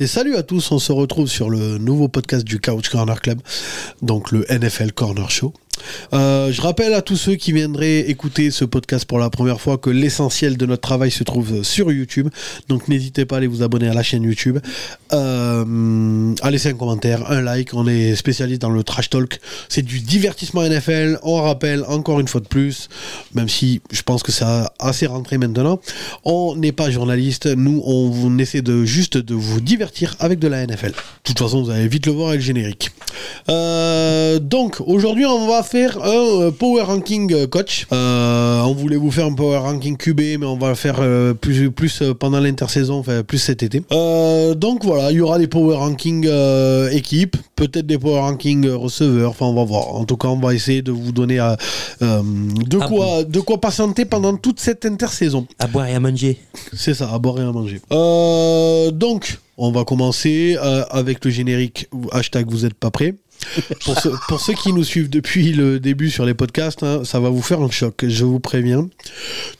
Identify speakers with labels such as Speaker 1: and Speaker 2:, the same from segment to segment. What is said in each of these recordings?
Speaker 1: Et salut à tous, on se retrouve sur le nouveau podcast du Couch Corner Club, donc le NFL Corner Show. Euh, je rappelle à tous ceux qui viendraient écouter ce podcast pour la première fois que l'essentiel de notre travail se trouve sur YouTube. Donc n'hésitez pas à aller vous abonner à la chaîne YouTube, euh, à laisser un commentaire, un like. On est spécialiste dans le trash talk. C'est du divertissement NFL. On rappelle encore une fois de plus, même si je pense que ça a assez rentré maintenant. On n'est pas journaliste. Nous, on, on essaie de juste de vous divertir avec de la NFL. De toute façon, vous allez vite le voir et le générique. Euh, donc aujourd'hui, on va faire un euh, power ranking euh, coach. Euh, on voulait vous faire un power ranking QB, mais on va le faire euh, plus, plus pendant l'intersaison, enfin plus cet été. Euh, donc voilà, il y aura des power rankings euh, équipe, peut-être des power rankings euh, receveurs. Enfin, on va voir. En tout cas, on va essayer de vous donner euh, de
Speaker 2: Ah
Speaker 1: quoi de quoi patienter pendant toute cette intersaison.
Speaker 2: À boire et à manger.
Speaker 1: C'est ça, à boire et à manger. Euh, donc, on va commencer euh, avec le générique hashtag vous êtes pas prêts. pour, ceux, pour ceux qui nous suivent depuis le début sur les podcasts, hein, ça va vous faire un choc, je vous préviens.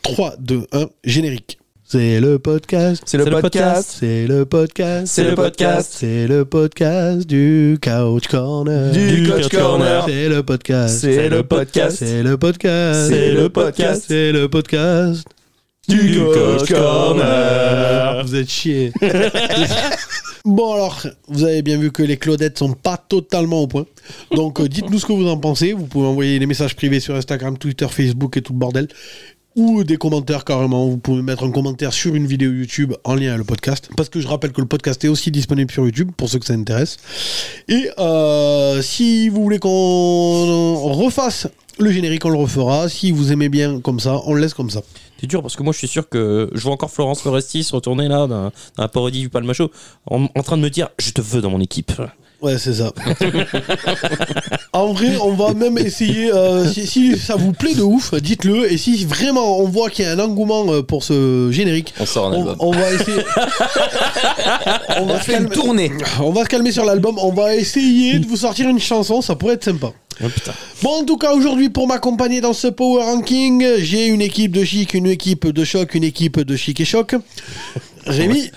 Speaker 1: 3, 2, 1, générique. C'est le podcast,
Speaker 3: C'est le,
Speaker 2: C'est le
Speaker 3: podcast.
Speaker 1: c'est le podcast,
Speaker 3: C'est le podcast.
Speaker 1: c'est le podcast du Couch Corner.
Speaker 3: Du
Speaker 2: Coach
Speaker 3: Coach Corner.
Speaker 1: C'est le podcast,
Speaker 3: C'est le podcast.
Speaker 1: c'est le podcast,
Speaker 3: C'est le podcast.
Speaker 1: c'est le podcast.
Speaker 3: Du Coach Corner.
Speaker 1: Vous êtes chiés. bon alors, vous avez bien vu que les Claudettes sont pas totalement au point. Donc euh, dites-nous ce que vous en pensez. Vous pouvez envoyer des messages privés sur Instagram, Twitter, Facebook et tout le bordel. Ou des commentaires carrément. Vous pouvez mettre un commentaire sur une vidéo YouTube en lien avec le podcast. Parce que je rappelle que le podcast est aussi disponible sur YouTube pour ceux que ça intéresse. Et euh, si vous voulez qu'on refasse le générique, on le refera. Si vous aimez bien comme ça, on le laisse comme ça.
Speaker 2: C'est dur parce que moi je suis sûr que je vois encore Florence Foresti se retourner là dans dans la parodie du Palma Show en, en train de me dire je te veux dans mon équipe.
Speaker 1: Ouais, c'est ça. en vrai, on va même essayer. euh, si, si ça vous plaît de ouf, dites-le. Et si vraiment on voit qu'il y a un engouement euh, pour ce générique,
Speaker 4: On sort un
Speaker 1: on,
Speaker 4: album.
Speaker 1: on va essayer. on, va se
Speaker 3: Fais une
Speaker 1: calmer,
Speaker 3: tournée.
Speaker 1: on va se calmer sur l'album. On va essayer de vous sortir une chanson. Ça pourrait être sympa.
Speaker 2: Oh, putain.
Speaker 1: Bon, en tout cas, aujourd'hui, pour m'accompagner dans ce Power Ranking, j'ai une équipe de chic, une équipe de choc, une équipe de chic et choc. Rémi.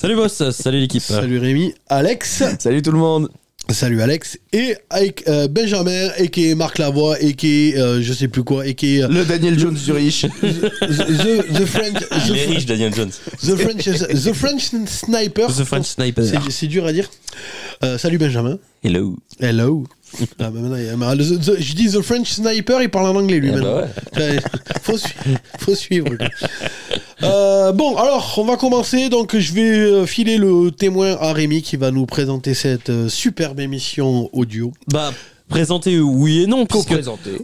Speaker 2: Salut boss, salut l'équipe.
Speaker 1: Salut Rémi. Alex.
Speaker 3: Salut tout le monde.
Speaker 1: Salut Alex et avec euh, Benjamin et qui est Marc Lavoie et qui est euh, je sais plus quoi et qui est euh,
Speaker 3: Le Daniel Jones du riche.
Speaker 1: the, the French
Speaker 4: Il est
Speaker 1: the,
Speaker 4: riche, Daniel Jones.
Speaker 1: the French the French sniper
Speaker 2: The French Sniper.
Speaker 1: c'est, c'est dur à dire Euh, salut Benjamin
Speaker 4: Hello.
Speaker 1: hello Ah, bah, maintenant, il y a marre. The- the- je dis the French sniper il parle en anglais lui
Speaker 4: Eh bah
Speaker 1: maintenant Ouais, faut, su- faut suivre quoi. Euh, bon alors on va commencer donc je vais euh, filer le témoin à Rémi qui va nous présenter cette euh, superbe émission audio
Speaker 2: Bah présenter oui et non puisque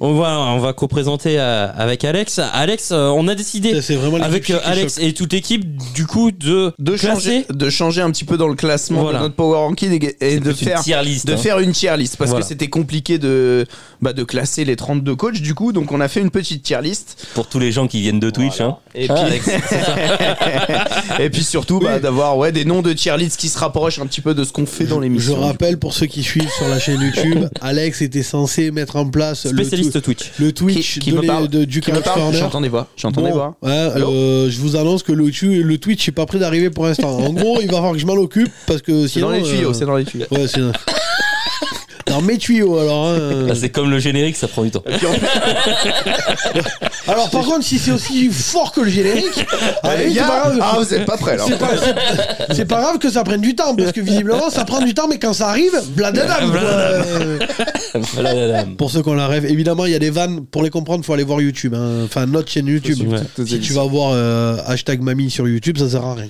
Speaker 2: on va on va co-présenter euh, avec Alex. Alex, euh, on a décidé
Speaker 1: Ça, c'est vraiment l'équipe
Speaker 2: avec euh,
Speaker 1: qui
Speaker 2: Alex et toute l'équipe du coup de
Speaker 3: De changer,
Speaker 2: classer
Speaker 3: de changer un petit peu dans le classement
Speaker 2: Voilà.
Speaker 3: de notre power ranking et- et,
Speaker 2: C'est
Speaker 3: de
Speaker 2: plus une
Speaker 3: faire
Speaker 2: tier list,
Speaker 3: de
Speaker 2: hein.
Speaker 3: faire une tier list parce
Speaker 2: Voilà.
Speaker 3: que c'était compliqué de bah, de classer les 32 coachs du coup donc on a fait une petite tier list
Speaker 4: Pour tous les gens qui viennent de Twitch, hein.
Speaker 3: et
Speaker 4: Ah,
Speaker 3: puis et puis surtout bah, d'avoir ouais des noms de tier list qui se rapprochent un petit peu de ce qu'on fait dans
Speaker 1: Je
Speaker 3: l'émission. du
Speaker 1: rappelle pour ceux qui suivent sur la chaîne YouTube, Alex était censé mettre en place le,
Speaker 2: spécialiste
Speaker 1: tw-
Speaker 2: Twitch.
Speaker 1: le
Speaker 3: coup.
Speaker 1: Twitch
Speaker 3: qui, qui
Speaker 1: de
Speaker 3: me
Speaker 1: les-
Speaker 3: parle,
Speaker 1: de- du
Speaker 3: qui me
Speaker 1: Couch
Speaker 3: parle.
Speaker 1: Corner.
Speaker 3: J'entends des voix, j'entends des
Speaker 1: Bon,
Speaker 3: voix.
Speaker 1: ouais,
Speaker 3: Allô
Speaker 1: euh, je vous annonce que le, tu- le Twitch est pas prêt d'arriver pour l'instant. En gros, il va falloir que je m'en occupe parce que
Speaker 3: C'est
Speaker 1: sinon.
Speaker 3: dans les
Speaker 1: euh,
Speaker 3: tuyaux, c'est dans les tuyaux.
Speaker 1: Ouais, c'est dans... dans mes tuyaux alors. hein.
Speaker 4: Ah, c'est comme le générique, ça prend du temps.
Speaker 1: Ah, Alors par contre, si c'est aussi fort que le générique, ah,
Speaker 3: Allez,
Speaker 1: oui, c'est
Speaker 3: gars,
Speaker 1: pas grave.
Speaker 3: ah, vous êtes pas prêts là.
Speaker 1: C'est pas, c'est- c'est pas grave que ça prenne du temps, parce que visiblement ça prend du temps, mais quand ça arrive, bladadam! quoi. Euh,
Speaker 4: Voilà la dame.
Speaker 1: Pour ceux qu'on la rêve, évidemment, il y a des vannes. Pour les comprendre, faut aller voir YouTube. hein. Enfin, notre chaîne YouTube.
Speaker 2: Ouais.
Speaker 1: Si tu vas voir euh, hashtag mamie sur YouTube, ça sert à rien.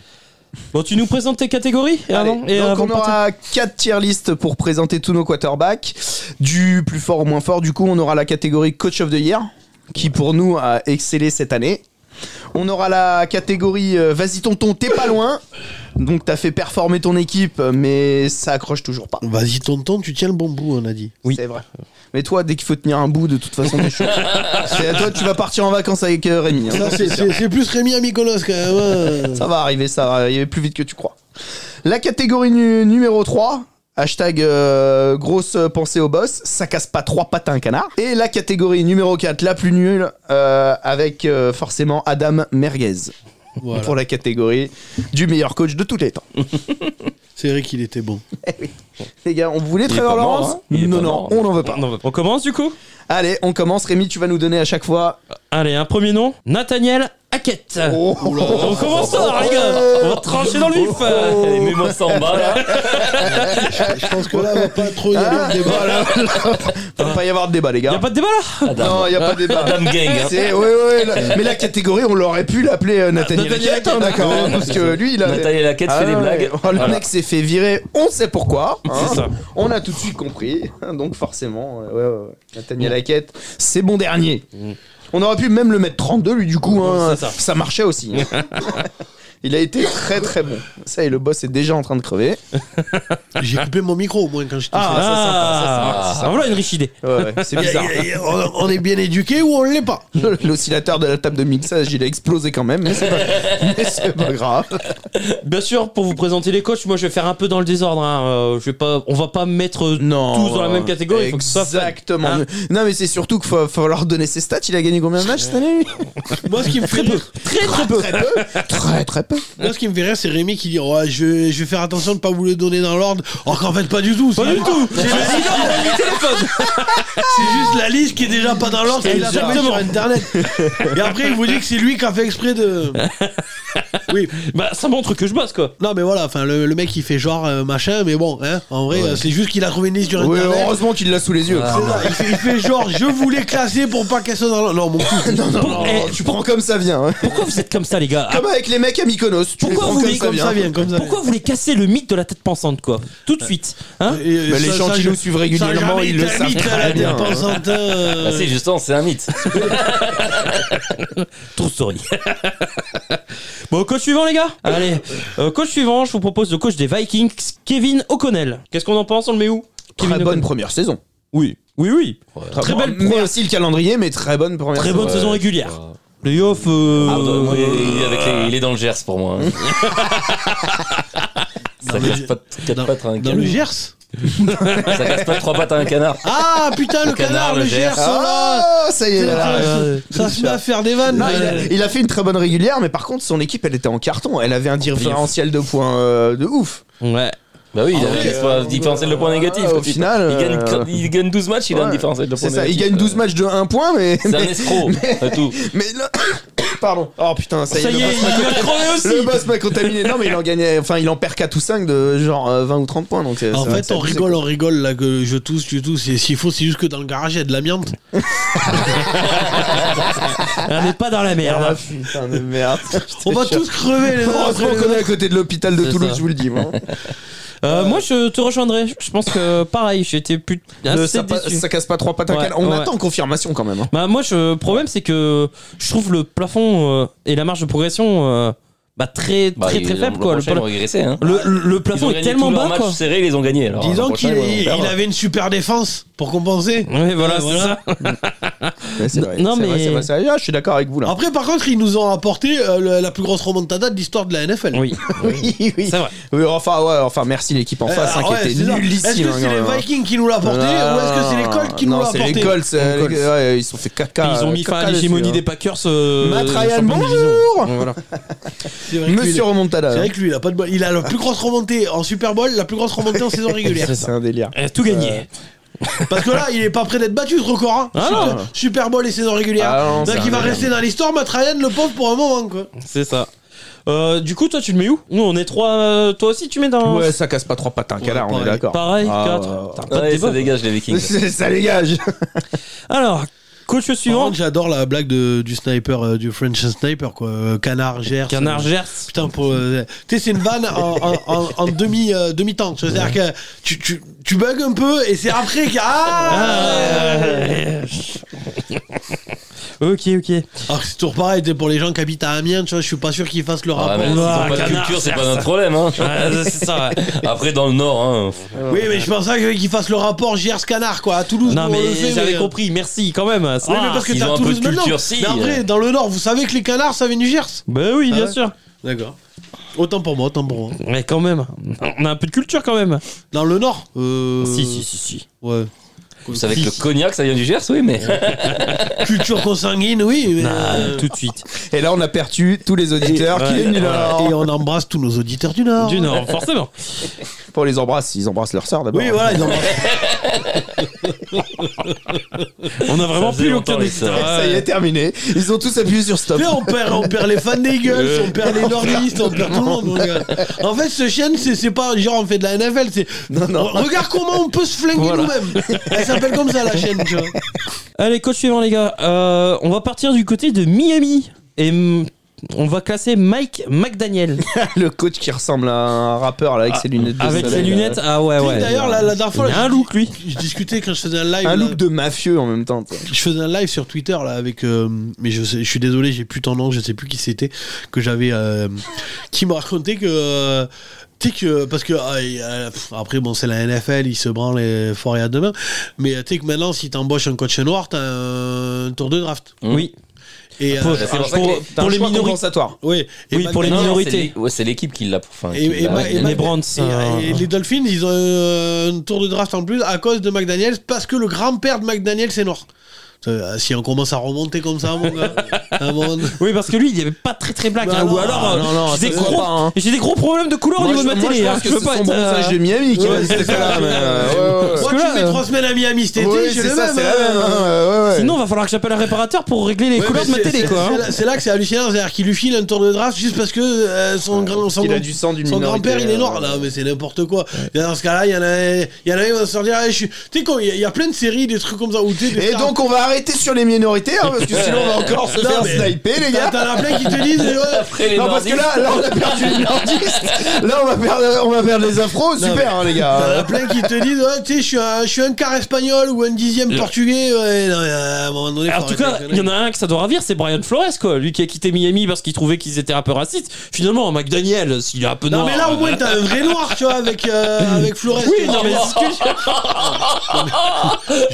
Speaker 2: Bon, tu nous présentes tes catégories et
Speaker 3: Allez,
Speaker 2: avant- et
Speaker 3: donc
Speaker 2: avant
Speaker 3: on
Speaker 2: de partir.
Speaker 3: aura 4 tier listes pour présenter tous nos quarterbacks, du plus fort au moins fort. Du coup, on aura la catégorie Coach of the Year, qui pour nous a excellé cette année. On aura la catégorie euh, Vas-y tonton, t'es pas loin. Donc t'as fait performer ton équipe, mais ça accroche toujours pas.
Speaker 1: Vas-y, tonton, tu tiens le bon bout, on a dit.
Speaker 2: Oui.
Speaker 3: C'est vrai. Mais toi, dès qu'il faut tenir un bout, de toute façon, t'es chaud. C'est à toi, tu vas partir en vacances avec euh, Rémi. hein.
Speaker 1: Ça, c'est- c'est c'est plus Rémi à Mykonos quand même. hein.
Speaker 3: Ça va arriver, ça va arriver plus vite que tu crois. La catégorie nu- numéro 3, hashtag euh, grosse pensée au boss, ça casse pas trois pattes à un canard. Et la catégorie numéro 4, la plus nulle, euh, avec euh, forcément Adam Merguez.
Speaker 1: Voilà.
Speaker 3: pour la catégorie du meilleur coach de tous les temps.
Speaker 1: C'est vrai qu'il était bon.
Speaker 3: Les gars, on voulait
Speaker 4: Il est
Speaker 3: Trevor
Speaker 4: pas mort,
Speaker 3: Lawrence
Speaker 4: hein Il est
Speaker 3: Non,
Speaker 4: pas
Speaker 3: non,
Speaker 4: mort.
Speaker 3: on n'en veut pas.
Speaker 2: On, on commence du coup
Speaker 3: Allez, on commence. Rémi, tu vas nous donner à chaque fois.
Speaker 2: Allez, un premier nom Nathaniel Hackett.
Speaker 3: Oh.
Speaker 2: on commence ça, les gars On va trancher dans le vif
Speaker 3: Oh.
Speaker 2: Euh,
Speaker 4: Allez, mets-moi ça en bas, là.
Speaker 1: Je pense que là, on va pas trop y aller au débat. là.
Speaker 3: va pas y avoir de débat, les
Speaker 2: Y'a
Speaker 3: gars.
Speaker 2: pas de débat là
Speaker 3: Non, il n'y a pas de débat.
Speaker 4: Adam Gang. hein.
Speaker 3: Ah, C'est- ouais, ouais, la- mais la catégorie, on l'aurait pu l'appeler euh, Nathaniel
Speaker 2: Nathaniel
Speaker 3: Hackett, hein, d'accord, hein, parce que lui, il a.
Speaker 4: Nathaniel Hackett
Speaker 3: Ah
Speaker 4: fait des
Speaker 3: ouais.
Speaker 4: blagues.
Speaker 3: Oh, le
Speaker 4: Voilà.
Speaker 3: mec s'est fait virer, on sait pourquoi. hein.
Speaker 2: C'est ça.
Speaker 3: On a tout de suite compris. hein, Donc forcément, euh, ouais, ouais, ouais. Nathaniel Hackett, c'est bon dernier. On aurait pu même le mettre 32, lui, du coup. hein,
Speaker 2: c'est
Speaker 3: ça.
Speaker 2: ça.
Speaker 3: marchait aussi. hein. Il a été très très bon. Ça y est, le boss est déjà en train de crever.
Speaker 1: J'ai coupé mon micro au moins quand je tousse.
Speaker 3: Ah, ça, sympa, ça, sympa,
Speaker 2: Ah, voilà une riche idée.
Speaker 3: Ouais, ouais, c'est bizarre.
Speaker 1: Y a- y a- on- on est bien éduqué ou on l'est pas
Speaker 3: L'oscillateur de la table de mixage, il a explosé quand même, mais c'est pas, mais c'est pas grave.
Speaker 2: Bien sûr, pour vous présenter les coachs, moi je vais faire un peu dans le désordre. hein. Euh, je vais pas, on va pas mettre euh,
Speaker 3: Non.
Speaker 2: tous dans la même catégorie. il faut que ça fasse-
Speaker 3: Exactement.
Speaker 2: Hein
Speaker 3: non, mais c'est surtout qu'il faut, faut leur donner ses stats. Il a gagné combien de matchs cette année lui
Speaker 1: Moi, ce qui me fait rire,
Speaker 2: Très très peu.
Speaker 3: Très peu. Très, très peu.
Speaker 1: moi, ce qui me fait rire, c'est Rémi qui dit ouais, je, je vais faire attention de pas vous le donner dans l'ordre. Or qu'en fait, pas du tout.
Speaker 2: Pas
Speaker 1: c'est-
Speaker 2: du tout.
Speaker 1: C'est la liste- c'est juste la liste qui est déjà pas dans l'ordre. Il a tombé
Speaker 2: Exactement.
Speaker 1: sur internet. Et après, il vous dit que c'est lui qui a fait exprès de. Oui.
Speaker 2: Bah ça montre que je bosse quoi.
Speaker 1: Non, mais voilà. Enfin, le, le mec, il fait genre euh, machin, mais bon, hein, en vrai, euh, c'est juste qu'il a trouvé une liste sur
Speaker 3: Oui, oh,
Speaker 1: internet.
Speaker 3: heureusement qu'il l'a sous les yeux.
Speaker 1: C'est ça, il, fait, il fait genre, je voulais classer pour pas qu'elle soit dans l'ordre. Non, mon cul.
Speaker 3: Non, non, non,
Speaker 2: Eh,
Speaker 3: Oh, tu prends comme ça vient. hein.
Speaker 2: Pourquoi vous êtes comme ça les gars
Speaker 3: Comme avec les mecs à Mykonos. Tu
Speaker 2: Pourquoi
Speaker 3: les prends
Speaker 2: vous
Speaker 3: comme
Speaker 2: dites
Speaker 3: ça
Speaker 1: Comme
Speaker 3: vient.
Speaker 1: ça vient, comme ça.
Speaker 2: Pourquoi vous voulez casser le mythe de la tête pensante quoi Tout de suite. Hein
Speaker 1: vient. Et, euh,
Speaker 3: Mais les
Speaker 1: ça-
Speaker 3: gens
Speaker 1: ça,
Speaker 3: qui
Speaker 1: je-
Speaker 3: nous suivent régulièrement, ils le savent très bien. hein.
Speaker 4: Bah, c'est justement, c'est un mythe.
Speaker 2: True story. bon, coach suivant, les gars Allez, euh, coach suivant, je vous propose le coach des Vikings, Kevin O'Connell. Qu'est-ce qu'on en pense On le met où Kevin
Speaker 3: Très bonne
Speaker 2: O'Connell.
Speaker 3: première saison.
Speaker 2: Oui, oui, oui. Très belle
Speaker 3: Bon,
Speaker 2: première-
Speaker 3: Merci le calendrier, mais très bonne première
Speaker 2: Très
Speaker 3: saison.
Speaker 2: bonne
Speaker 4: Ouais,
Speaker 2: saison
Speaker 4: ouais.
Speaker 2: régulière. Playoff. euh,
Speaker 4: Ah, bah, moi, il, est avec les- il est dans le Gers pour moi. hein. Ça
Speaker 1: Dans le-
Speaker 4: casse pas de- quatre
Speaker 1: Dans,
Speaker 4: pattes à un
Speaker 1: dans le
Speaker 4: canard.
Speaker 1: Gers
Speaker 4: Ça casse pas de trois pattes à un canard.
Speaker 1: Ah putain, le, canard, le Gers, oh là
Speaker 3: Ah, ça y est. là, là, là.
Speaker 1: Ça se met à faire des vannes.
Speaker 3: Non, il, a, il a fait une très bonne régulière, mais par contre, son équipe, elle était en carton. Elle avait
Speaker 2: Oh,
Speaker 3: un différentiel de points euh, de ouf.
Speaker 2: Ouais.
Speaker 4: Bah oui, il a
Speaker 1: Ah oui,
Speaker 4: il
Speaker 1: euh,
Speaker 4: se différentiel de points négatifs.
Speaker 3: au
Speaker 4: quoi, putain.
Speaker 3: final,
Speaker 4: il, gagne,
Speaker 3: euh,
Speaker 4: il gagne 12 matchs, il a un
Speaker 3: Ouais.
Speaker 4: différentiel de points
Speaker 3: C'est ça, il
Speaker 4: négatifs.
Speaker 3: gagne
Speaker 2: euh,
Speaker 3: 12 matchs de 1 point, mais.
Speaker 4: C'est un
Speaker 3: mais-
Speaker 4: escroc, c'est tout.
Speaker 3: mais là- Pardon. Oh putain, ça,
Speaker 2: Ça
Speaker 3: y
Speaker 2: y est,
Speaker 3: est.
Speaker 2: Ah, il va crever aussi
Speaker 3: Le boss m'a- le boss m'a contaminé. Non, mais il en gagnait. Enfin, il en perd 4 ou 5 de genre euh, 20 ou 30 points. Donc c'est-
Speaker 1: En
Speaker 3: c'est-
Speaker 1: fait,
Speaker 3: c'est-
Speaker 1: on rigole, on rigole là que je tousse, tu tousses. Et s'il faut, c'est juste que dans le garage, il y a de l'amiante.
Speaker 2: On n'est pas dans la merde.
Speaker 3: Ah
Speaker 2: hein.
Speaker 3: putain de merde.
Speaker 1: On va tous crever les uns après
Speaker 3: Heureusement
Speaker 1: les
Speaker 3: qu'on est
Speaker 1: autres.
Speaker 3: à côté de l'hôpital de
Speaker 2: C'est
Speaker 3: Toulouse,
Speaker 2: ça.
Speaker 3: je vous le dis. moi.
Speaker 2: Euh, moi, je te rejoindrai. Je pense que pareil, j'étais plus.
Speaker 3: Euh,
Speaker 2: assez
Speaker 3: ça, pa-
Speaker 2: déçu.
Speaker 3: ça casse pas trois pattes à
Speaker 2: Ouais,
Speaker 3: cal- On
Speaker 2: ouais.
Speaker 3: attend confirmation quand même. hein.
Speaker 2: Bah moi, je- le problème c'est que je trouve le plafond euh, et la marge de progression euh, bah très
Speaker 4: Bah,
Speaker 2: très
Speaker 4: il-
Speaker 2: très
Speaker 4: l'an
Speaker 2: faible quoi. Le,
Speaker 4: prochain, ils vont
Speaker 2: pla-
Speaker 4: régresser, hein.
Speaker 2: le- le- le
Speaker 4: Ils ont
Speaker 2: plafond est
Speaker 4: gagné
Speaker 2: tellement
Speaker 4: tous leurs
Speaker 2: bas quoi.
Speaker 4: matchs serrés, ils les ont gagnés. alors, hein. l'an
Speaker 1: Disons
Speaker 4: prochain,
Speaker 1: qu'il
Speaker 4: ils vont
Speaker 1: il
Speaker 4: perdre.
Speaker 1: avait une super défense pour compenser.
Speaker 2: Ouais, voilà, c'est
Speaker 1: Voilà.
Speaker 2: ça.
Speaker 3: Ouais, c'est vrai,
Speaker 2: non,
Speaker 3: c'est vrai,
Speaker 2: mais-
Speaker 3: c'est vrai, c'est vrai. Ah, je suis d'accord avec vous là.
Speaker 1: Après, par contre, ils nous ont apporté euh, le- la plus grosse remontada de l'histoire de la NFL.
Speaker 2: Oui,
Speaker 3: oui, oui.
Speaker 2: c'est vrai.
Speaker 3: Oui, enfin, ouais, enfin, merci l'équipe en
Speaker 1: Euh,
Speaker 3: face hein,
Speaker 1: alors, ouais,
Speaker 3: qui
Speaker 1: c'est
Speaker 3: était
Speaker 1: ça.
Speaker 3: nullissime.
Speaker 1: Est-ce que
Speaker 3: hein,
Speaker 1: c'est les
Speaker 3: quand même.
Speaker 1: Vikings qui nous l'ont apporté
Speaker 3: Non,
Speaker 1: ou est-ce que c'est les Colts qui nous l'ont
Speaker 3: Non, c'est
Speaker 1: apporté
Speaker 3: les Colts. euh, les- ouais, ils se sont fait caca.
Speaker 2: Ils ont mis fin à
Speaker 3: caca
Speaker 2: l'hégémonie des
Speaker 3: dessus,
Speaker 2: Packers. euh,
Speaker 3: Matt
Speaker 2: euh,
Speaker 3: Ryan,
Speaker 2: champion de division.
Speaker 3: bonjour
Speaker 2: Voilà.
Speaker 1: C'est vrai
Speaker 3: hein.
Speaker 1: que lui,
Speaker 3: Monsieur Remontada.
Speaker 1: C'est vrai
Speaker 3: ouais.
Speaker 1: que lui, il a pas de bol. Il a la plus grosse remontée en Super Bowl, la plus grosse remontée en saison régulière.
Speaker 3: C'est un délire.
Speaker 2: Elle a tout gagné.
Speaker 1: Parce que là, il est pas prêt d'être battu ce record. Hein.
Speaker 2: Ah
Speaker 1: Super,
Speaker 2: non.
Speaker 1: Super Bowl et saison régulière.
Speaker 3: Ah non, c'est
Speaker 1: Donc
Speaker 3: un
Speaker 1: il va
Speaker 3: délire.
Speaker 1: rester dans l'histoire, Matt Ryan, le pauvre pour un moment. Quoi.
Speaker 2: C'est ça. Euh, du coup, toi, tu le mets où Nous, on est trois. euh, toi aussi, tu mets dans.
Speaker 3: Ouais, ça casse pas trois pattes, un canard, on est
Speaker 1: pareil.
Speaker 3: d'accord.
Speaker 2: Pareil,
Speaker 3: Ah,
Speaker 2: quatre.
Speaker 3: ouais.
Speaker 2: T'as pas de
Speaker 4: Ouais,
Speaker 2: débat.
Speaker 4: ça dégage les Vikings.
Speaker 3: C'est- Ça dégage.
Speaker 2: Alors, coach
Speaker 1: Par
Speaker 2: suivant.
Speaker 1: contre, j'adore la blague de- du sniper, euh, du French sniper, quoi. Euh, Canard, Gers.
Speaker 2: Canard
Speaker 1: euh,
Speaker 2: Gers.
Speaker 1: Putain, pour. euh, tu sais, c'est une vanne en, en, en- en demi, euh, demi-temps. C'est-à-dire que tu, tu, tu bugs un peu et c'est après que. Ah
Speaker 2: ok, ok.
Speaker 1: Alors que c'est toujours pareil, tu sais, pour les gens qui habitent à Amiens, tu vois, je suis pas sûr qu'ils fassent le
Speaker 4: Ah,
Speaker 1: rapport.
Speaker 4: mais S'ils ont
Speaker 2: Ah,
Speaker 4: pas de
Speaker 2: canard,
Speaker 4: culture, c'est
Speaker 2: ça,
Speaker 4: pas
Speaker 2: ça.
Speaker 4: notre problème. hein.
Speaker 2: Ouais, c'est ça. ouais. Ah,
Speaker 4: Après, dans le Nord, hein,
Speaker 1: Oui, mais je pense pas que- qu'ils fassent le rapport Gers Canard, quoi. À Toulouse,
Speaker 2: Non,
Speaker 1: nous, on le
Speaker 2: mais
Speaker 1: fait,
Speaker 2: j'avais
Speaker 1: mais- euh,
Speaker 2: compris. Ah, Merci quand même. Ça
Speaker 1: Oui, mais
Speaker 2: va.
Speaker 1: parce que
Speaker 4: ils
Speaker 1: t'es à
Speaker 4: ont un peu
Speaker 1: Toulouse
Speaker 4: de culture,
Speaker 1: maintenant.
Speaker 4: si.
Speaker 1: Mais après, dans le Nord, vous savez que les canards, ça vient du Gers
Speaker 2: Bah oui,
Speaker 1: Ah
Speaker 2: bien
Speaker 1: ouais.
Speaker 2: sûr.
Speaker 1: D'accord. Autant pour moi, autant pour moi.
Speaker 2: Mais quand même, on a un peu de culture quand même.
Speaker 1: Dans le Nord euh...
Speaker 2: Oh, Si, si, si, si.
Speaker 1: Ouais.
Speaker 4: Vous savez que le cognac, ça vient du Gers, oui, mais.
Speaker 1: Culture consanguine, oui. mais, euh,
Speaker 2: Ah, tout de suite.
Speaker 3: Et là, on a perdu tous les auditeurs
Speaker 2: Et-
Speaker 3: qui
Speaker 2: ouais,
Speaker 3: viennent du Nord.
Speaker 1: Et on embrasse tous nos auditeurs du Nord.
Speaker 2: Du Nord, forcément.
Speaker 3: Pour les embrasser, ils embrassent leur sœur d'abord.
Speaker 1: Oui, voilà, ils embrassent.
Speaker 2: On a vraiment
Speaker 4: Ça faisait
Speaker 2: plus
Speaker 4: longtemps,
Speaker 2: aucun
Speaker 4: les
Speaker 2: des
Speaker 4: sœurs.
Speaker 3: Ça y est, terminé. Ils ont tous appuyé sur stop.
Speaker 1: Tu sais, on perd, on perd les fans des gueules, on perd les nordistes, on perd tout le monde. mon gars. En fait, ce chaîne, c'est c'est pas genre on fait de la NFL, c'est. Re- Regarde comment on peut se flinguer
Speaker 3: Voilà.
Speaker 1: nous-mêmes. Elle s'appelle comme ça la chaîne, tu vois.
Speaker 2: Allez, coach suivant, les gars. Euh, on va partir du côté de Miami. Et mm, on va classer Mike McDaniel.
Speaker 3: Le coach qui ressemble à un rappeur là, avec ses lunettes de
Speaker 2: Ah, Avec ses
Speaker 3: soleil, là.
Speaker 2: lunettes. Ah ouais,
Speaker 1: Tu sais,
Speaker 2: ouais.
Speaker 1: D'ailleurs, la, la dernière
Speaker 2: Il
Speaker 1: fois,
Speaker 2: a
Speaker 1: là,
Speaker 2: un
Speaker 1: je-
Speaker 2: look, lui.
Speaker 1: Je discutais quand je faisais un live.
Speaker 3: Un
Speaker 1: là.
Speaker 3: look de mafieux en même temps. tu sais.
Speaker 1: Je faisais un live sur Twitter là avec, euh, mais je, sais- je suis désolé, j'ai plus ton nom, je sais plus qui c'était que j'avais, euh, qui m'a raconté que, euh, tu sais que parce que ah, et, euh, pff, après bon c'est la NFL, ils se branlent les fort et à demain, mais euh, tu sais que maintenant si t'embauches un coach noir, t'as un tour de draft.
Speaker 2: Oui.
Speaker 1: Et, euh,
Speaker 2: Pour-
Speaker 4: c'est pour ça
Speaker 2: pour-
Speaker 4: que les-
Speaker 2: pour
Speaker 3: T'as un
Speaker 2: les
Speaker 3: choix
Speaker 2: minorités.
Speaker 3: compensatoire.
Speaker 1: oui, et
Speaker 2: Oui,
Speaker 1: Mac-
Speaker 2: pour les
Speaker 4: Non, non,
Speaker 2: minorités.
Speaker 4: c'est l'é- ouais, c'est l'équipe qui l'a. Enfin,
Speaker 1: Et,
Speaker 4: qui
Speaker 1: et
Speaker 4: l'a-
Speaker 1: Mac- et
Speaker 2: les
Speaker 1: Mac-
Speaker 2: Brands,
Speaker 1: et, euh,
Speaker 2: euh,
Speaker 1: et les Dolphins, ils ont euh, un tour de draft en plus à cause de McDaniels parce que le grand-père de McDaniels c'est noir. Euh, Si on commence à remonter comme ça, mon gars, à un moment donné-
Speaker 2: Oui, parce que lui, il est pas très très black.
Speaker 1: Bah
Speaker 2: hein.
Speaker 1: non,
Speaker 2: Ou alors,
Speaker 1: ah,
Speaker 2: euh,
Speaker 3: non, non,
Speaker 2: j'ai des
Speaker 3: ça se voit
Speaker 2: gros-
Speaker 3: pas, hein.
Speaker 2: j'ai des gros problèmes de couleur au
Speaker 3: Moi,
Speaker 2: niveau
Speaker 3: je-
Speaker 2: de ma
Speaker 3: moi,
Speaker 2: télé.
Speaker 3: je
Speaker 2: hein.
Speaker 3: pense que
Speaker 2: veux
Speaker 3: c'est
Speaker 2: pas
Speaker 3: son
Speaker 2: être,
Speaker 3: bronzage
Speaker 2: euh,
Speaker 3: de Miami qui
Speaker 1: Ouais,
Speaker 3: va
Speaker 1: c'est
Speaker 3: se
Speaker 1: ça.
Speaker 3: là. mais, euh, ouais, ouais,
Speaker 1: Moi,
Speaker 3: ouais.
Speaker 2: que
Speaker 1: tu
Speaker 2: là,
Speaker 1: fais
Speaker 2: euh,
Speaker 1: trois semaines à Miami cet été,
Speaker 3: Ouais,
Speaker 1: j'ai
Speaker 3: c'est
Speaker 1: le
Speaker 3: ça,
Speaker 1: même.
Speaker 3: c'est la
Speaker 1: hein.
Speaker 3: même, hein, ouais, ouais.
Speaker 2: Sinon, va falloir que j'appelle un réparateur pour régler les
Speaker 1: Ouais,
Speaker 2: couleurs
Speaker 1: mais
Speaker 2: de ma
Speaker 1: c'est-
Speaker 2: télé,
Speaker 1: c'est-
Speaker 2: quoi. hein.
Speaker 1: c'est là- C'est là que c'est hallucinant, c'est-à-dire qu'il lui file un tour de draft juste parce que euh, son, grand, son,
Speaker 3: Il a
Speaker 1: grand-
Speaker 3: du sang d'une
Speaker 1: son
Speaker 3: minorité,
Speaker 1: grand-père il est noir.
Speaker 3: euh,
Speaker 1: Là, mais c'est n'importe quoi. Dans ce cas-là, il y en a, il y en a un qui va se dire, Ah, je suis- tu sais quoi, il y, a- il y a plein de séries, des trucs comme ça où tu sais, des
Speaker 3: Et
Speaker 1: stars-
Speaker 3: donc on va arrêter sur les minorités hein, parce que sinon on va encore se
Speaker 1: Non,
Speaker 3: faire
Speaker 1: mais-
Speaker 3: sniper les
Speaker 1: t'as
Speaker 3: gars.
Speaker 1: t'en as plein qui te disent, ouais,
Speaker 4: Après les
Speaker 3: Non parce que là, là on a perdu les nordistes. Là on va perdre, on va perdre les afros.
Speaker 1: Non,
Speaker 3: Super hein, les
Speaker 1: t'en as
Speaker 3: gars.
Speaker 1: plein qui te disent, ouais, tu sais, je suis un, je suis un quart espagnol ou un dixième portugais. Ouais, non, mais euh, à un moment donné,
Speaker 2: Alors,
Speaker 1: faut
Speaker 2: en tout
Speaker 1: arrêter
Speaker 2: cas,
Speaker 1: les
Speaker 2: il
Speaker 1: conneries.
Speaker 2: y en a un que ça doit ravir, c'est Brian Flores, quoi. Lui qui a quitté Miami parce qu'il trouvait qu'ils étaient un peu racistes. Finalement, McDaniel, s'il est un peu
Speaker 1: Non,
Speaker 2: noir. euh,
Speaker 1: mais là, au moins, t'as un vrai noir, tu vois, avec, euh, avec Flores.
Speaker 2: Oui, non, mais c'est ce que je-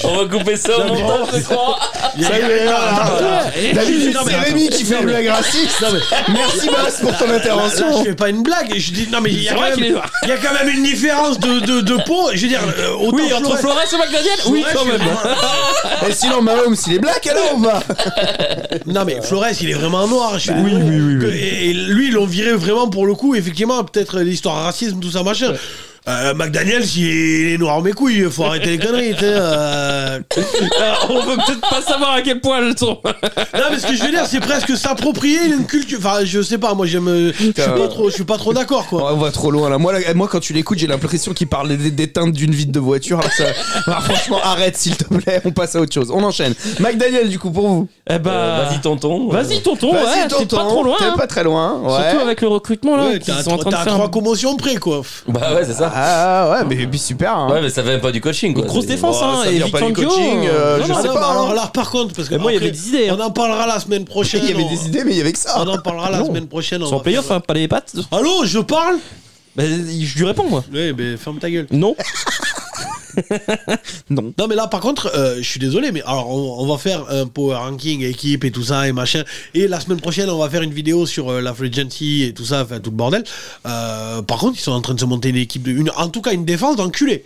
Speaker 4: on va couper ça au
Speaker 1: Non, mais-
Speaker 4: montage, je crois.
Speaker 1: Il y a-
Speaker 3: Ça y est, là, là, là.
Speaker 2: Et-
Speaker 3: D'habitude
Speaker 1: Non, mais
Speaker 3: c'est
Speaker 1: attends.
Speaker 3: Rémi qui fait une blague raciste.
Speaker 1: Non, mais-
Speaker 3: Merci Bass pour ton
Speaker 1: Là, là, je
Speaker 3: intervention.
Speaker 1: fais pas une blague. et Je dis non mais il y, a
Speaker 2: C'est
Speaker 1: quand
Speaker 2: vrai qu'il est
Speaker 1: même-
Speaker 2: noir.
Speaker 1: il y a quand même une différence de, de, de peau. Je veux dire, euh, autant
Speaker 2: Oui, entre Flores et McDaniel, oui,
Speaker 1: Flores,
Speaker 2: quand
Speaker 1: je-
Speaker 2: même.
Speaker 3: Et sinon Mahomes il est black alors on va.
Speaker 1: Non mais Flores, il est vraiment noir.
Speaker 2: Bah
Speaker 1: Je suis désolé. Que- Et, et lui, ils l'ont viré vraiment pour le coup. Effectivement, peut-être l'histoire racisme, tout ça machin. Euh, McDaniel, s'il est- il est noir mes couilles, faut arrêter les conneries. tu sais, euh.
Speaker 2: Alors, Ah, on veut peut-être pas savoir à quel point le ton.
Speaker 1: Non mais ce que je veux dire, c'est presque s'approprier une culture. Enfin, je sais pas. Moi, j'aime. euh, Je suis pas trop. Je suis pas trop d'accord quoi.
Speaker 3: Ouais, on va trop loin là. Moi, là, moi quand tu l'écoutes, j'ai l'impression qu'il parle des, des teintes d'une vide de voiture. Alors, ça- alors, franchement, arrête s'il te plaît. On passe à autre chose. On enchaîne. McDaniel, du coup, pour vous.
Speaker 2: Eh bah.
Speaker 4: Euh, Vas-y, tonton.
Speaker 2: Vas-y, tonton,
Speaker 3: Vas-y,
Speaker 2: ouais, t'es
Speaker 3: tonton,
Speaker 2: pas trop loin.
Speaker 3: T'es
Speaker 2: hein.
Speaker 3: pas très loin. Ouais.
Speaker 2: Surtout avec le recrutement, là,
Speaker 1: Ouais,
Speaker 2: qu'ils
Speaker 1: T'as
Speaker 2: sont en train
Speaker 1: t'as
Speaker 2: de faire.
Speaker 1: trois commotions près quoi.
Speaker 4: Bah ouais, c'est ça.
Speaker 3: Ah ouais, mais, mais super. hein.
Speaker 4: Ouais, mais ça fait pas du coaching, quoi.
Speaker 2: Grosse
Speaker 4: C'est-
Speaker 2: défense,
Speaker 3: Bon,
Speaker 2: hein.
Speaker 3: ça
Speaker 2: Et
Speaker 3: vient pas du
Speaker 2: Vic Fangio,
Speaker 3: coaching, euh,
Speaker 2: non,
Speaker 3: je
Speaker 2: non,
Speaker 1: Ah
Speaker 3: sais
Speaker 1: non,
Speaker 3: pas,
Speaker 1: mais
Speaker 3: hein.
Speaker 1: alors là, par contre, parce que
Speaker 2: Mais moi, il y
Speaker 1: après,
Speaker 2: avait des idées, hein.
Speaker 1: On en parlera la semaine prochaine.
Speaker 3: Il y avait
Speaker 1: on-
Speaker 3: des idées, mais il y avait que ça.
Speaker 1: On en parlera la
Speaker 2: Non.
Speaker 1: semaine prochaine. on
Speaker 2: Ils sont en
Speaker 1: va
Speaker 2: playoff,
Speaker 1: faire-
Speaker 2: hein, pas les pattes.
Speaker 1: Allô, je parle
Speaker 2: Bah, je lui réponds, moi.
Speaker 1: Oui, mais ferme ta gueule.
Speaker 2: Non.
Speaker 1: Non, mais là, par contre, euh, je suis désolé, mais alors, on, on va faire un power ranking, équipe et tout ça, et machin. Et la semaine prochaine, on va faire une vidéo sur euh, la Free Agency et tout ça, enfin, tout le bordel. Euh, par contre, ils sont en train de se monter une équipe, de, une, en tout cas, une défense d'enculé.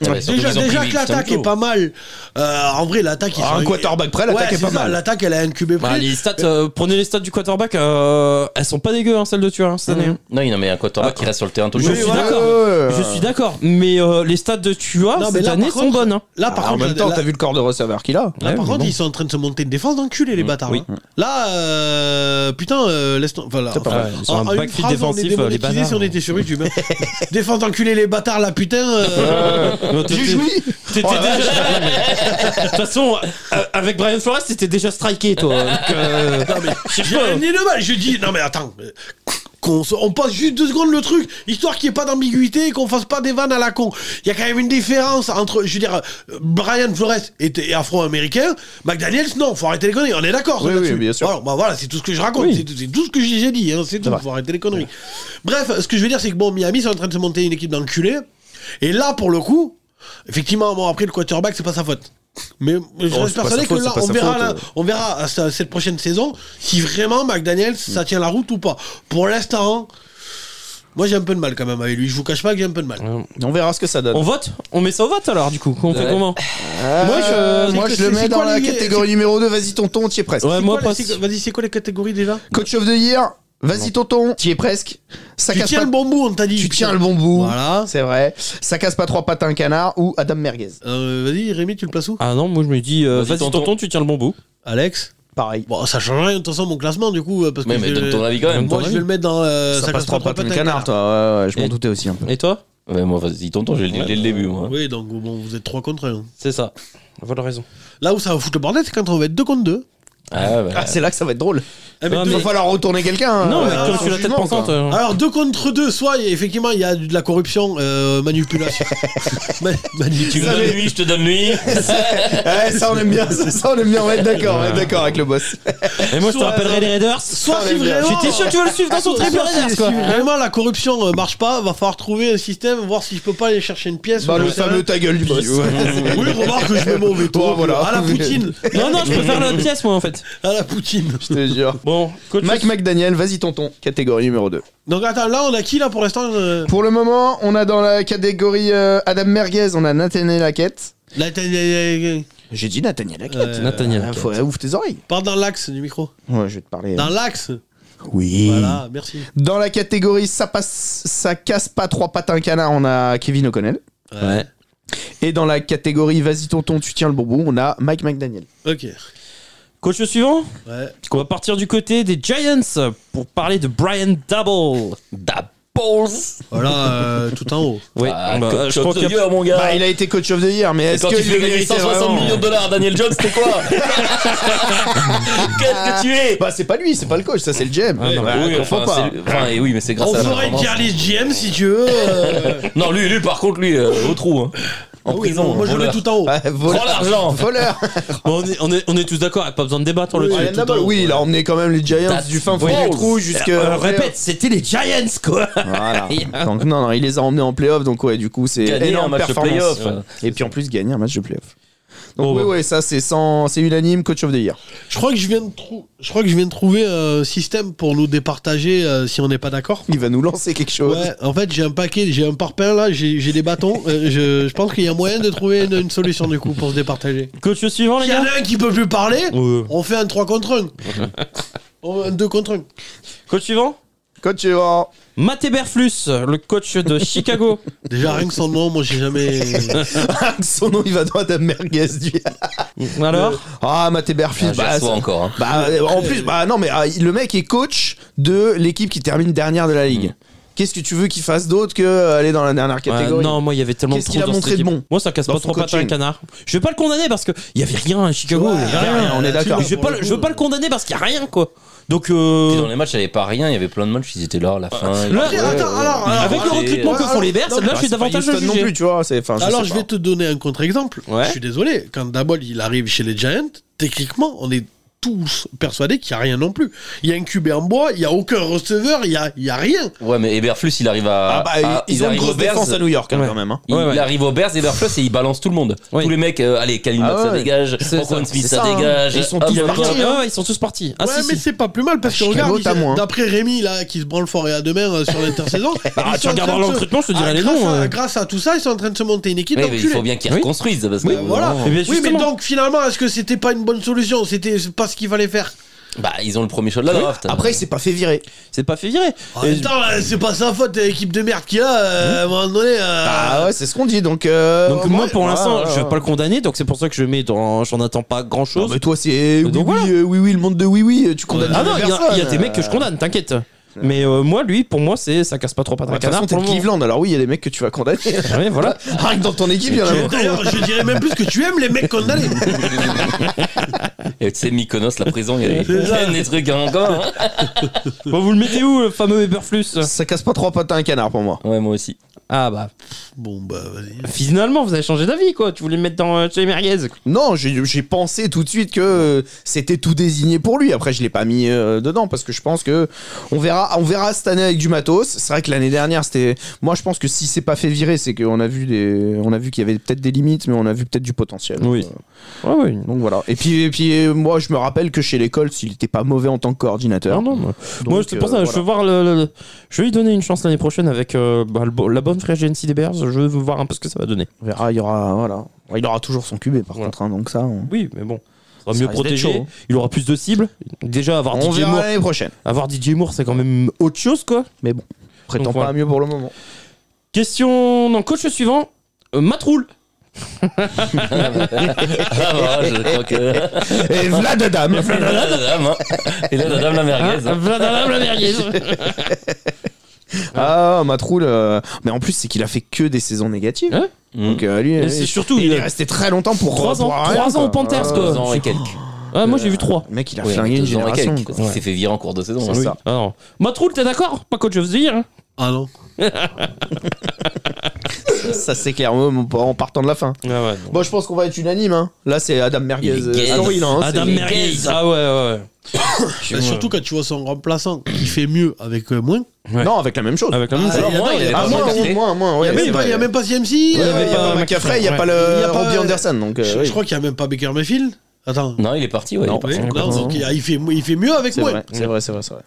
Speaker 4: Ouais, mais surtout
Speaker 1: déjà
Speaker 4: qu'ils ont
Speaker 1: déjà
Speaker 4: pris
Speaker 1: que l'attaque
Speaker 4: Victor
Speaker 1: est pas mal. Euh, en vrai, l'attaque, ils
Speaker 3: Ah,
Speaker 1: sont-
Speaker 3: un quarterback près, l'attaque
Speaker 1: Ouais,
Speaker 3: est pas
Speaker 1: c'est ça,
Speaker 3: mal.
Speaker 1: L'attaque, elle a incubé
Speaker 2: Bah,
Speaker 1: près.
Speaker 2: les stats, euh, prenez les stats du quarterback, euh, elles sont pas dégueu, hein, celles de Turin cette année.
Speaker 4: Non, il en met un quarterback
Speaker 2: Ah.
Speaker 4: qui reste sur le terrain tout le
Speaker 2: Je
Speaker 4: temps.
Speaker 2: suis
Speaker 3: ouais,
Speaker 2: d'accord.
Speaker 3: ouais, ouais.
Speaker 2: Je suis d'accord, mais euh, les stats de Tua
Speaker 1: Non, mais
Speaker 2: cette
Speaker 1: là,
Speaker 2: année
Speaker 1: par
Speaker 2: sont
Speaker 1: contre-
Speaker 2: bonnes. hein.
Speaker 1: Là, par
Speaker 3: Ah, en
Speaker 1: contre,
Speaker 3: même
Speaker 1: la-
Speaker 3: temps,
Speaker 1: la-
Speaker 3: t'as vu le corps de receveur qu'il a
Speaker 1: Là,
Speaker 2: Ouais,
Speaker 1: Ah, par
Speaker 2: mais
Speaker 1: contre,
Speaker 2: bon. Mm.
Speaker 1: ils sont en train de se monter une défense d'enculés, les bâtards.
Speaker 2: oui.
Speaker 1: hein. Là, euh, putain, euh, laisse tomber. Enfin, là,
Speaker 2: C'est pas
Speaker 1: enfin,
Speaker 2: vrai. Ils ont
Speaker 1: en-
Speaker 2: un
Speaker 1: en une
Speaker 2: backfield
Speaker 1: phrase, on
Speaker 2: défensif,
Speaker 1: est
Speaker 2: euh, les
Speaker 1: démonétisés
Speaker 2: bâtards.
Speaker 1: si on était sur YouTube. hein. défense d'enculés, les bâtards, là, putain. euh,
Speaker 2: Non, t'étais-
Speaker 3: J'ai joui
Speaker 2: t'étais
Speaker 3: Oh, la
Speaker 2: déjà- De toute façon, euh, avec Brian Flores, t'étais déjà striké, toi. donc, euh, je sais
Speaker 1: J'ai
Speaker 2: pas.
Speaker 1: un nez de mal. Je dis, non, mais attends. euh, qu'on se- on passe juste deux secondes le truc, histoire qu'il n'y ait pas d'ambiguïté et qu'on fasse pas des vannes à la con. Il y a quand même une différence entre, je veux dire, euh, Brian Flores était afro-américain, McDaniels, non, faut arrêter les conneries, on est d'accord.
Speaker 3: Oui,
Speaker 1: ça,
Speaker 3: oui,
Speaker 1: là-dessus.
Speaker 3: bien sûr.
Speaker 1: Voilà, bah voilà, c'est tout ce que je raconte,
Speaker 2: Oui.
Speaker 1: c'est tout- c'est tout ce que j'ai dit, hein, c'est tout,
Speaker 3: vrai.
Speaker 1: faut arrêter les conneries. Bref, ce que je veux dire, c'est que bon, Miami, c'est en train de se monter une équipe d'enculés, et là, pour le coup, effectivement, bon, après le quarterback, c'est pas sa faute. Mais je
Speaker 3: Oh, c'est
Speaker 1: reste
Speaker 3: pas sa
Speaker 1: persuadé que
Speaker 3: faute,
Speaker 1: là,
Speaker 3: c'est pas
Speaker 1: on
Speaker 3: sa
Speaker 1: verra,
Speaker 3: faute,
Speaker 1: là,
Speaker 3: euh.
Speaker 1: on verra à sa- cette
Speaker 3: Mm.
Speaker 1: prochaine saison si vraiment McDaniel ça tient la route ou pas. Pour l'instant, Moi, j'ai un peu de mal quand même avec lui. Je vous cache pas que j'ai un peu de mal.
Speaker 3: On verra ce que ça donne.
Speaker 2: On vote On met ça au vote alors, du coup. On fait
Speaker 4: Ouais.
Speaker 2: comment
Speaker 3: moi,
Speaker 1: Euh,
Speaker 3: je, moi,
Speaker 1: c'est-
Speaker 3: je le
Speaker 1: c'est-
Speaker 3: mets
Speaker 1: c'est
Speaker 3: dans
Speaker 1: quoi
Speaker 3: la
Speaker 1: les-
Speaker 3: catégorie numéro 2. Vas-y, tonton, t'y es presque.
Speaker 2: Ouais,
Speaker 1: C'est
Speaker 2: moi,
Speaker 1: quoi les-
Speaker 2: pas.
Speaker 1: c'est- Vas-y, c'est quoi les catégories déjà
Speaker 3: Coach of the year. Vas-y, tonton, t'y es presque. Ça
Speaker 1: Tu
Speaker 3: casse
Speaker 1: tiens
Speaker 3: pas-
Speaker 1: le bon bout, on t'a dit.
Speaker 3: tu
Speaker 1: putain.
Speaker 3: tiens le bon bout.
Speaker 1: Voilà.
Speaker 3: C'est vrai. Ça casse pas trois pattes à un canard ou Adam Merguez.
Speaker 1: Euh, Vas-y, Rémi, tu le places où
Speaker 2: Ah non, moi je me dis, euh,
Speaker 4: Vas-y,
Speaker 2: vas-y
Speaker 4: tonton.
Speaker 2: tonton, tu tiens le bon bout.
Speaker 1: Alex
Speaker 3: Pareil.
Speaker 1: Bon, ça change rien de toute façon mon classement du coup. euh, Parce que
Speaker 4: Mais, mais
Speaker 1: je-
Speaker 4: donne ton avis quand même.
Speaker 1: Moi, je vais le mettre dans. euh,
Speaker 3: ça,
Speaker 1: casse
Speaker 3: passe trois
Speaker 1: pas
Speaker 3: pattes à un
Speaker 1: pattes à
Speaker 3: canard, toi. Ouais, ouais, je m'en
Speaker 2: Et-
Speaker 3: doutais aussi un peu.
Speaker 2: Et toi
Speaker 4: Ouais, moi, vas-y, tonton, je l'ai dit dès le début, moi.
Speaker 1: Oui, donc bon, vous êtes 3 contre 1.
Speaker 2: C'est ça. Voilà raison.
Speaker 1: Là où ça va foutre le bordel, c'est quand on va être 2 contre 2.
Speaker 4: Ah, bah.
Speaker 3: Ah, c'est là que ça va être drôle.
Speaker 1: Eh, mais
Speaker 2: Ah,
Speaker 1: deux-
Speaker 3: Il va falloir retourner quelqu'un. hein.
Speaker 2: non, mais
Speaker 1: ouais,
Speaker 2: comme
Speaker 1: non,
Speaker 2: tu la tête
Speaker 3: jugement,
Speaker 2: pensante.
Speaker 3: quoi.
Speaker 2: euh,
Speaker 1: Alors, 2 contre 2, soit effectivement il y a de la corruption, euh, manipulation. Ma-
Speaker 4: Tu me
Speaker 1: manipulation.
Speaker 4: donnes lui, je te donne lui.
Speaker 3: Ouais, Eh, ça on aime bien, ça, ça, on aime bien, on va être d'accord, on va être d'accord avec le boss.
Speaker 2: Et moi je te
Speaker 1: Soit- euh,
Speaker 2: rappellerai les Raiders.
Speaker 1: Soit si
Speaker 3: Ah, mais
Speaker 1: vraiment.
Speaker 2: J'étais sûr que tu vas le suivre dans son
Speaker 1: Soit-
Speaker 2: triple
Speaker 1: soit
Speaker 2: Raiders
Speaker 1: si-
Speaker 2: quoi.
Speaker 1: si vraiment la corruption euh, marche pas, va falloir trouver un système, voir si je peux pas aller chercher une pièce.
Speaker 3: Bah,
Speaker 1: ou
Speaker 3: le
Speaker 1: un terrain.
Speaker 3: fameux ta gueule du boss.
Speaker 1: Oui, remarque que je mets mon veto.
Speaker 3: Ouais, voilà.
Speaker 1: À la Poutine.
Speaker 2: Non, non, je préfère l'autre pièce moi en fait.
Speaker 1: À la Poutine.
Speaker 3: Je te jure.
Speaker 2: Bon, coach.
Speaker 3: Mike McDaniel, vas-y tonton, catégorie numéro 2.
Speaker 1: Donc attends, là on a qui là pour l'instant euh,
Speaker 3: Pour le moment, on a dans la catégorie euh, Adam Merguez, on a Nathaniel Hackett.
Speaker 1: là, t'as- euh,
Speaker 3: J'ai dit Nathaniel Hackett.
Speaker 1: euh,
Speaker 2: Nathaniel.
Speaker 3: Ah, faut, ouvre tes oreilles.
Speaker 1: Parle dans l'axe du micro.
Speaker 3: Ouais, je vais te parler.
Speaker 1: Dans l'axe.
Speaker 3: Oui.
Speaker 1: Voilà, merci.
Speaker 3: Dans la catégorie ça passe, ça casse pas trois pattes à un canard, on a Kevin O'Connell.
Speaker 2: Ouais.
Speaker 3: Et dans la catégorie vas-y tonton, tu tiens le bonbon, on a Mike McDaniel.
Speaker 1: Ok.
Speaker 2: Coach suivant
Speaker 1: Ouais.
Speaker 2: On va partir du côté des Giants pour parler de Brian Double.
Speaker 4: Da balls.
Speaker 1: Voilà, euh, tout en haut.
Speaker 2: Oui,
Speaker 4: Ah,
Speaker 2: bah,
Speaker 4: coach
Speaker 2: je
Speaker 4: of
Speaker 2: pense
Speaker 4: the
Speaker 2: que-
Speaker 4: year, mon gars.
Speaker 3: Bah, il a été coach of the year, mais
Speaker 4: Et
Speaker 3: est-ce
Speaker 4: quand
Speaker 3: que
Speaker 4: tu
Speaker 3: il le
Speaker 4: fais gagner
Speaker 3: méritait
Speaker 4: 160
Speaker 3: vraiment
Speaker 4: millions de dollars à Daniel Jones, t'es quoi Qu'est-ce que tu es
Speaker 3: Bah c'est pas lui, c'est pas le coach, ça c'est le E GM.
Speaker 2: Ah, non,
Speaker 3: Ouais,
Speaker 4: bah oui,
Speaker 3: confond
Speaker 4: enfin,
Speaker 3: bah, pas.
Speaker 4: c'est- enfin, et oui, mais c'est grâce
Speaker 1: On
Speaker 4: à la
Speaker 1: ferait
Speaker 4: performance.
Speaker 1: Charlie GM si tu veux. euh,
Speaker 4: Non, lui, lui, par contre, lui, euh, au trou. hein. En
Speaker 1: ah oui,
Speaker 4: prison.
Speaker 1: non, moi je le mets
Speaker 4: voleur.
Speaker 1: tout en haut.
Speaker 3: Ouais,
Speaker 4: Prends
Speaker 3: voleur.
Speaker 4: l'argent
Speaker 3: Bah, Voleur.
Speaker 2: Bon, on, est, on, est, on est tous d'accord, y a pas besoin de débattre on le
Speaker 3: Oui,
Speaker 2: tue.
Speaker 4: E
Speaker 3: Brian Daboll,
Speaker 1: haut,
Speaker 3: oui, il a emmené quand même les Giants
Speaker 4: That's
Speaker 3: du fin fond du
Speaker 4: balls.
Speaker 3: trou jusqu'à.
Speaker 2: Euh, répète, c'était les Giants quoi.
Speaker 3: Voilà. Donc non, non, il les a emmenés en playoff, donc ouais, du coup c'est
Speaker 4: Gagner un
Speaker 3: énorme
Speaker 4: match de
Speaker 3: performance.
Speaker 4: playoff. Oh.
Speaker 3: Et puis en plus gagner un match de playoff.
Speaker 2: Bon,
Speaker 3: Donc oui,
Speaker 2: bon.
Speaker 3: ouais, ça c'est sans, c'est unanime, coach of the year.
Speaker 1: Je crois que je viens de, trou- je crois que je viens de trouver un système pour nous départager euh, si on n'est pas d'accord.
Speaker 3: Il va nous lancer quelque chose.
Speaker 1: Ouais, en fait, j'ai un paquet, j'ai un parpaing là, j'ai j'ai des bâtons. Euh, je, je pense qu'il y a moyen de trouver une, une solution du coup pour se départager.
Speaker 2: Coach suivant, les
Speaker 1: S'il y en
Speaker 2: gars
Speaker 1: a un qui peut plus parler,
Speaker 2: Ouais.
Speaker 1: on fait un 3 contre 1. Oh, un 2 contre 1.
Speaker 2: Coach suivant
Speaker 3: Coach of the
Speaker 2: Matt Eberflus, le coach de Chicago.
Speaker 1: Déjà, rien que son nom, moi j'ai jamais.
Speaker 3: year. Son nom, il va dans Adam Merguez. du-
Speaker 2: Alors
Speaker 3: Ah, Maté
Speaker 4: Ah,
Speaker 3: Berfil.
Speaker 4: j'ai la soie encore. hein.
Speaker 3: Bah, euh, en plus, bah non, mais ah, il- le mec est coach de l'équipe qui termine dernière de la ligue. Qu'est-ce que tu veux qu'il fasse d'autre que euh, aller dans la dernière
Speaker 2: Mm. Ouais,
Speaker 3: catégorie
Speaker 2: non, moi il y avait tellement de
Speaker 3: Qu'est-ce
Speaker 2: trous
Speaker 3: qu'il a
Speaker 2: dans cette
Speaker 3: montré de
Speaker 2: équipe.
Speaker 3: bon
Speaker 2: Moi ça casse
Speaker 3: dans
Speaker 2: pas
Speaker 3: son
Speaker 2: trop pattes à un
Speaker 3: coaching
Speaker 2: canard. Je vais pas le condamner parce que il y avait rien à Chicago. il y avait
Speaker 3: il y avait
Speaker 2: rien.
Speaker 3: rien, on est d'accord.
Speaker 2: Je vais pas, le- je vais pas le condamner parce qu'il y a rien quoi. Donc euh,
Speaker 4: Puis Dans les matchs, il n'y avait pas rien, il y avait plein de matchs, ils étaient là, à la fin. ils
Speaker 2: là,
Speaker 4: jouaient,
Speaker 1: attends,
Speaker 4: euh,
Speaker 1: alors,
Speaker 4: ils
Speaker 1: alors,
Speaker 2: avec le
Speaker 4: marchaient,
Speaker 2: recrutement
Speaker 4: euh,
Speaker 2: que font les Bears, là
Speaker 3: Ah,
Speaker 2: je suis
Speaker 3: c'est pas
Speaker 2: davantage
Speaker 3: Houston non
Speaker 2: jugé.
Speaker 3: plus, tu vois. c'est- enfin, je
Speaker 1: Alors,
Speaker 3: sais
Speaker 1: je
Speaker 3: pas.
Speaker 1: vais te donner un contre-exemple.
Speaker 2: Ouais.
Speaker 1: Je suis désolé, quand Dabol il arrive chez les Giants, techniquement, on est tous persuadés qu'il n'y a rien non plus. Il y a un QB en bois, il n'y a aucun receveur, il n'y a, il y a rien.
Speaker 4: Ouais, mais Eberflus, il arrive à.
Speaker 3: Ah, bah,
Speaker 4: à-
Speaker 3: ils,
Speaker 4: il
Speaker 3: ont une
Speaker 4: arrive
Speaker 3: grosse
Speaker 4: aux Bears,
Speaker 3: défense à New York hein,
Speaker 2: Ouais.
Speaker 3: quand même. hein.
Speaker 4: Il,
Speaker 2: Ouais, ouais.
Speaker 4: il arrive aux Bears, Eberflus, et il balance tout le monde.
Speaker 2: Oui.
Speaker 4: Tous les mecs, euh, allez, Kalimat,
Speaker 3: Ah
Speaker 4: ça
Speaker 3: ouais.
Speaker 4: dégage.
Speaker 2: C'est
Speaker 4: Antoine
Speaker 2: ça,
Speaker 4: Smith,
Speaker 3: c'est
Speaker 4: ça,
Speaker 3: ça, hein.
Speaker 4: dégage.
Speaker 3: Ils sont
Speaker 4: Hop,
Speaker 3: tous
Speaker 4: il y a
Speaker 3: partis,
Speaker 4: Martin.
Speaker 3: hein.
Speaker 2: Ah, ouais, ils sont tous partis. Ah,
Speaker 1: ouais,
Speaker 2: si,
Speaker 1: mais
Speaker 2: si.
Speaker 1: c'est pas plus mal parce
Speaker 3: Ah,
Speaker 1: que
Speaker 3: Chicago,
Speaker 1: regarde,
Speaker 3: t'as
Speaker 1: ils-
Speaker 3: moins.
Speaker 1: d'après Rémi là qui se branle fort et à demain euh, sur l'intersaison.
Speaker 2: Ah,
Speaker 1: ils
Speaker 2: tu
Speaker 1: sont en train
Speaker 2: regarderas
Speaker 1: de
Speaker 2: le
Speaker 1: se-
Speaker 2: recrutement, je te dirai
Speaker 1: Ah,
Speaker 2: les
Speaker 1: grâce
Speaker 2: noms.
Speaker 1: à-
Speaker 2: hein.
Speaker 1: Grâce à tout ça, ils sont en train de se monter une équipe
Speaker 4: Ouais, mais il
Speaker 1: d'enculés.
Speaker 4: faut bien qu'ils
Speaker 2: Oui.
Speaker 4: reconstruisent. Parce que,
Speaker 1: Oui, voilà.
Speaker 2: Eh bien,
Speaker 1: Oui, mais
Speaker 2: justement.
Speaker 1: donc finalement, est-ce que c'était pas une bonne solution C'était c'est pas ce qu'il fallait faire.
Speaker 4: Bah, ils ont le premier choix de la draft.
Speaker 3: Après, il s'est pas fait virer.
Speaker 2: C'est pas fait virer.
Speaker 1: En
Speaker 2: Et-
Speaker 1: même temps, là, c'est pas sa faute, l'équipe de merde qu'il a. euh, à un moment donné. euh,
Speaker 2: Bah,
Speaker 3: Ah ouais, c'est ce qu'on dit. Donc, euh,
Speaker 2: donc moi pour
Speaker 3: ouais,
Speaker 2: l'instant,
Speaker 3: ouais,
Speaker 2: je vais
Speaker 3: ouais.
Speaker 2: pas le condamner, donc c'est pour ça que je mets dans j'en attends pas
Speaker 3: Non,
Speaker 2: grand-chose.
Speaker 3: mais toi, c'est oui,
Speaker 2: Donc, voilà.
Speaker 3: oui, euh, oui, oui, le monde de oui, oui. Tu condamnes.
Speaker 2: Ah
Speaker 3: jamais
Speaker 2: non, il y, a-
Speaker 3: personne.
Speaker 2: il y a des mecs que je condamne, t'inquiète. Mais euh, moi, lui, pour moi, c'est ça casse pas trop pas
Speaker 3: De toute façon, t'es de Cleveland, alors oui, il y a des mecs que tu vas condamner.
Speaker 2: Ouais, voilà.
Speaker 3: Rien que dans ton équipe, il y en a
Speaker 1: je-
Speaker 3: beaucoup.
Speaker 1: D'ailleurs, je dirais même plus que tu aimes les mecs condamnés.
Speaker 4: Et tu sais, Mykonos, la prison, il y a des-
Speaker 1: C'est ça.
Speaker 4: des trucs hein, encore. hein.
Speaker 2: Bon, vous le mettez où, le fameux Eberflus
Speaker 3: Ça casse pas trois pattes à un canard pour moi.
Speaker 4: Ouais, moi aussi.
Speaker 2: Ah bah.
Speaker 1: Bon, bah, vas-y.
Speaker 2: Finalement, vous avez changé d'avis, quoi. Tu voulais me mettre dans euh, chez les merguez.
Speaker 3: Non, j'ai j'ai pensé tout de suite que euh, c'était tout désigné pour lui. Après, je l'ai pas mis euh, dedans parce que je pense que on verra, on verra cette année avec du matos. C'est vrai que l'année dernière, c'était. Moi, je pense que si c'est pas fait virer, c'est qu'on a vu des, on a vu qu'il y avait peut-être des limites, mais on a vu peut-être du potentiel.
Speaker 2: Oui.
Speaker 3: Euh,
Speaker 2: Ouais, oui.
Speaker 3: donc voilà. Et puis, et puis, euh, moi, je me rappelle que chez l'école, s'il était pas mauvais en tant que coordinateur.
Speaker 2: Non, non, moi,
Speaker 3: Donc,
Speaker 2: moi je
Speaker 3: euh,
Speaker 2: pense ça, je veux voir le, le- le- je vais lui donner une chance l'année prochaine avec euh, bah, le bo- la bonne free agency des Bears. Je veux voir un peu ce que ça va donner.
Speaker 3: On verra, il y aura, voilà. Il aura toujours son QB par
Speaker 2: Voilà.
Speaker 3: contre, hein, donc ça. On,
Speaker 2: Oui, mais bon, il sera
Speaker 3: Ça
Speaker 2: mieux
Speaker 3: risque d'être chaud,
Speaker 2: protégé.
Speaker 3: hein.
Speaker 2: Il aura plus de cibles. Déjà avoir
Speaker 3: on
Speaker 2: DJ
Speaker 3: verra
Speaker 2: Moore,
Speaker 3: l'année prochaine.
Speaker 2: avoir DJ Moore, c'est quand même autre chose, quoi.
Speaker 3: Mais bon, prétend
Speaker 2: Donc,
Speaker 3: pas
Speaker 2: voilà.
Speaker 3: à mieux pour le moment.
Speaker 2: Question non coach suivant, euh, Matt Rule.
Speaker 4: Ah, bah, je crois que.
Speaker 3: Et Vlad Adam.
Speaker 4: Et là, la dame, hein. Et là, la dame, la merguez.
Speaker 2: Hein
Speaker 4: hein.
Speaker 2: Vladimir la merguez.
Speaker 3: Ah, Matroul. euh, Mais en plus, c'est qu'il a fait que des saisons négatives.
Speaker 2: Hein
Speaker 3: Donc, euh, lui,
Speaker 2: Et
Speaker 3: euh,
Speaker 2: c'est
Speaker 3: il-
Speaker 2: surtout,
Speaker 3: il
Speaker 2: il
Speaker 3: est
Speaker 2: a-
Speaker 3: resté très longtemps pour.
Speaker 2: Trois ans-
Speaker 3: pour rien,
Speaker 2: trois ans aux Panthers, quoi.
Speaker 4: Deux ans et quelques.
Speaker 2: Ah, moi j'ai vu trois.
Speaker 3: Le mec, il a
Speaker 4: Ouais,
Speaker 3: flingué une
Speaker 4: deux ans et
Speaker 3: génération.
Speaker 4: quelques.
Speaker 3: quoi.
Speaker 4: Il s'est fait virer en cours de saison.
Speaker 3: C'est
Speaker 4: hein.
Speaker 3: ça.
Speaker 2: Alors, Matt Rule, Ah t'es d'accord Pas coach of the year. hein
Speaker 1: Ah non
Speaker 3: Ça, c'est clair, même en- en partant de la fin.
Speaker 2: Ah ouais,
Speaker 3: Bon, je pense qu'on va être unanime. Hein. Là, c'est Adam Merguez.
Speaker 4: Il est
Speaker 3: euh,
Speaker 4: gay.
Speaker 3: Story, là, hein,
Speaker 2: Adam
Speaker 3: c'est-
Speaker 2: Merguez. Ah ouais, ouais.
Speaker 1: Bah, Surtout quand tu vois son remplaçant qui fait mieux avec euh, moins.
Speaker 2: Ouais.
Speaker 3: Non, avec la même chose.
Speaker 2: Avec la
Speaker 1: Ah,
Speaker 2: même
Speaker 1: il y a
Speaker 4: Alors, moi,
Speaker 1: pas-
Speaker 4: il avait
Speaker 1: il y a
Speaker 3: Ah,
Speaker 1: pas-
Speaker 4: pas
Speaker 3: moins,
Speaker 4: mal
Speaker 3: moins,
Speaker 4: drafté.
Speaker 3: moins, moins.
Speaker 1: Il
Speaker 3: ouais,
Speaker 1: n'y a,
Speaker 3: c'est
Speaker 1: même pas- il y a
Speaker 3: Eh vrai.
Speaker 1: même pas CMC.
Speaker 3: Ouais,
Speaker 1: euh,
Speaker 3: ouais, Il y a
Speaker 2: pas
Speaker 3: pas McAfrey, il n'y a
Speaker 2: Ouais.
Speaker 3: pas
Speaker 1: Il y
Speaker 3: le
Speaker 1: a pas-
Speaker 3: Robbie Anderson. Donc, euh,
Speaker 1: je, je
Speaker 3: oui.
Speaker 1: crois qu'il n'y a même pas Baker Mayfield. Attends.
Speaker 4: Non, il est parti, ouais. il est
Speaker 3: Non,
Speaker 4: parti.
Speaker 1: Ouais,
Speaker 3: c'est
Speaker 1: non,
Speaker 3: vrai.
Speaker 1: donc il, il fait, il fait mieux avec
Speaker 3: C'est
Speaker 1: moins.
Speaker 3: vrai, c'est vrai, c'est vrai, c'est vrai.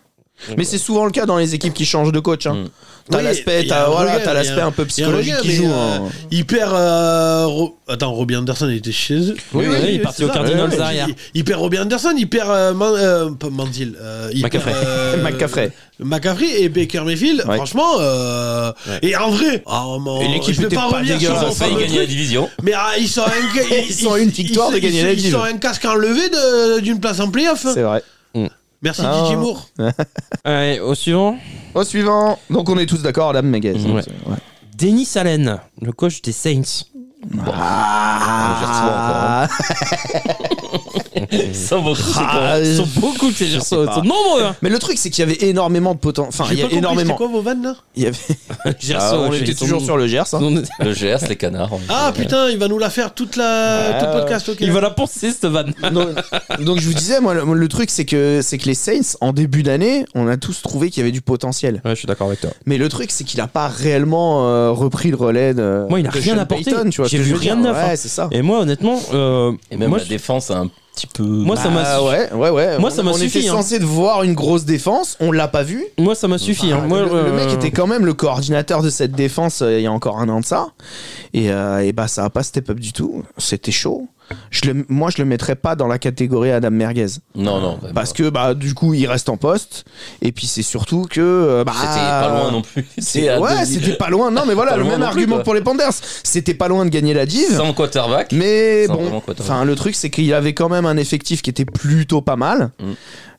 Speaker 3: Mais c'est souvent le cas dans les équipes qui changent de coach. Hein.
Speaker 4: Mm.
Speaker 3: T'as
Speaker 1: Oui,
Speaker 3: l'aspect,
Speaker 1: il y a
Speaker 3: t'as-
Speaker 1: un
Speaker 3: voilà,
Speaker 1: regain,
Speaker 3: t'as
Speaker 1: il y a
Speaker 3: l'aspect
Speaker 1: un-
Speaker 3: un peu
Speaker 1: Il y a un
Speaker 3: psychologique
Speaker 1: regain,
Speaker 3: qui joue.
Speaker 1: mais, euh,
Speaker 3: hein.
Speaker 1: Il perd. euh, Ro- Attends, Robbie Anderson, il était chez eux.
Speaker 2: Oui, oui, il est parti
Speaker 1: c'est
Speaker 2: au
Speaker 1: ça.
Speaker 2: Cardinals
Speaker 1: Ouais, ouais.
Speaker 2: derrière.
Speaker 1: Il, il perd Robbie Anderson, il perd. euh, Man- euh, pas Mandil. euh, il
Speaker 2: McCaffrey.
Speaker 1: perd, euh,
Speaker 3: McCaffrey.
Speaker 1: McCaffrey et Baker Mayfield,
Speaker 3: Ouais.
Speaker 1: franchement. euh, Et en vrai. ah, mon-
Speaker 3: Et l'équipe
Speaker 1: je vais
Speaker 3: était
Speaker 1: pas
Speaker 3: pas
Speaker 1: revenir sur
Speaker 4: Ils
Speaker 3: dégueulasse.
Speaker 1: son
Speaker 4: ont failli
Speaker 1: fameux
Speaker 4: gagner la
Speaker 1: truc,
Speaker 4: division.
Speaker 1: mais ah, ils sont, un,
Speaker 3: Ils ont une victoire de
Speaker 1: ils-
Speaker 3: gagner
Speaker 1: ils-
Speaker 3: la
Speaker 1: Ils
Speaker 3: division.
Speaker 1: ont un casque enlevé de- d'une place en playoff.
Speaker 3: C'est vrai.
Speaker 1: Merci
Speaker 3: Ah.
Speaker 1: Didier Moore.
Speaker 2: Allez, au suivant.
Speaker 3: Au suivant. Donc on est tous d'accord, Adam Meguez.
Speaker 2: Ouais.
Speaker 3: Ouais.
Speaker 2: Denis Allen, le coach des Saints.
Speaker 3: Ah,
Speaker 4: Ça vaut
Speaker 3: Ah,
Speaker 2: Ils sont
Speaker 3: je-
Speaker 2: beaucoup de ces
Speaker 3: je
Speaker 2: gens, ils
Speaker 3: sais
Speaker 2: sont
Speaker 3: pas.
Speaker 2: sont nombreux. hein.
Speaker 3: Mais le truc, c'est qu'il y avait énormément de potentiel. Enfin,
Speaker 1: J'ai
Speaker 3: il
Speaker 1: pas
Speaker 3: y a
Speaker 1: compris,
Speaker 3: énormément.
Speaker 1: C'était quoi vos vannes là
Speaker 3: Il y avait-
Speaker 2: Gerson,
Speaker 3: on
Speaker 2: ils
Speaker 3: était
Speaker 2: sont-
Speaker 3: toujours sur le Gers. hein.
Speaker 2: ils sont-
Speaker 4: Le GS, les canards. en
Speaker 1: Ah
Speaker 4: fait.
Speaker 1: putain, il va nous la faire toute la
Speaker 3: Ah,
Speaker 1: tout le podcast. ok.
Speaker 2: Il va la penser, cette vanne.
Speaker 3: Donc, donc je vous disais, moi, le, le truc, c'est que c'est que les Saints, en début d'année, on a tous trouvé qu'il y avait du potentiel.
Speaker 2: Ouais, je suis d'accord avec toi.
Speaker 3: Mais le truc, c'est qu'il a pas réellement euh, repris le relais de.
Speaker 2: Moi, il a
Speaker 3: de
Speaker 2: rien
Speaker 3: Sean
Speaker 2: apporté.
Speaker 3: Payton, tu vois ce
Speaker 2: J'ai
Speaker 3: que
Speaker 2: vu
Speaker 3: je veux
Speaker 2: rien
Speaker 3: dire.
Speaker 2: de neuf,
Speaker 3: Ouais,
Speaker 2: hein.
Speaker 3: c'est ça.
Speaker 2: Et moi, honnêtement, euh,
Speaker 4: Et même
Speaker 2: moi,
Speaker 4: la
Speaker 2: je-
Speaker 4: défense a un petit peu.
Speaker 2: moi, ça m'a
Speaker 3: Ah ouais, ouais, ouais.
Speaker 2: Moi,
Speaker 3: on,
Speaker 2: ça m'a
Speaker 3: on
Speaker 2: suffi,
Speaker 3: était
Speaker 2: hein.
Speaker 3: censé de voir une grosse défense, on l'a pas vu.
Speaker 2: moi, ça m'a suffi. hein.
Speaker 3: Ah,
Speaker 2: Moi,
Speaker 3: le, le
Speaker 2: euh,
Speaker 3: mec était quand même le coordinateur de cette défense euh, il y a encore un an de ça. Et, euh, et bah ça a pas step up du tout. C'était chaud. Je le, moi je le mettrais pas dans la catégorie Adam Merguez
Speaker 4: Non, non. quand même
Speaker 3: parce
Speaker 4: pas.
Speaker 3: que bah du coup il reste en poste et puis c'est surtout que euh, bah,
Speaker 4: C'était pas loin non plus.
Speaker 3: c'est- ouais c'était pas loin non mais voilà
Speaker 4: Pas
Speaker 3: le
Speaker 4: loin
Speaker 3: même
Speaker 4: non plus,
Speaker 3: argument
Speaker 4: quoi.
Speaker 3: pour les Panthers c'était pas loin de gagner la div
Speaker 4: Sans quarterback.
Speaker 3: mais
Speaker 4: Sans
Speaker 3: bon
Speaker 4: vraiment quoi, t'as
Speaker 3: enfin le truc c'est qu'il avait quand même un effectif qui était plutôt pas mal
Speaker 4: Mm.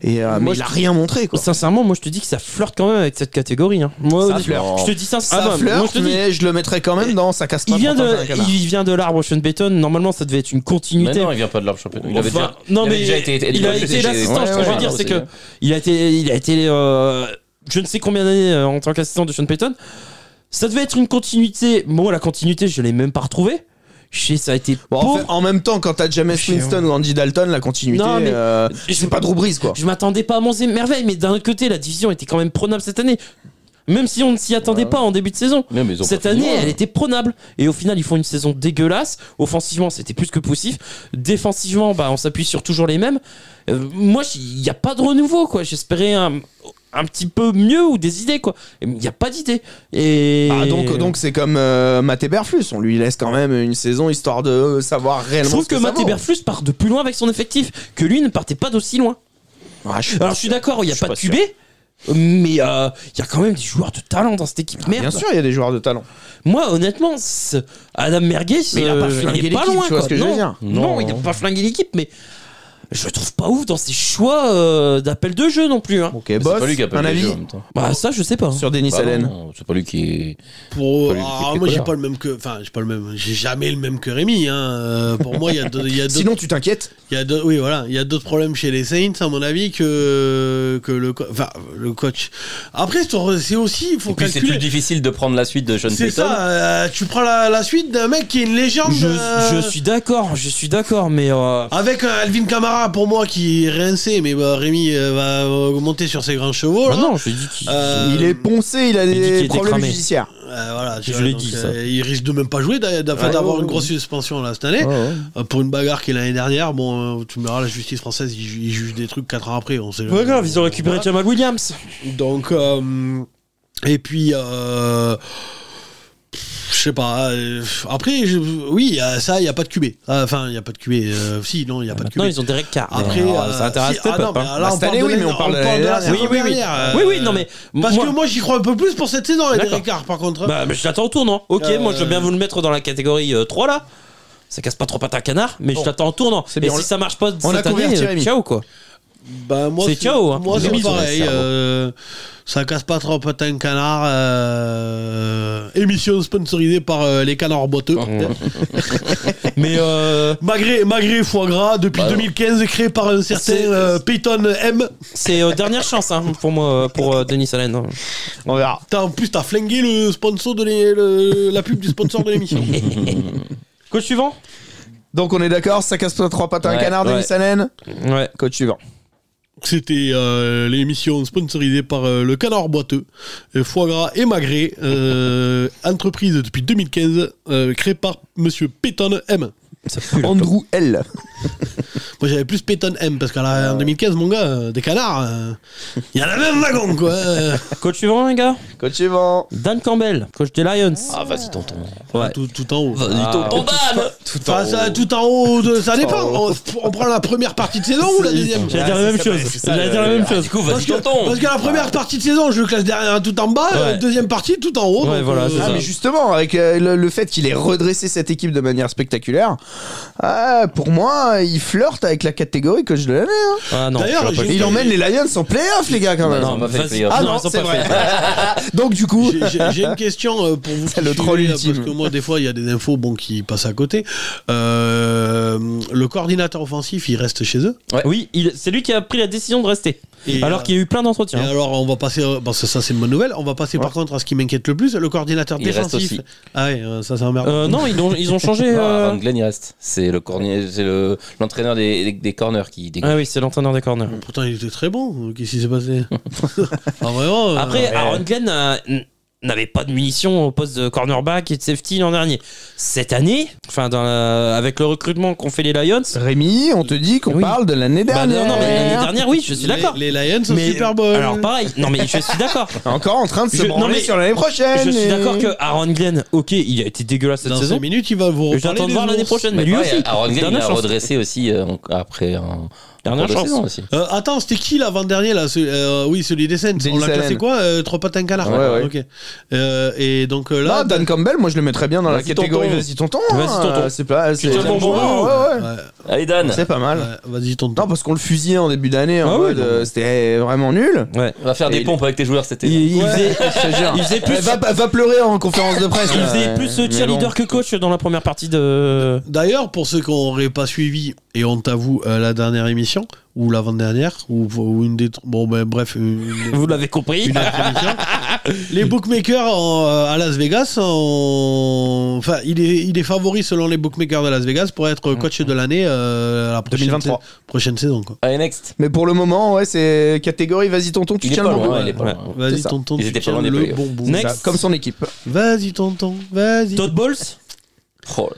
Speaker 3: et euh,
Speaker 2: Moi,
Speaker 3: mais
Speaker 2: je
Speaker 3: il a
Speaker 2: te-
Speaker 3: rien montré quoi
Speaker 2: Sincèrement, moi, je te dis que ça flirte quand même avec cette catégorie. hein. Moi,
Speaker 3: Ça
Speaker 2: honnêtement,
Speaker 3: flirte.
Speaker 2: je te dis ça.
Speaker 3: ça
Speaker 2: ah bah,
Speaker 3: flirte,
Speaker 2: moi, je te dis,
Speaker 3: mais je le mettrais quand même dans sa casse
Speaker 2: il vient de, il vient de l'arbre Sean Payton. Normalement, ça devait être une
Speaker 4: Mais
Speaker 2: continuité.
Speaker 4: non, il vient pas de l'arbre championnat. Il avait
Speaker 2: Enfin,
Speaker 4: déjà.
Speaker 2: non,
Speaker 4: il avait
Speaker 2: mais
Speaker 4: déjà été-
Speaker 2: il a
Speaker 4: il
Speaker 2: été
Speaker 4: était
Speaker 2: l'assistant.
Speaker 4: chez-
Speaker 2: ce que je veux
Speaker 4: Ouais,
Speaker 2: dire,
Speaker 4: ouais,
Speaker 2: c'est
Speaker 4: c'est
Speaker 2: que
Speaker 4: bien.
Speaker 2: il a été, il a été, euh, je ne sais combien d'années euh, en tant qu'assistant de Sean Payton. Ça devait être une continuité. Moi, la continuité, je l'ai même pas retrouvée. Je sais, ça a été
Speaker 3: Bon, en,
Speaker 2: pauvre.
Speaker 3: fait, en même temps, quand t'as James
Speaker 2: Chiant.
Speaker 3: Winston ou Andy Dalton, la continuité,
Speaker 2: Non, mais-
Speaker 3: euh, c'est pas Drew Brees quoi.
Speaker 2: Je m'attendais pas à mon merveille, mais d'un côté, la division était quand même prenable cette année. Même si on ne s'y attendait pas en début de saison.
Speaker 4: Mais- mais ils ont
Speaker 2: Cette
Speaker 4: pas fait
Speaker 2: année,
Speaker 4: loin.
Speaker 2: elle était prenable. Et au final, ils font une saison dégueulasse. Offensivement, c'était plus que poussif. Défensivement, bah, on s'appuie sur toujours les mêmes. Euh, moi, j- il n'y a pas de renouveau, quoi. J'espérais un, un petit peu mieux ou des idées, quoi. Il n'y a pas d'idées. Et...
Speaker 3: Ah, donc, donc c'est comme euh, Matt Eberflus, on lui laisse quand même une saison histoire de euh, savoir
Speaker 2: je
Speaker 3: réellement.
Speaker 2: trouve
Speaker 3: ce
Speaker 2: que
Speaker 3: ça
Speaker 2: Matt
Speaker 3: vaut.
Speaker 2: Eberflus part de plus loin avec son effectif, que lui ne partait pas d'aussi loin.
Speaker 3: Ah, je suis pas
Speaker 2: Alors, je suis
Speaker 3: sûr.
Speaker 2: d'accord, il n'y a
Speaker 3: Je suis
Speaker 2: pas
Speaker 3: pas
Speaker 2: de QB. Mais euh, il y a quand même des joueurs de talent dans cette équipe. Merde.
Speaker 3: Ah, Bien sûr, il y a des joueurs de talent.
Speaker 2: Moi, honnêtement, ce- Adam Merguez,
Speaker 3: Mais il a pas
Speaker 2: euh,
Speaker 3: flingué
Speaker 2: il est pas
Speaker 3: l'équipe,
Speaker 2: loin.
Speaker 3: tu vois
Speaker 2: quoi.
Speaker 3: ce que je
Speaker 2: non,
Speaker 3: veux dire
Speaker 2: non,
Speaker 4: Non.
Speaker 2: il n'a pas flingué l'équipe, mais je le trouve pas ouf dans ses choix euh, d'appel de jeu non plus. Hein.
Speaker 3: Ok,
Speaker 4: Mais C'est
Speaker 3: boss,
Speaker 4: pas lui qui a pas
Speaker 3: un
Speaker 4: le jeu,
Speaker 3: avis
Speaker 4: en même temps.
Speaker 2: Bah ça je sais pas.
Speaker 3: Hein sur Denis
Speaker 4: Bah
Speaker 3: Allen.
Speaker 4: non, C'est pas lui qui est.
Speaker 1: Pour,
Speaker 4: Pas lui,
Speaker 1: ah,
Speaker 4: c'est
Speaker 1: moi, j'ai
Speaker 4: Connard.
Speaker 1: pas le même que. Enfin, j'ai pas le même. J'ai jamais le même que Rémi. Hein. Euh, Pour moi, il y a deux- il y a deux
Speaker 3: Sinon, tu t'inquiètes.
Speaker 1: Il y a d'autres, oui, voilà, il y a d'autres problèmes chez les Saints, à mon avis, que, que le, co- enfin, le coach. Après, c'est c'est aussi, il
Speaker 4: Et
Speaker 1: faut
Speaker 4: puis c'est plus
Speaker 1: calculer.
Speaker 4: difficile de prendre la suite de Sean
Speaker 1: C'est
Speaker 4: Payton.
Speaker 1: ça, euh, tu prends la, la suite d'un mec qui est une légende.
Speaker 2: Je,
Speaker 1: euh,
Speaker 2: je suis d'accord, je suis d'accord, mais euh,
Speaker 1: Avec euh, Alvin Kamara, pour moi, qui est rincé, mais bah, Rémi euh, va augmenter sur ses grands chevaux.
Speaker 2: bah
Speaker 1: là.
Speaker 2: non, je dis qu'il.
Speaker 1: Euh,
Speaker 3: Il est poncé, il a
Speaker 2: il dit qu'il
Speaker 3: des
Speaker 2: était
Speaker 3: problèmes
Speaker 2: cramé.
Speaker 3: judiciaires.
Speaker 1: Euh, voilà, tu
Speaker 2: Je
Speaker 1: vois,
Speaker 2: l'ai
Speaker 1: donc,
Speaker 2: dit,
Speaker 1: euh, il risque de même pas jouer, d'a- d'a- enfin,
Speaker 3: Ouais,
Speaker 1: d'avoir
Speaker 3: ouais,
Speaker 1: une
Speaker 3: ouais.
Speaker 1: grosse suspension là, cette année. Euh, pour une bagarre qui est l'année dernière, bon, euh, tu me diras, la justice française, ils, ju- ils jugent des trucs 4 ans après. On sait
Speaker 2: Pas grave, ils ont récupéré
Speaker 1: Voilà. Bah,
Speaker 2: Jamal Williams.
Speaker 1: Donc, euh, et puis, euh, je sais pas. euh, après, je- oui, euh, ça, il n'y a pas de QB. Ah, Enfin, il n'y a pas de QB. euh, si, non, il n'y a pas de QB.
Speaker 2: Ah, Maintenant ils ont Derek Carr.
Speaker 1: Après,
Speaker 2: Mais, euh,
Speaker 1: euh,
Speaker 2: ça intéresse
Speaker 1: si-
Speaker 2: pas.
Speaker 1: ah non, mais là,
Speaker 3: Bah,
Speaker 1: on
Speaker 3: cette
Speaker 1: parle
Speaker 3: année,
Speaker 1: de
Speaker 3: oui, mais on
Speaker 1: l'année-
Speaker 3: parle de
Speaker 1: on parle de la
Speaker 3: l'année
Speaker 1: saison
Speaker 2: Oui, oui, oui.
Speaker 1: dernière, euh,
Speaker 2: oui, oui, non mais
Speaker 1: Parce
Speaker 2: moi-
Speaker 1: que moi, j'y crois un peu plus pour cette saison, les
Speaker 2: D'accord.
Speaker 1: Derek Carr, par contre.
Speaker 2: Bah, mais je l'attends au tournant. Ok,
Speaker 1: Euh,
Speaker 2: moi je veux bien vous le mettre dans la catégorie euh, 3 là. Ça casse pas trop pattes à canard, mais
Speaker 3: Bon.
Speaker 2: je l'attends au tournant.
Speaker 3: C'est
Speaker 2: Et
Speaker 3: bien, on
Speaker 2: si
Speaker 3: l'a-
Speaker 2: ça marche pas
Speaker 3: on l'a
Speaker 2: cette année,
Speaker 3: converti,
Speaker 2: euh,
Speaker 3: Rémi.
Speaker 2: ciao quoi.
Speaker 1: Bah, moi,
Speaker 2: C'est ciao, hein.
Speaker 1: Moi,
Speaker 2: Ils ont
Speaker 1: c'est
Speaker 2: mis sur le
Speaker 1: pareil.
Speaker 2: cerveau.
Speaker 1: euh, ça casse pas trop un canard. euh, émission sponsorisée par euh, les canards boiteux.
Speaker 2: mais euh,
Speaker 1: Malgré, malgré foie gras, depuis
Speaker 4: Bah,
Speaker 1: 2015, créé par un certain
Speaker 2: C'est-
Speaker 1: euh, Peyton M.
Speaker 2: c'est euh, dernière chance hein, pour moi, euh, pour euh, Denis Allen. hein.
Speaker 3: On verra.
Speaker 1: T'as- en plus, t'as flingué le sponsor de l'é- le- la pub du sponsor de l'émission.
Speaker 2: Coach suivant
Speaker 3: Donc, on est d'accord, ça casse pas trois pattes à un
Speaker 4: Ouais,
Speaker 3: canard,
Speaker 4: ouais.
Speaker 3: Denis Allen.
Speaker 2: Ouais.
Speaker 3: Coach suivant.
Speaker 1: C'était euh, l'émission sponsorisée par euh, le Canard Boiteux, euh, Foie Gras et Magré, euh, entreprise depuis 2015, euh, créée par Monsieur Peyton M.
Speaker 2: Ça pue, là.
Speaker 3: Andrew L.
Speaker 1: Moi, j'avais plus Peyton M parce qu'en en 2015, mon gars, euh, des canards, il y en a même wagon, quoi. euh.
Speaker 2: Coach suivant, les gars
Speaker 3: Coach suivant.
Speaker 2: Dan Campbell, coach des Lions.
Speaker 4: Ah, vas-y, tonton.
Speaker 2: Ouais.
Speaker 1: tout, tout en haut.
Speaker 4: Vas-y, tonton, bam
Speaker 1: Enfin, ça, tout en haut, de- ça dépend.
Speaker 3: en
Speaker 1: On, on prend la première partie de saison ou la deuxième
Speaker 2: J'allais dire la même chose. J'allais dire la même
Speaker 4: Ah,
Speaker 2: chose.
Speaker 4: Du coup,
Speaker 1: Parce
Speaker 4: vas-y,
Speaker 1: que,
Speaker 4: tonton
Speaker 1: parce que la première partie de saison, je le classe derrière tout en bas,
Speaker 2: Ouais.
Speaker 1: euh, deuxième partie tout en haut.
Speaker 2: Ouais,
Speaker 1: donc, euh,
Speaker 2: voilà, c'est
Speaker 3: Ah,
Speaker 2: ça.
Speaker 3: mais justement, avec euh, le, le fait qu'il ait redressé cette équipe de manière spectaculaire, ah, pour moi, il flirte avec la catégorie coach de l'année. hein.
Speaker 2: Ah non.
Speaker 1: D'ailleurs,
Speaker 2: j'aurais pas
Speaker 1: j'ai-
Speaker 2: vu.
Speaker 3: Il emmène les Lions en playoff, les gars, quand même.
Speaker 4: Non, on va faire les
Speaker 2: vas-y.
Speaker 4: playoffs.
Speaker 3: ah
Speaker 2: non,
Speaker 3: non,
Speaker 2: ils ont
Speaker 3: c'est
Speaker 2: pas
Speaker 3: vrai.
Speaker 2: fait.
Speaker 3: Donc, du coup,
Speaker 1: J'ai- J'ai j'ai une question euh, pour vous.
Speaker 3: C'est
Speaker 1: qui
Speaker 3: le
Speaker 1: suivez,
Speaker 3: troll
Speaker 1: là,
Speaker 3: ultime.
Speaker 1: Parce que moi, des fois, il y a des infos bon, qui passent à côté. Euh, le coordinateur offensif, il reste chez eux.
Speaker 2: Oui, il- c'est lui qui a pris la décision de rester.
Speaker 1: Et,
Speaker 2: alors
Speaker 1: euh,
Speaker 2: qu'il y a eu plein
Speaker 1: Et
Speaker 2: d'entretiens.
Speaker 1: alors, on va passer. euh, Bon, ça, ça, c'est une bonne nouvelle. On va passer par contre à ce qui m'inquiète le plus le coordinateur
Speaker 4: Il reste
Speaker 1: défensif.
Speaker 4: aussi.
Speaker 1: Ah ouais, euh, ça, c'est emmerdant.
Speaker 2: Euh, non, ils ont, ils ont changé.
Speaker 4: Ah,
Speaker 2: euh,
Speaker 4: Van Glen, il reste. C'est le cornier- c'est le- l'entraîneur des, des, des corners qui dégoûte.
Speaker 2: Ah oui, c'est l'entraîneur des corners.
Speaker 1: Pourtant, il était très bon. Qu'est-ce qui s'est passé Ah, vraiment euh,
Speaker 2: Après, Aaron Glenn euh, n- n'avait pas de munitions au poste de cornerback et de safety l'an dernier. Cette année, enfin, dans la- avec le recrutement qu'ont fait les Lions,
Speaker 3: Rémi, on te dit qu'on
Speaker 2: Oui.
Speaker 3: parle de l'année
Speaker 2: bah,
Speaker 3: dernière.
Speaker 2: non, non, mais l'année dernière, oui, je suis d'accord.
Speaker 1: Les, les Lions sont
Speaker 2: Mais-
Speaker 1: super bons.
Speaker 2: Alors pareil, non mais je suis d'accord.
Speaker 3: Encore en train de se
Speaker 2: Je- non,
Speaker 3: branler
Speaker 2: mais-
Speaker 3: sur l'année prochaine.
Speaker 2: je suis
Speaker 3: et-
Speaker 2: d'accord que Aaron Glenn, ok, il a été dégueulasse cette
Speaker 1: dans
Speaker 2: saison.
Speaker 1: 5 minutes, il va vous reparler.
Speaker 2: J'attends de
Speaker 1: des
Speaker 2: voir l'année
Speaker 1: ours.
Speaker 2: prochaine, mais
Speaker 4: Mais
Speaker 2: lui
Speaker 4: pareil,
Speaker 2: aussi.
Speaker 4: bah, Aaron Glenn, il
Speaker 2: Dernière
Speaker 4: a
Speaker 2: chance.
Speaker 4: redressé aussi euh, en- après un.
Speaker 2: Dernière chance.
Speaker 4: aussi.
Speaker 1: Euh, attends, c'était qui l'avant-dernier là ce- euh, Oui, celui des Saints.
Speaker 3: Denis
Speaker 1: On l'a classé
Speaker 3: Allen.
Speaker 1: quoi euh, Trois patins canards.
Speaker 3: Ouais, ouais.
Speaker 1: Ok. Euh, et donc euh,
Speaker 3: Là,
Speaker 1: là.
Speaker 3: Dan Campbell, moi je le mettrais bien dans la
Speaker 4: Vas-y,
Speaker 3: catégorie
Speaker 4: tonton.
Speaker 3: Vas-y tonton.
Speaker 2: Vas-y,
Speaker 3: hein,
Speaker 2: tonton.
Speaker 3: C'est pas. C'est
Speaker 2: Putain, bon boulot.
Speaker 3: Ah Ouais, ouais.
Speaker 1: Ouais,
Speaker 4: Allez, Dan,
Speaker 3: C'est pas mal.
Speaker 1: ouais, Vas-y, ton
Speaker 3: Non, parce qu'on le fusillait en début d'année. en
Speaker 2: Ah ouais,
Speaker 3: mode,
Speaker 2: non.
Speaker 3: euh, C'était vraiment nul.
Speaker 2: Ouais.
Speaker 4: on va faire
Speaker 3: Et
Speaker 4: des
Speaker 3: il-
Speaker 4: pompes avec tes joueurs cet
Speaker 2: Il,
Speaker 4: été.
Speaker 2: il faisait, il faisait plus,
Speaker 3: Eh, Va, va pleurer en conférence de presse.
Speaker 2: il
Speaker 3: là.
Speaker 2: faisait plus
Speaker 3: Mais
Speaker 2: cheerleader
Speaker 3: bon.
Speaker 2: que coach dans la première partie de.
Speaker 1: D'ailleurs, pour ceux qui n'auraient pas suivi, et on t'avoue euh, la dernière émission, ou l'avant-dernière, ou, ou une des. Bon, ben bref, une, une-
Speaker 2: Vous l'avez compris.
Speaker 1: une autre émission. Les bookmakers en, euh, à Las Vegas, ont- enfin, il est, il est favori selon les bookmakers de Las Vegas pour être coach
Speaker 4: Mm-hmm.
Speaker 1: de l'année euh, à la prochaine,
Speaker 3: 2023.
Speaker 1: sa- prochaine saison. quoi.
Speaker 4: Allez, next.
Speaker 3: Mais pour le moment, ouais, c'est catégorie Vas-y tonton, tu
Speaker 4: Il est
Speaker 3: tiens
Speaker 4: pas
Speaker 3: le bon
Speaker 4: loin,
Speaker 3: bout.
Speaker 4: il est pas
Speaker 2: Ouais.
Speaker 4: loin.
Speaker 1: Vas-y,
Speaker 3: ça.
Speaker 1: tonton,
Speaker 4: Ils
Speaker 1: tu
Speaker 4: étaient pas
Speaker 1: tiens
Speaker 4: loin des
Speaker 1: le
Speaker 4: playoffs.
Speaker 1: bon bout.
Speaker 2: Next.
Speaker 3: Ça, Comme son équipe.
Speaker 1: Vas-y, tonton, vas-y.
Speaker 2: Todd Balls.
Speaker 4: Oh,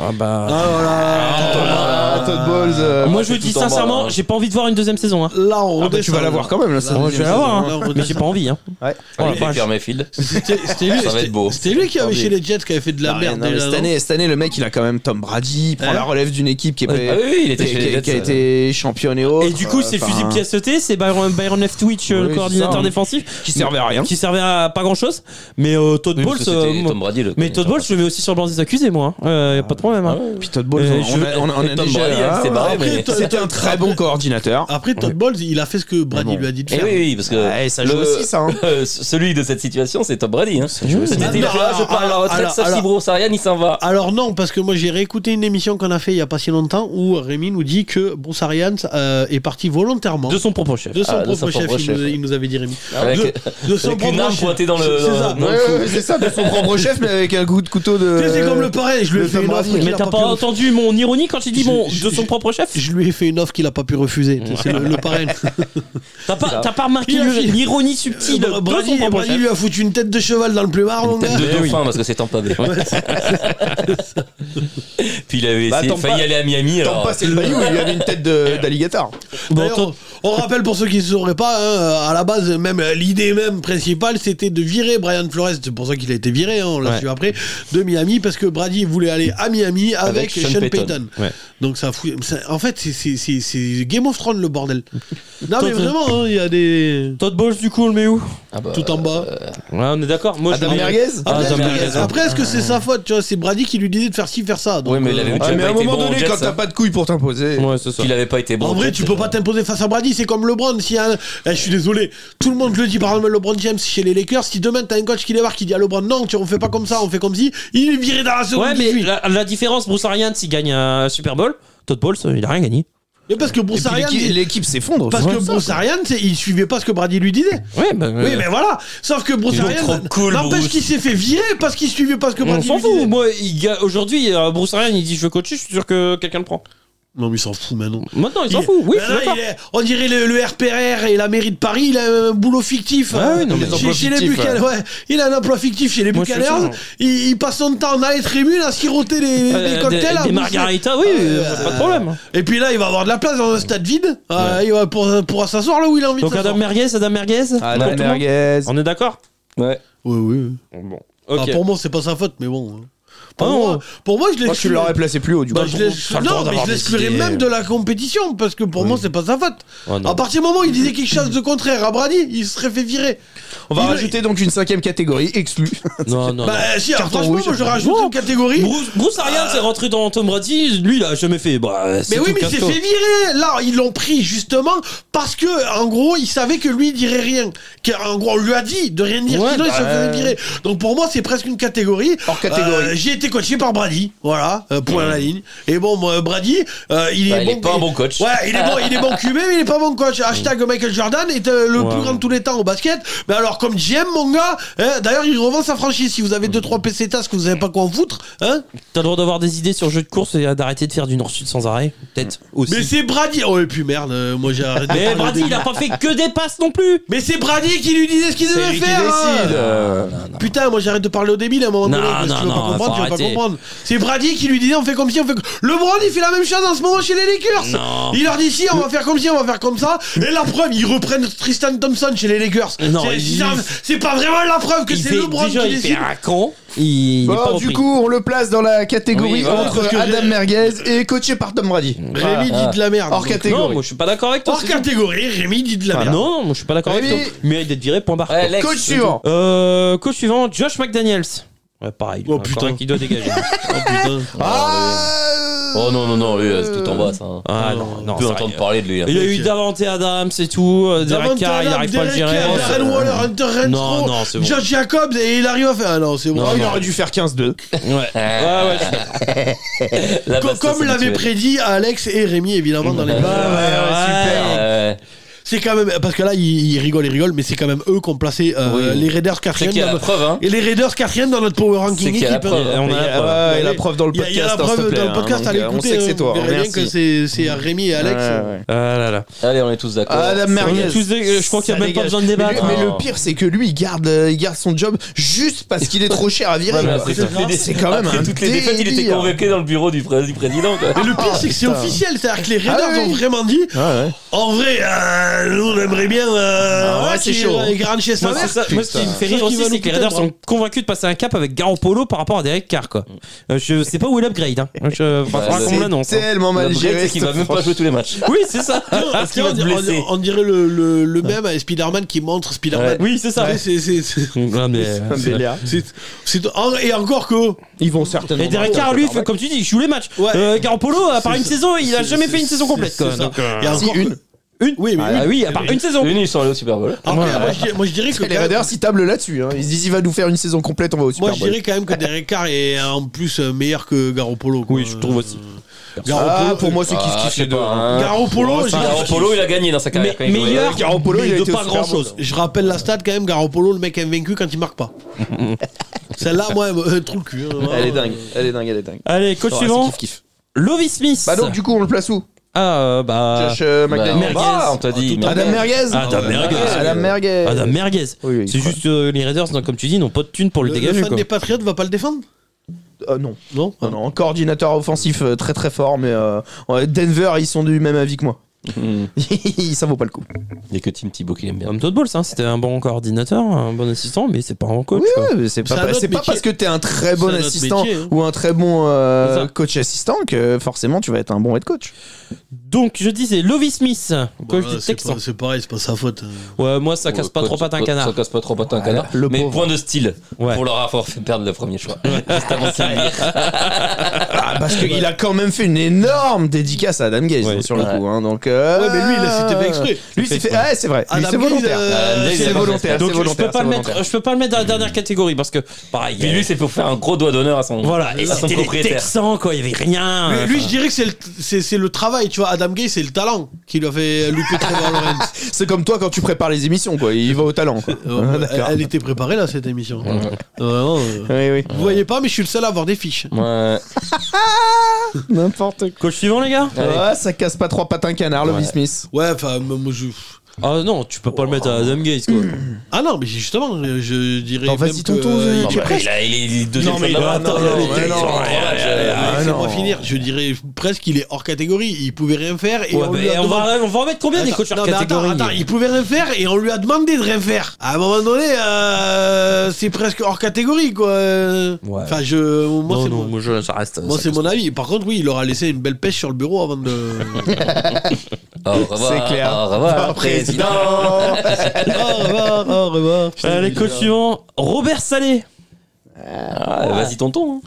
Speaker 2: Ah bah.
Speaker 1: Ah, voilà.
Speaker 3: Ah, Todd Bowles. euh,
Speaker 2: Moi
Speaker 4: ouais,
Speaker 2: je
Speaker 4: c'est
Speaker 2: dis
Speaker 4: tout en bas,
Speaker 2: sincèrement,
Speaker 4: là.
Speaker 2: j'ai pas envie de voir une deuxième saison. Hein.
Speaker 1: Là, on
Speaker 3: ah, bah, tu vas
Speaker 1: redescend,
Speaker 3: l'avoir
Speaker 1: là.
Speaker 3: quand même, là.
Speaker 1: Ah,
Speaker 2: Moi, je vais la voir, hein.
Speaker 1: Là, on redescend.
Speaker 2: mais j'ai pas envie. Hein.
Speaker 3: Ouais.
Speaker 2: Oh,
Speaker 4: Allez,
Speaker 2: la vache.
Speaker 4: Baker Mayfield.
Speaker 1: C'était c'était lui,
Speaker 4: Ça va
Speaker 1: c'était-
Speaker 4: être beau.
Speaker 1: c'était lui qui avait
Speaker 3: Attendez.
Speaker 1: chez les Jets qui avait fait de la
Speaker 3: Non,
Speaker 1: merde
Speaker 3: mais Bah, non, mais
Speaker 1: déjà.
Speaker 3: cette,
Speaker 1: non
Speaker 3: année, cette année, le mec, il a quand même Tom Brady, il prend
Speaker 1: Hein
Speaker 3: la relève d'une équipe qui, est,
Speaker 4: Ah oui, oui, il était
Speaker 3: qui,
Speaker 4: chez les
Speaker 3: qui- qui a
Speaker 4: Jets.
Speaker 3: été championne et autres.
Speaker 2: Et du coup,
Speaker 3: euh,
Speaker 2: c'est le
Speaker 3: enfin,
Speaker 2: fusil qui a sauté, c'est Byron, Byron F. Twitch, euh,
Speaker 3: Oui,
Speaker 2: le
Speaker 3: c'est
Speaker 2: coordinateur
Speaker 3: ça, hein.
Speaker 2: défensif,
Speaker 3: qui servait à rien.
Speaker 2: qui servait à pas grand chose. Mais euh, Todd
Speaker 4: Oui,
Speaker 2: Balls.
Speaker 4: parce que
Speaker 2: euh,
Speaker 4: c'était
Speaker 2: moi-
Speaker 4: Tom Brady, le
Speaker 2: mais Todd
Speaker 4: coordinateur.
Speaker 2: Balls, je le mets aussi sur le banc des accusés, moi. hein. Euh, y a pas de problème. Hein.
Speaker 3: Putain de bol,
Speaker 2: Euh,
Speaker 3: on,
Speaker 2: je-
Speaker 3: a- on a- on a
Speaker 4: Tom
Speaker 3: déjà-
Speaker 4: Brady,
Speaker 3: ah,
Speaker 4: c'est
Speaker 3: ouais,
Speaker 4: barré,
Speaker 3: après,
Speaker 4: mais-
Speaker 3: toi, C'était un très bon coordinateur.
Speaker 1: Après, Todd Bowles, il a fait ce que Brady
Speaker 4: Mais bon.
Speaker 1: lui a dit de
Speaker 4: Eh
Speaker 1: faire.
Speaker 4: oui, oui, parce que
Speaker 3: Ouais, ça joue
Speaker 4: le-
Speaker 3: aussi, ça. hein.
Speaker 4: euh, celui de cette situation, c'est Tom Brady. Hein.
Speaker 2: joue
Speaker 4: Cet
Speaker 2: aussi.
Speaker 4: été, il a fait, ah, je pars à la retraite,
Speaker 1: Alors,
Speaker 4: sauf si
Speaker 1: alors-
Speaker 4: Bruce Arians, il s'en va.
Speaker 1: Alors non, parce que moi j'ai réécouté une émission qu'on a fait il y a pas si longtemps où Rémi nous dit que Bruce Arians euh, est parti volontairement
Speaker 2: De son propre chef.
Speaker 1: de son
Speaker 4: Ah, de
Speaker 1: propre
Speaker 4: son
Speaker 1: chef,
Speaker 4: propre
Speaker 1: il,
Speaker 4: chef,
Speaker 1: nous,
Speaker 4: ouais.
Speaker 1: il nous avait dit Rémi.
Speaker 4: Avec-
Speaker 1: de, de son
Speaker 4: avec une
Speaker 1: propre
Speaker 4: arme
Speaker 1: chef.
Speaker 4: pointée dans le-
Speaker 1: C'est ça.
Speaker 4: dans-
Speaker 3: Ouais, ouais, c'est ça, de son propre chef, mais avec un coup de couteau de.
Speaker 1: Tu sais, C'est comme le pareil, je lui ai
Speaker 3: le
Speaker 1: fait une
Speaker 3: Tom
Speaker 1: offre
Speaker 3: Brady.
Speaker 1: qu'il
Speaker 2: Mais
Speaker 1: a
Speaker 2: t'as
Speaker 1: pas
Speaker 2: pas
Speaker 1: pu refuser.
Speaker 2: entendu mon ironie quand j'ai dit
Speaker 1: Je-
Speaker 2: mon
Speaker 1: je-
Speaker 2: de son
Speaker 1: je-
Speaker 2: propre chef
Speaker 1: Je lui ai fait une offre qu'il a pas pu refuser. C'est le, le parrain.
Speaker 2: T'as pas, t'as pas remarqué
Speaker 1: Il a
Speaker 2: le-
Speaker 1: fini.
Speaker 2: l'ironie subtile de son
Speaker 1: Brady,
Speaker 2: propre
Speaker 1: Brady
Speaker 2: chef
Speaker 1: lui a foutu une tête de cheval dans le plumard, mon
Speaker 4: Une tête
Speaker 1: gars. Eh
Speaker 4: de
Speaker 3: Eh
Speaker 2: Mais oui.
Speaker 4: dauphin parce que c'est Tampa Bay. Puis il avait
Speaker 3: Bah,
Speaker 4: essayé,
Speaker 3: Tampa-
Speaker 4: failli aller à Miami.
Speaker 3: Tant
Speaker 4: alors-
Speaker 3: pas, c'est le bayou, il lui a mis une tête de- d'alligator.
Speaker 2: Bon,
Speaker 1: D'ailleurs,
Speaker 2: attends,
Speaker 1: on rappelle pour ceux qui ne sauraient pas, hein, euh, à la base, même euh, l'idée même principale, c'était de virer Brian Flores. C'est pour ça qu'il a été viré, hein, on l'a
Speaker 2: Ouais.
Speaker 1: su après, de Miami parce que Brady voulait aller à Miami avec,
Speaker 4: Avec Sean
Speaker 1: Sean Payton.
Speaker 4: Payton.
Speaker 2: Ouais.
Speaker 1: Donc ça, fout, ça- en fait, c'est- c'est- c'est c'est Game of Thrones le bordel. non mais
Speaker 2: Total.
Speaker 1: vraiment, hein, il y a des
Speaker 2: Todd Bowles du coup on le met où
Speaker 4: Ah bah,
Speaker 1: tout en bas.
Speaker 2: Ouais, on est d'accord. Moi je
Speaker 3: Adam
Speaker 2: le mets-
Speaker 3: Merguez
Speaker 2: Ah,
Speaker 1: Après,
Speaker 2: Adam
Speaker 1: est-ce que-
Speaker 2: Merguez, ouais.
Speaker 1: après, est-ce que c'est sa faute Tu vois, c'est Brady qui lui disait de faire ci, faire ça. Donc,
Speaker 4: Oui, mais il
Speaker 1: euh,
Speaker 4: avait-
Speaker 3: Ouais, Ah, mais à un
Speaker 4: pas été
Speaker 3: moment
Speaker 4: bon
Speaker 3: donné,
Speaker 4: au Jets,
Speaker 3: quand t'as
Speaker 4: hein.
Speaker 3: pas de couilles pour t'imposer.
Speaker 2: Ouais, c'est ça.
Speaker 4: Qu'il avait pas été bon.
Speaker 1: En vrai, tu peux pas t'imposer face à Brady, c'est comme LeBron. Si un... Eh, je suis désolé, tout le monde le dit, par exemple, LeBron James chez les Lakers. Si demain t'as un coach qui débarque qui dit à LeBron, non, tu, on fait pas comme ça, on fait comme si, il est viré dans la seconde
Speaker 2: Ouais, mais
Speaker 1: 18.
Speaker 2: la, la différence, Bruce Arians, il gagne un Super Bowl. Todd Bowles, euh, il a rien gagné.
Speaker 1: Mais parce que
Speaker 3: Et
Speaker 1: Bruce
Speaker 3: puis
Speaker 1: Arians.
Speaker 3: l'équipe- L'équipe s'effondre.
Speaker 1: Parce
Speaker 3: Ouais,
Speaker 1: que
Speaker 3: ça,
Speaker 1: Bruce
Speaker 3: quoi.
Speaker 1: Arians, c'est- il suivait pas ce que Brady lui disait.
Speaker 2: Ouais, bah, euh,
Speaker 1: Oui, mais voilà. Sauf que Bruce
Speaker 4: Ils l'ont
Speaker 1: Arians,
Speaker 4: trop cool,
Speaker 1: n'empêche
Speaker 4: Bruce.
Speaker 1: qu'il s'est fait virer parce qu'il suivait pas ce que
Speaker 2: on
Speaker 1: Brady
Speaker 2: s'en
Speaker 1: lui
Speaker 2: fout.
Speaker 1: disait.
Speaker 2: Moi, il ga- aujourd'hui, euh, Bruce Arians, il dit je veux coacher, je suis sûr que quelqu'un le prend.
Speaker 1: Non, mais il s'en fout maintenant.
Speaker 2: Maintenant, il s'en
Speaker 1: Il-
Speaker 2: fout. Oui,
Speaker 1: Ben
Speaker 2: je suis
Speaker 1: là,
Speaker 2: d'accord.
Speaker 1: il est- on dirait le, le RPR et la mairie de Paris, il a un boulot fictif.
Speaker 2: Ouais,
Speaker 1: hein.
Speaker 2: oui, non, mais-
Speaker 1: chez,
Speaker 3: Emploi
Speaker 1: chez les
Speaker 3: fictif,
Speaker 1: Buccaneers, ouais. Il a un emploi fictif chez les
Speaker 2: Moi, je suis
Speaker 1: Buccaneers.
Speaker 2: sûr.
Speaker 1: Il, il passe son temps dans les tribunes à siroter des,
Speaker 2: Euh,
Speaker 1: des cocktails. à
Speaker 2: des
Speaker 1: bouffer.
Speaker 2: margaritas, oui,
Speaker 1: Euh,
Speaker 2: pas de problème.
Speaker 1: Et puis là, il va avoir de la place dans un stade vide. Euh, il va pour, pourra s'asseoir là où il a envie
Speaker 2: Donc
Speaker 1: de
Speaker 2: Adam
Speaker 1: s'asseoir.
Speaker 2: Merguez, Adam
Speaker 1: Ah,
Speaker 2: Merguez.
Speaker 3: Ah, Adam
Speaker 2: pour tout le monde
Speaker 3: Merguez.
Speaker 2: On est d'accord
Speaker 4: Ouais.
Speaker 1: Oui, oui.
Speaker 2: Bon.
Speaker 1: Enfin,
Speaker 2: Ok.
Speaker 1: Ah, pour moi, c'est pas sa faute, mais bon. Pour,
Speaker 2: Ah,
Speaker 1: moi,
Speaker 2: on-
Speaker 1: pour moi, je l'ai
Speaker 3: Moi, tu l'aurais placé plus haut, du coup.
Speaker 1: Bah, je l'exclus-
Speaker 2: t'as le droit
Speaker 1: non, mais
Speaker 2: d'avoir
Speaker 1: je
Speaker 2: des
Speaker 1: l'exclurais
Speaker 2: idées.
Speaker 1: même de la compétition parce que pour moi c'est pas sa faute.
Speaker 2: Oh, non.
Speaker 1: à partir du moment où il disait quelque chose de contraire à Brady, il se serait fait virer.
Speaker 3: On va
Speaker 1: Il-
Speaker 3: rajouter donc une cinquième catégorie, exclue.
Speaker 2: non, non,
Speaker 1: Bah si, alors,
Speaker 3: Carton
Speaker 1: franchement,
Speaker 3: rouge.
Speaker 1: moi je rajoute
Speaker 2: Non.
Speaker 1: une catégorie.
Speaker 2: non. Bruce, Bruce Arians est rentré dans Tom Brady, lui il a jamais fait. Bah, c'est
Speaker 1: Ah. Mais oui,
Speaker 2: tout
Speaker 1: mais il s'est
Speaker 2: casto.
Speaker 1: fait virer. Là, ils l'ont pris justement parce que, en gros, il savait que lui il dirait rien. Car, en gros, on lui a dit de rien dire,
Speaker 2: Ouais, euh,
Speaker 1: sinon il se
Speaker 3: bah,
Speaker 1: faisait virer. Donc pour moi, c'est presque une catégorie.
Speaker 3: Hors catégorie.
Speaker 1: Euh, J'ai été coaché par Brady, voilà, euh, point à la ligne. Et bon, moi, Brady, euh, il est
Speaker 4: Bah, il
Speaker 1: bon.
Speaker 4: est pas un bon coach.
Speaker 1: Ouais, il est bon, il est bon QB, mais il est pas bon coach. Hashtag Michael Jordan est euh, le
Speaker 2: Mm. Ouais.
Speaker 1: plus grand de tous les temps au basket. Mais alors, comme GM, mon gars, hein, d'ailleurs, il revend sa franchise. Si vous avez 2-3 pesetas que vous savez pas quoi en foutre, hein,
Speaker 2: T'as le droit d'avoir des idées sur le jeu de course et d'arrêter de faire du nord-sud sans arrêt. Peut-être aussi.
Speaker 1: mais c'est Brady. Oh, et puis merde, euh, moi j'ai arrêté.
Speaker 2: Mais
Speaker 1: de parler au
Speaker 2: Eh, Brady,
Speaker 1: début.
Speaker 2: il a pas fait que des passes non plus.
Speaker 1: Mais c'est Brady qui lui disait ce qu'il devait
Speaker 3: lui qui
Speaker 1: faire. hein.
Speaker 3: décide.
Speaker 4: Euh, non, non.
Speaker 1: Putain, moi j'arrête de parler au débile à un moment
Speaker 2: Non,
Speaker 1: donné. parce que
Speaker 2: non,
Speaker 1: tu veux
Speaker 2: non,
Speaker 1: pas comprendre,
Speaker 2: faut
Speaker 1: tu veux pas
Speaker 2: arrêter.
Speaker 1: comprendre. C'est Brady qui lui disait on fait comme si on fait. comme- LeBron il fait la même chose en ce moment chez les Lakers.
Speaker 2: Non.
Speaker 1: Il leur dit si on va faire comme si on va faire comme ça. Et la preuve, ils reprennent Tristan Thompson chez les Lakers.
Speaker 2: Non,
Speaker 1: C'est-
Speaker 2: il-
Speaker 1: c'est un- c'est pas vraiment la preuve que
Speaker 2: Il
Speaker 1: c'est
Speaker 2: fait-
Speaker 1: LeBron
Speaker 2: déjà,
Speaker 1: qui
Speaker 2: il
Speaker 1: décide.
Speaker 2: fait un camp. Il n'est
Speaker 3: Bon,
Speaker 2: pas
Speaker 3: Bah, du
Speaker 2: repris.
Speaker 3: coup, on le place dans la catégorie
Speaker 4: Oui, voilà,
Speaker 3: entre
Speaker 1: parce que
Speaker 3: Adam
Speaker 1: j'ai-
Speaker 3: Merguez et coaché par Tom Brady. Voilà.
Speaker 1: Rémi dit de
Speaker 2: euh,
Speaker 1: la merde.
Speaker 3: Hors
Speaker 1: donc.
Speaker 3: catégorie.
Speaker 2: non, moi je suis pas d'accord avec toi.
Speaker 1: Hors
Speaker 2: c'est
Speaker 1: catégorie, Rémi dit de la
Speaker 2: Ah
Speaker 1: merde.
Speaker 2: non, non, moi je suis pas d'accord avec toi.
Speaker 3: Rémi.
Speaker 2: Mais d'être viré, point barre.
Speaker 4: Ouais, Lex,
Speaker 3: Coach suivant.
Speaker 2: Euh, coach suivant, Josh McDaniels. Ouais, pareil.
Speaker 1: Oh,
Speaker 2: encore
Speaker 1: putain.
Speaker 2: un qui doit dégager. Oh,
Speaker 3: Ah,
Speaker 4: Oh non, non, non, lui, euh, c'est tout en bas, ça. hein.
Speaker 2: Ah
Speaker 1: Oh,
Speaker 2: non,
Speaker 4: On
Speaker 2: non.
Speaker 4: peut
Speaker 2: ça-
Speaker 4: entendre parler de lui. hein.
Speaker 2: Il a
Speaker 1: Ok.
Speaker 2: eu Davante Adams et tout. euh, Derek
Speaker 1: Davante
Speaker 2: Carr, il
Speaker 1: Adams,
Speaker 2: arrive pas à le
Speaker 1: Derek
Speaker 2: gérer.
Speaker 1: Carr, Darren Waller, Hunter
Speaker 2: Non,
Speaker 1: Renfro,
Speaker 2: non, c'est bon.
Speaker 1: Josh Jacobs, et il arrive à faire. Ah non, c'est bon.
Speaker 2: Non,
Speaker 3: il
Speaker 2: non.
Speaker 3: aurait dû faire 15-2.
Speaker 2: Ouais, ouais, ouais. je suis d'accord.
Speaker 3: Ah
Speaker 4: Là,
Speaker 3: bah,
Speaker 1: Co-
Speaker 4: basta,
Speaker 1: Comme
Speaker 4: c'est
Speaker 1: l'avaient
Speaker 4: habituel.
Speaker 1: prédit Alex et Rémi, évidemment, dans les
Speaker 4: Ouais, Ah, ouais.
Speaker 1: C'est quand même. Parce que là, ils, ils rigolent, ils rigolent, mais c'est quand même eux qui ont placé euh,
Speaker 4: Oui, oui.
Speaker 1: les Raiders
Speaker 4: C'est
Speaker 1: quatrième.
Speaker 4: qui
Speaker 1: dans
Speaker 4: a la
Speaker 1: notre-
Speaker 4: preuve, hein
Speaker 1: Et les Raiders quatrième dans notre Power
Speaker 4: C'est
Speaker 1: Ranking
Speaker 4: qui a
Speaker 1: équipe.
Speaker 4: la preuve
Speaker 1: hein.
Speaker 2: Et on a
Speaker 3: Il y
Speaker 2: la
Speaker 3: a,
Speaker 2: preuve.
Speaker 3: euh, ouais, il y a la
Speaker 1: Oui.
Speaker 3: preuve dans le
Speaker 1: Il y a,
Speaker 3: podcast.
Speaker 1: il y a la
Speaker 3: hein, s'il te
Speaker 1: preuve
Speaker 3: plaît,
Speaker 1: dans le
Speaker 3: hein,
Speaker 1: podcast,
Speaker 3: donc,
Speaker 1: allez
Speaker 3: euh,
Speaker 1: écouter.
Speaker 3: On sait que c'est
Speaker 1: hein,
Speaker 3: toi.
Speaker 1: Vous verrez bien
Speaker 3: merci.
Speaker 1: que c'est c'est à Rémi et Alex.
Speaker 3: Ouais, ouais.
Speaker 2: Ah là là.
Speaker 4: Allez, on est tous d'accord.
Speaker 3: Adam
Speaker 2: On est
Speaker 3: Merguez.
Speaker 2: tous des- Je crois qu'il n'y a même
Speaker 3: Ça
Speaker 2: pas
Speaker 3: dégage.
Speaker 2: besoin de
Speaker 3: Mais,
Speaker 2: débattre.
Speaker 3: le- mais
Speaker 4: hein.
Speaker 3: le pire, c'est que lui, il garde, euh, il garde son job juste parce qu'il est trop cher à virer.
Speaker 4: Ouais, mais
Speaker 3: quoi.
Speaker 4: après, ça fait des-
Speaker 3: C'est quand même
Speaker 4: après
Speaker 3: un
Speaker 4: Ah, toutes les défaites, il était
Speaker 3: délire.
Speaker 4: convoqué dans le bureau du, pré- du président. quoi.
Speaker 1: Et le pire, c'est que c'est
Speaker 3: Ah, putain.
Speaker 1: officiel. C'est-à-dire que les Raiders
Speaker 3: Ah oui.
Speaker 1: ont vraiment dit
Speaker 3: Ouais, ouais.
Speaker 1: en vrai, euh, euh, nous on aimerait bien. Euh,
Speaker 3: Ah ouais,
Speaker 1: ouais,
Speaker 3: c'est
Speaker 1: qu'il-
Speaker 3: chaud.
Speaker 1: euh, Garanti chez sa
Speaker 2: Moi, c'est
Speaker 1: mère.
Speaker 2: ça. Moi, ce qui me fait rire
Speaker 1: Sauf qu'il
Speaker 2: aussi,
Speaker 1: va nous
Speaker 2: c'est que les
Speaker 1: coûter
Speaker 2: Raiders
Speaker 1: un bras.
Speaker 2: sont convaincus de passer un cap avec Garoppolo par rapport à Derek Carr. Quoi. Euh, je sais pas où est l'upgrade. Hein. Je, enfin,
Speaker 4: Bah,
Speaker 2: faudra qu'on me
Speaker 3: C'est
Speaker 2: l'annonce. hein.
Speaker 3: tellement mal géré.
Speaker 4: qui va même pas jouer tous les matchs.
Speaker 2: Oui, c'est ça.
Speaker 3: Ah,
Speaker 1: Parce qu'on dirait- on, on dirait le, le, le même à Spider-Man qui montre Spider-Man.
Speaker 2: Oui, c'est ça.
Speaker 1: Ouais, c'est- c'est- c'est-
Speaker 2: Ouais, mais, euh,
Speaker 3: Un
Speaker 2: c'est-
Speaker 3: délire.
Speaker 1: c'est- c'est- en- Et encore que.
Speaker 3: Ils vont certainement.
Speaker 2: Et Derek Carr, lui, fait, comme tu dis, il joue les matchs.
Speaker 1: Ouais.
Speaker 2: Euh, Garoppolo, à part
Speaker 1: C'est-
Speaker 2: une saison, il a
Speaker 1: c'est-
Speaker 2: jamais fait
Speaker 1: c'est-
Speaker 2: une saison complète.
Speaker 1: c'est
Speaker 2: quoi.
Speaker 1: ça.
Speaker 2: Donc, euh,
Speaker 1: Il y a
Speaker 3: Si,
Speaker 1: encore
Speaker 3: une.
Speaker 1: Une Oui, oui, oui.
Speaker 2: ah oui, à part une saison.
Speaker 4: Une, ils sont allés au Super Bowl.
Speaker 1: Après, moi, je dirais, moi, je dirais que.
Speaker 3: Les
Speaker 1: quand
Speaker 3: Raiders, ils tablent là-dessus. hein. Ils se disent, il va nous faire une saison complète, on va au Super
Speaker 1: Moi, je
Speaker 3: Bowl.
Speaker 1: dirais quand même que Derek Carr est euh, en plus euh, meilleur que Garoppolo. quoi.
Speaker 2: Oui, je trouve aussi.
Speaker 1: Euh,
Speaker 3: Ah,
Speaker 1: Garoppolo,
Speaker 3: pour moi, c'est kiff
Speaker 4: Ah,
Speaker 3: kiff
Speaker 4: je
Speaker 3: les
Speaker 4: sais
Speaker 3: deux.
Speaker 4: pas,
Speaker 3: hein.
Speaker 4: hein.
Speaker 1: Garoppolo, j'ai-
Speaker 4: Garoppolo, il a gagné dans sa carrière.
Speaker 2: Mais-
Speaker 4: quand il jouait.
Speaker 2: meilleur,
Speaker 3: Garoppolo,
Speaker 2: mais
Speaker 3: il a
Speaker 2: de
Speaker 3: été au
Speaker 2: pas
Speaker 3: Super Bowl,
Speaker 2: grand chose.
Speaker 1: Je rappelle la stat quand même, Garoppolo, le mec invaincu quand il marque pas. Celle-là, moi, elle me- un trou le cul. hein, vraiment.
Speaker 3: Elle est dingue, elle est dingue, elle est dingue.
Speaker 2: Allez, coach
Speaker 3: Ah, c'est
Speaker 2: suivant.
Speaker 3: kiff, kiff.
Speaker 2: Lovie Smith.
Speaker 3: Bah donc, du coup, on le place où
Speaker 2: Ah, euh, bah.
Speaker 3: Josh euh,
Speaker 4: Bah,
Speaker 3: McDaniel.
Speaker 2: Merguez. Ah,
Speaker 4: bah, on t'a dit.
Speaker 2: Tout à
Speaker 3: Adam Merguez Ah,
Speaker 2: Adam Merguez.
Speaker 3: Adam Merguez.
Speaker 2: Adam Merguez.
Speaker 3: Oui, oui,
Speaker 2: C'est
Speaker 3: quoi.
Speaker 2: juste euh, les Raiders, donc, comme tu dis, n'ont pas de thunes pour le,
Speaker 1: Le, le
Speaker 2: dégager.
Speaker 1: fan
Speaker 2: Quoi. Ah
Speaker 1: des Patriotes va pas le défendre
Speaker 3: Euh, non.
Speaker 1: Non
Speaker 3: non, non, coordinateur offensif euh, très très fort, mais euh, ouais, Denver, ils sont du même avis que moi.
Speaker 4: Hmm.
Speaker 3: ça vaut pas le coup.
Speaker 4: Il y a que Tim Thibault qui l'aime bien.
Speaker 2: Comme Todd Bowles, hein, c'était un bon coordinateur, un bon assistant, mais c'est pas un coach.
Speaker 3: Oui,
Speaker 2: quoi.
Speaker 3: ouais, mais c'est
Speaker 1: C'est un
Speaker 3: pas,
Speaker 1: autre
Speaker 3: c'est pas
Speaker 1: métier.
Speaker 3: parce que t'es un très bon
Speaker 1: C'est un autre
Speaker 3: assistant
Speaker 1: métier, hein.
Speaker 3: ou un très bon euh,
Speaker 2: C'est ça.
Speaker 3: coach assistant que forcément tu vas être un bon head coach.
Speaker 2: Donc je disais Lovie Smith, coach
Speaker 1: Bah,
Speaker 2: des
Speaker 1: c'est
Speaker 2: Texans.
Speaker 1: pas- c'est pareil, c'est pas sa faute. hein.
Speaker 2: Ouais, moi ça casse pas
Speaker 4: Coach-
Speaker 2: trop patin un
Speaker 4: ça-
Speaker 2: canard.
Speaker 4: Ça casse pas trop patin un canard.
Speaker 3: le
Speaker 4: Mais
Speaker 3: pauvre.
Speaker 4: point de style
Speaker 2: Ouais.
Speaker 4: pour leur avoir fait perdre le premier choix. Juste avant de servir.
Speaker 3: Ah, parce qu'il a quand même fait une énorme dédicace à Adam Gaze
Speaker 2: Ouais.
Speaker 3: sur le
Speaker 4: Ouais.
Speaker 3: coup. hein, donc, euh,
Speaker 1: Ouais, mais lui, il a- c'était pas exprès.
Speaker 3: Lui, c'est fait. Ah, Ouais, c'est vrai. Lui,
Speaker 1: Adam
Speaker 3: C'est
Speaker 1: Gaze,
Speaker 3: volontaire. Ah,
Speaker 1: euh,
Speaker 4: Adam Gaze,
Speaker 3: C'est
Speaker 4: c'est
Speaker 3: volontaire.
Speaker 2: Donc
Speaker 3: C'est
Speaker 2: je
Speaker 3: volontaire.
Speaker 2: peux pas
Speaker 3: c'est
Speaker 2: le
Speaker 3: volontaire.
Speaker 2: mettre, je peux pas le mettre dans la dernière catégorie parce que pareil.
Speaker 4: Puis
Speaker 2: euh,
Speaker 4: lui, c'est pour faire un gros doigt d'honneur à son,
Speaker 2: voilà, et
Speaker 4: à son
Speaker 2: c'était les
Speaker 4: propriétaire.
Speaker 2: Texans quoi, il y avait rien.
Speaker 1: Lui,
Speaker 2: euh,
Speaker 1: lui, je dirais que c'est le, c'est- c'est le travail, tu vois. Adam Gay, c'est le talent qui lui a fait louper Trevor Lawrence.
Speaker 3: C'est comme toi quand tu prépares les émissions, quoi. Il va au talent. quoi.
Speaker 1: Euh,
Speaker 3: Ah,
Speaker 1: elle,
Speaker 3: D'accord.
Speaker 1: elle était préparée, là, cette émission. Vraiment, euh,
Speaker 3: Oui, oui.
Speaker 1: Vous voyez pas, mais je suis le seul à avoir des fiches.
Speaker 4: Ouais.
Speaker 3: N'importe quoi.
Speaker 2: Coach suivant les gars
Speaker 4: Allez.
Speaker 3: Ah, ça casse pas trois patins canard, Lovie Smith.
Speaker 1: Ouais, enfin, m- moi, je...
Speaker 2: Ah non, tu peux pas le mettre à Adam Gaze quoi.
Speaker 1: Ah non, mais justement, euh, je dirais.
Speaker 3: Non,
Speaker 1: même
Speaker 3: vas-y,
Speaker 1: que-
Speaker 3: tonton, vas-y.
Speaker 2: euh,
Speaker 4: Non,
Speaker 3: Tu
Speaker 4: bah,
Speaker 3: presses
Speaker 4: il a il est deuxième.
Speaker 3: Non, mais
Speaker 4: choix de la-
Speaker 3: attends,
Speaker 4: Attends,
Speaker 3: non,
Speaker 4: il y a
Speaker 3: mais
Speaker 4: les
Speaker 3: non.
Speaker 4: Texans, trois matchs, euh,
Speaker 1: Ah,
Speaker 3: Ah,
Speaker 1: Laissez-moi
Speaker 3: non.
Speaker 1: finir, je dirais presque qu'il est hors catégorie. Il pouvait rien faire et
Speaker 2: Ouais,
Speaker 1: on
Speaker 2: bah,
Speaker 1: lui a
Speaker 2: on,
Speaker 1: demandé-
Speaker 2: va, on va en mettre combien des
Speaker 1: Attends,
Speaker 2: coachs
Speaker 1: non,
Speaker 2: hors
Speaker 1: mais attends,
Speaker 2: catégorie
Speaker 1: attends, il pouvait rien faire et on lui a demandé de rien faire. À un moment donné, euh, c'est presque hors catégorie quoi. Euh,
Speaker 2: Ouais.
Speaker 1: Enfin, je, moi
Speaker 2: Non,
Speaker 1: c'est
Speaker 2: non,
Speaker 1: mon,
Speaker 2: moi je- ça
Speaker 3: Euh,
Speaker 2: reste.
Speaker 1: moi,
Speaker 2: ça
Speaker 1: c'est
Speaker 2: casse
Speaker 1: mon avis. Par contre, oui, il leur a laissé une belle pêche sur le bureau avant de.
Speaker 4: Au revoir.
Speaker 3: C'est clair.
Speaker 4: Au revoir, président.
Speaker 1: au revoir, au revoir.
Speaker 2: pas. Allez, coach suivant, Robert Salé.
Speaker 4: Ah, Vas-y, tonton.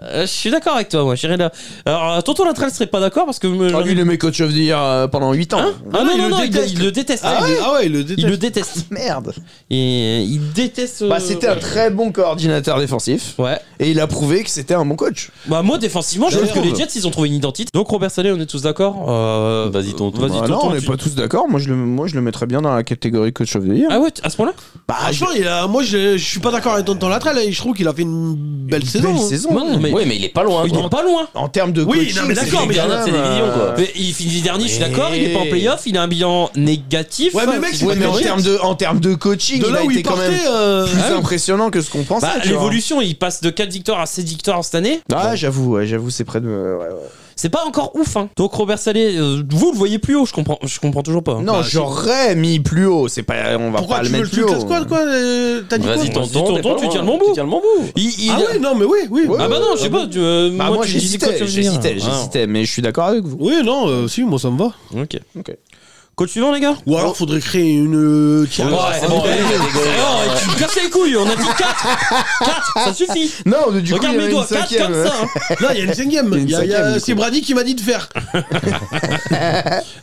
Speaker 2: Euh, je suis d'accord avec toi, moi, j'irai là. Alors, euh, Tonton Latral serait pas d'accord parce que. euh,
Speaker 3: Ah,
Speaker 2: j'en ai-
Speaker 3: lui, le mec coach of the year euh, pendant 8 ans.
Speaker 2: Ah
Speaker 1: non,
Speaker 2: non,
Speaker 1: il
Speaker 2: non,
Speaker 1: le
Speaker 2: non, il,
Speaker 1: déteste.
Speaker 2: il le déteste.
Speaker 1: Ah ouais, ah ouais, il le déteste.
Speaker 2: il le déteste.
Speaker 3: Merde.
Speaker 2: Et il déteste. euh,
Speaker 3: Bah, c'était un très bon coordinateur défensif
Speaker 2: Ouais.
Speaker 3: et il a prouvé que c'était un bon coach.
Speaker 2: Bah, moi, défensivement, je trouve que les Jets, ils ont trouvé une identité. Donc, Robert Salé, on est tous d'accord Euh,
Speaker 4: Vas-y, tonton.
Speaker 2: Vas-y,
Speaker 3: Bah,
Speaker 2: tonton.
Speaker 3: non, on n'est
Speaker 2: tu-
Speaker 3: pas tous d'accord. Moi, je le, moi, je le mettrais bien dans la catégorie coach of the year.
Speaker 2: Ah ouais, t- à ce point-là
Speaker 1: Bah, franchement, il a- moi je, je suis pas d'accord avec Tonton Latrell. Je trouve qu'il a fait une belle saison.
Speaker 3: Belle
Speaker 1: hein.
Speaker 3: saison.
Speaker 2: Non, mais-
Speaker 4: Oui, mais il est pas loin.
Speaker 2: Il est pas loin.
Speaker 3: En termes de
Speaker 1: Oui,
Speaker 3: coaching,
Speaker 1: non, mais d'accord,
Speaker 3: c'est
Speaker 1: mais
Speaker 3: quand
Speaker 4: regarde, c'est
Speaker 3: même,
Speaker 4: des millions, quoi.
Speaker 3: euh,
Speaker 2: Mais il finit dernier, je suis d'accord, il est pas en
Speaker 3: Et-
Speaker 2: playoff, il a un bilan négatif.
Speaker 1: Ouais, mais mec, c'est
Speaker 3: Ouais, mais en
Speaker 1: Jets.
Speaker 3: termes de, en termes de coaching,
Speaker 1: De là
Speaker 3: il a
Speaker 1: où
Speaker 3: été
Speaker 1: il
Speaker 3: quand
Speaker 1: partait.
Speaker 3: même
Speaker 1: euh,
Speaker 3: plus
Speaker 2: Ah oui.
Speaker 3: impressionnant que ce qu'on pensait.
Speaker 2: Bah,
Speaker 3: tu vois.
Speaker 2: l'évolution, il passe de 4 victoires à 7 victoires cette année.
Speaker 3: Ah, j'avoue, ouais, j'avoue, c'est près de. ouais, ouais.
Speaker 2: C'est pas encore ouf, hein. Donc, Robert Salé, euh, vous le voyez plus haut, je comprends, je comprends toujours pas. hein.
Speaker 3: Non, j'aurais mis plus haut. C'est pas, on va
Speaker 1: Pourquoi
Speaker 3: pas
Speaker 1: tu
Speaker 3: le
Speaker 1: veux
Speaker 3: mettre
Speaker 1: le
Speaker 3: plus
Speaker 1: tuer la
Speaker 3: haut.
Speaker 1: squad quoi euh, T'as dit quoi
Speaker 4: Vas-y,
Speaker 2: Vas-y, tonton,
Speaker 4: tonton. t'es pas
Speaker 2: tu
Speaker 4: loin.
Speaker 2: tiens le bon bout.
Speaker 4: Tu tiens le bon bout.
Speaker 2: Il- il-
Speaker 1: Ah ouais, non, mais oui, oui.
Speaker 3: Ouais,
Speaker 2: Ah bah non, je sais pas. tu, euh,
Speaker 3: Bah, moi,
Speaker 2: tu hein. dis coach
Speaker 3: j'hésitais,
Speaker 2: of the year.
Speaker 3: j'hésitais,
Speaker 1: Ah.
Speaker 3: j'hésitais, mais je suis d'accord avec vous.
Speaker 1: Oui, non, euh, si, moi ça me va.
Speaker 2: Ah, ok.
Speaker 3: Ok.
Speaker 2: Coach suivant, les gars
Speaker 1: Ou alors faudrait créer une euh, tier
Speaker 4: Ouais,
Speaker 1: list.
Speaker 4: c'est bon,
Speaker 2: Ouais.
Speaker 4: allez, catégorie.
Speaker 2: Alors, et Oh, tu me casses les couilles, on a dit 4 4, ça suffit
Speaker 3: Non, du
Speaker 2: Regarde
Speaker 3: coup,
Speaker 2: mes
Speaker 3: il y avait
Speaker 2: doigts,
Speaker 3: une
Speaker 2: 4
Speaker 3: cinquième.
Speaker 2: comme
Speaker 1: euh,
Speaker 2: ça hein.
Speaker 1: Non, il y a une cinquième.
Speaker 3: Il y a une
Speaker 1: Il y a- il y
Speaker 3: cinquième,
Speaker 1: a-
Speaker 3: du
Speaker 1: C'est Brady qui m'a dit de faire.